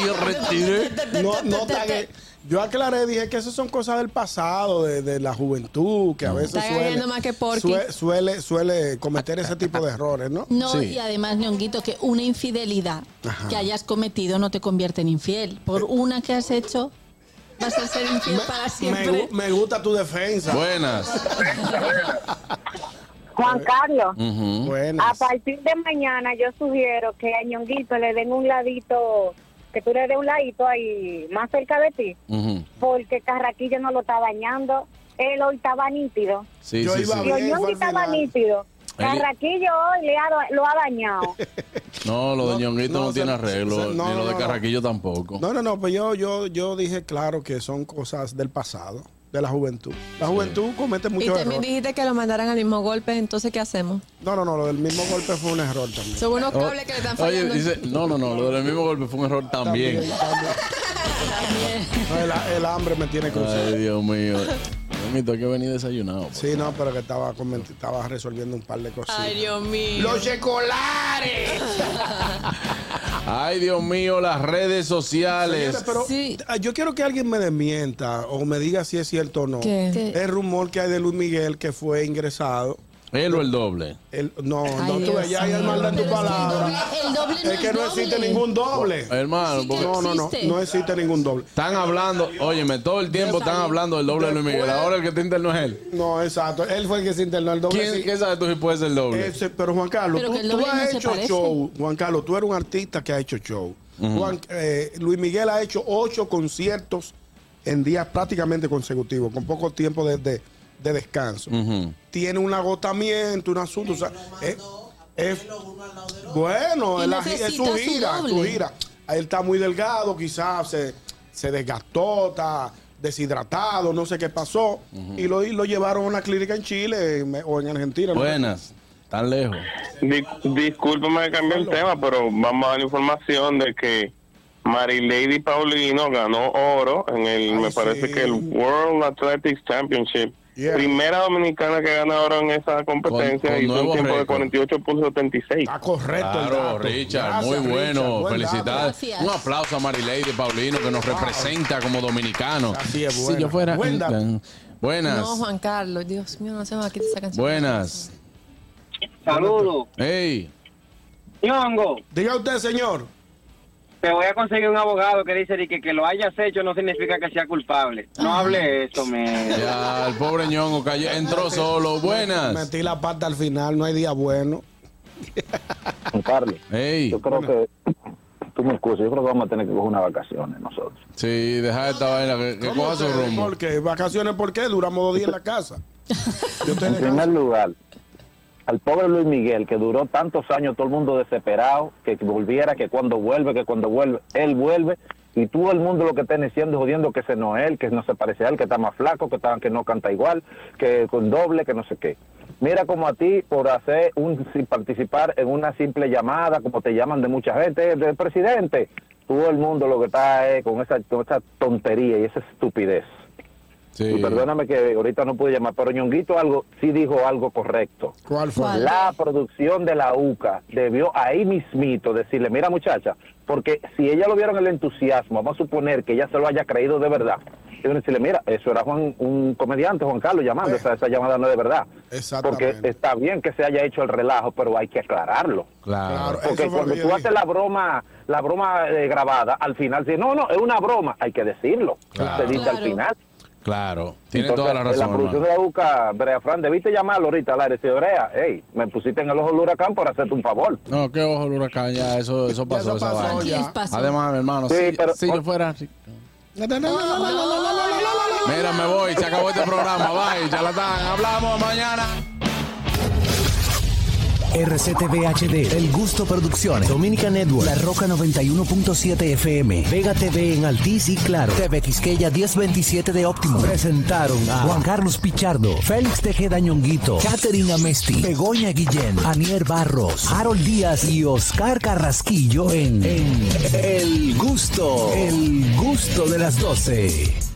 C: Yo retiré.
B: No, no tagué. Yo aclaré, dije que esas son cosas del pasado, de, de la juventud, que a veces
G: Está
B: suele,
G: ganando más que Porky.
B: sue- suele, suele cometer ese tipo de errores, ¿no?
G: No, y además, Ñonguito, que una infidelidad
B: Ajá.
G: que hayas cometido no te convierte en infiel. Por una que has hecho, vas a ser infiel para
B: me,
G: siempre.
B: gu- me gusta tu defensa.
C: Buenas. Ah, eh,
S: Juan Carlos, a
B: Buenas.
S: partir de mañana yo sugiero que a Ñonguito le den un ladito, que tú le des un ladito ahí más cerca de ti, porque Carraquillo no lo está dañando. Él hoy estaba nítido.
C: Sí, Yo sí, iba sí.
S: Si
C: bien,
S: Ñongui
C: fue al
S: estaba
C: final.
S: nítido.
C: Él-
S: Carraquillo hoy le ha da- lo ha dañado.
C: No, lo de Ñonguito no, tiene arreglo.
B: se- no,
C: ni lo
B: no,
C: de
B: no.
C: Carraquillo tampoco.
B: No, no, no, pues yo, yo, yo dije claro que son cosas del pasado, de la juventud. La juventud comete
E: Y
B: muchos
E: también
B: errores.
E: dijiste que lo mandaran al mismo golpe, entonces ¿qué hacemos?
B: No, no, no, lo del mismo golpe fue un error también.
E: Son unos cables que le están fallando.
C: Oh, Oye, dice, no, no, no, lo del mismo golpe fue un error también.
B: No, el, el hambre me tiene cruzado.
C: Ay, Dios mío. Ñonguito, hay que venir desayunado.
B: Sí, no, pero que estaba, coment- estaba resolviendo un par de cosas.
E: Ay, Dios mío.
B: Los
E: chocolares.
C: Ay, Dios mío, las redes sociales.
B: Señores, pero ah, yo quiero que alguien me desmienta o me diga si es cierto o no.
C: ¿Qué? ¿Qué?
B: El rumor que hay de Luis Miguel que fue ingresado.
C: Él o el doble.
B: El- no, no, tú ves, ya hay maldad en tu palabra.
G: El doble no
B: Es que no existe
G: doble.
B: ningún doble.
C: Hermano, porque-
B: No, no, no, no existe ningún doble.
C: Están hablando, óyeme, todo el tiempo están hablando del doble de Luis Miguel.
B: Después-
C: Ahora el que te internó es él.
B: No, exacto. Ah, Él fue el que se internó el doble.
C: ¿Quién,
B: sí.
C: ¿Quién sabe tú si puede ser el doble?
B: Ese- pero Juan Carlos,
G: Pero que
B: tú,
G: el
B: tú
G: doble no
B: has
G: se
B: hecho
G: parece.
B: show. Juan Carlos, tú eres un artista que ha hecho show.
C: Ujú.
B: Juan- eh, Luis Miguel ha hecho ocho conciertos en días prácticamente consecutivos, con poco tiempo de, de- de descanso. Tiene un agotamiento, un asunto. o sea, es- es- bueno,
V: Y
B: es, la gi- es su
V: necesita su
B: gira, su
V: doble.
B: gira. Él está muy delgado, quizás se, se desgastó, está deshidratado, no sé qué pasó. Y lo, y lo llevaron a una clínica en Chile en- o en Argentina. no sé.
C: Buenas, tan lejos.
U: Dis- discúlpame que cambié el tema, pero vamos a dar información de que Marilady Paulino ganó oro en el, me parece que el World Athletics Championship. Primera dominicana que gana oro en esa competencia
C: Con- con
U: hizo un
C: nuevo
U: tiempo
C: récord.
U: de 48.76. Está
B: correcto.
C: Claro, Richard, muy bueno. Felicidades.
B: Gracias.
C: Un aplauso a Marilei de Paulino que nos representa como dominicano.
B: Así es,
C: Si
B: buena.
C: yo fuera.
B: Buen dato.
C: Buenas.
E: No, Juan Carlos, Dios mío, no se me va a quitar esa canción.
C: Buenas.
V: Saludos.
C: Hey.
V: Ñongo,
B: Diga usted, señor.
V: te voy a conseguir un abogado que dice de que, que lo hayas hecho no significa que sea culpable. No hable eso, me.
C: Ya, el pobre ñongo cayó, entró solo. Buenas.
B: Metí la pata al final, no hay día bueno.
M: Juan Carlos,
C: yo
M: creo que tú me excusas, yo creo que vamos a tener que coger unas vacaciones nosotros.
C: Sí, deja esta vaina que, que coja su rumbo.
B: Porque vacaciones, ¿por qué? Duramos dos días en la casa.
M: En primer lugar, al pobre Luis Miguel, que duró tantos años todo el mundo desesperado, que volviera, que cuando vuelve, que cuando vuelve, él vuelve, y todo el mundo lo que está diciendo, jodiendo que ese no es él, que no se parece a él, que está más flaco, que, está- que no canta igual, que con doble, que no sé qué. Mira como a ti por hacer un si- participar en una simple llamada, como te llaman de mucha gente, del presidente. Todo el mundo lo que está es con esa, con esa tontería y esa estupidez. Y perdóname que ahorita no pude llamar, pero Ñonguito algo, sí dijo algo correcto.
B: ¿Cuál
V: fue? ¿Cuál?
M: La producción de la UCA debió ahí mismito decirle, mira muchacha, porque si ella lo vieron el entusiasmo, vamos a suponer que ella se lo haya creído de verdad. Deben decirle, mira, eso era Juan, un comediante, Juan Carlos, llamando, esa, esa llamada no es de verdad.
B: Exactamente.
M: Porque está bien que se haya hecho el relajo, pero hay que aclararlo.
C: Claro.
M: Porque cuando tú haces la broma, la broma eh, grabada, al final, si no, no, es una broma, hay que decirlo.
C: Claro.
M: Se dice al
C: Claro.
M: final.
C: Claro, tiene
M: Entonces,
C: toda la razón.
M: La producción de la UCA, Brea Fran, debiste llamarlo ahorita al aire. Dice, Brea, hey, me pusiste en el ojo del huracán por hacerte un favor.
C: hermano. No, qué ojo el huracán, ya, eso, eso pasó. esa
M: pasó,
C: vaina.
M: ya. Aquí pasó.
C: Además, mi hermano,
M: Sí,
C: si,
M: pero-
C: si yo fuera.
B: No, no, no, no, no, no, no, no, no, no, no.
C: Mira, me voy, se acabó este programa, bye, charlatán, hablamos mañana.
A: RCTV HD, El Gusto Producciones, Dominica Network, La Roca 91.7 FM, Vega TV en Altiz y Claro, TV Quisqueya 1027 de Optimo. Presentaron a Juan Carlos Pichardo, Félix Tejeda Ñonguito, Katherine Amesti, Begoña Guillén, Anier Barros, Harold Díaz y Oscar Carrasquillo en, en El Gusto, El Gusto de las 12.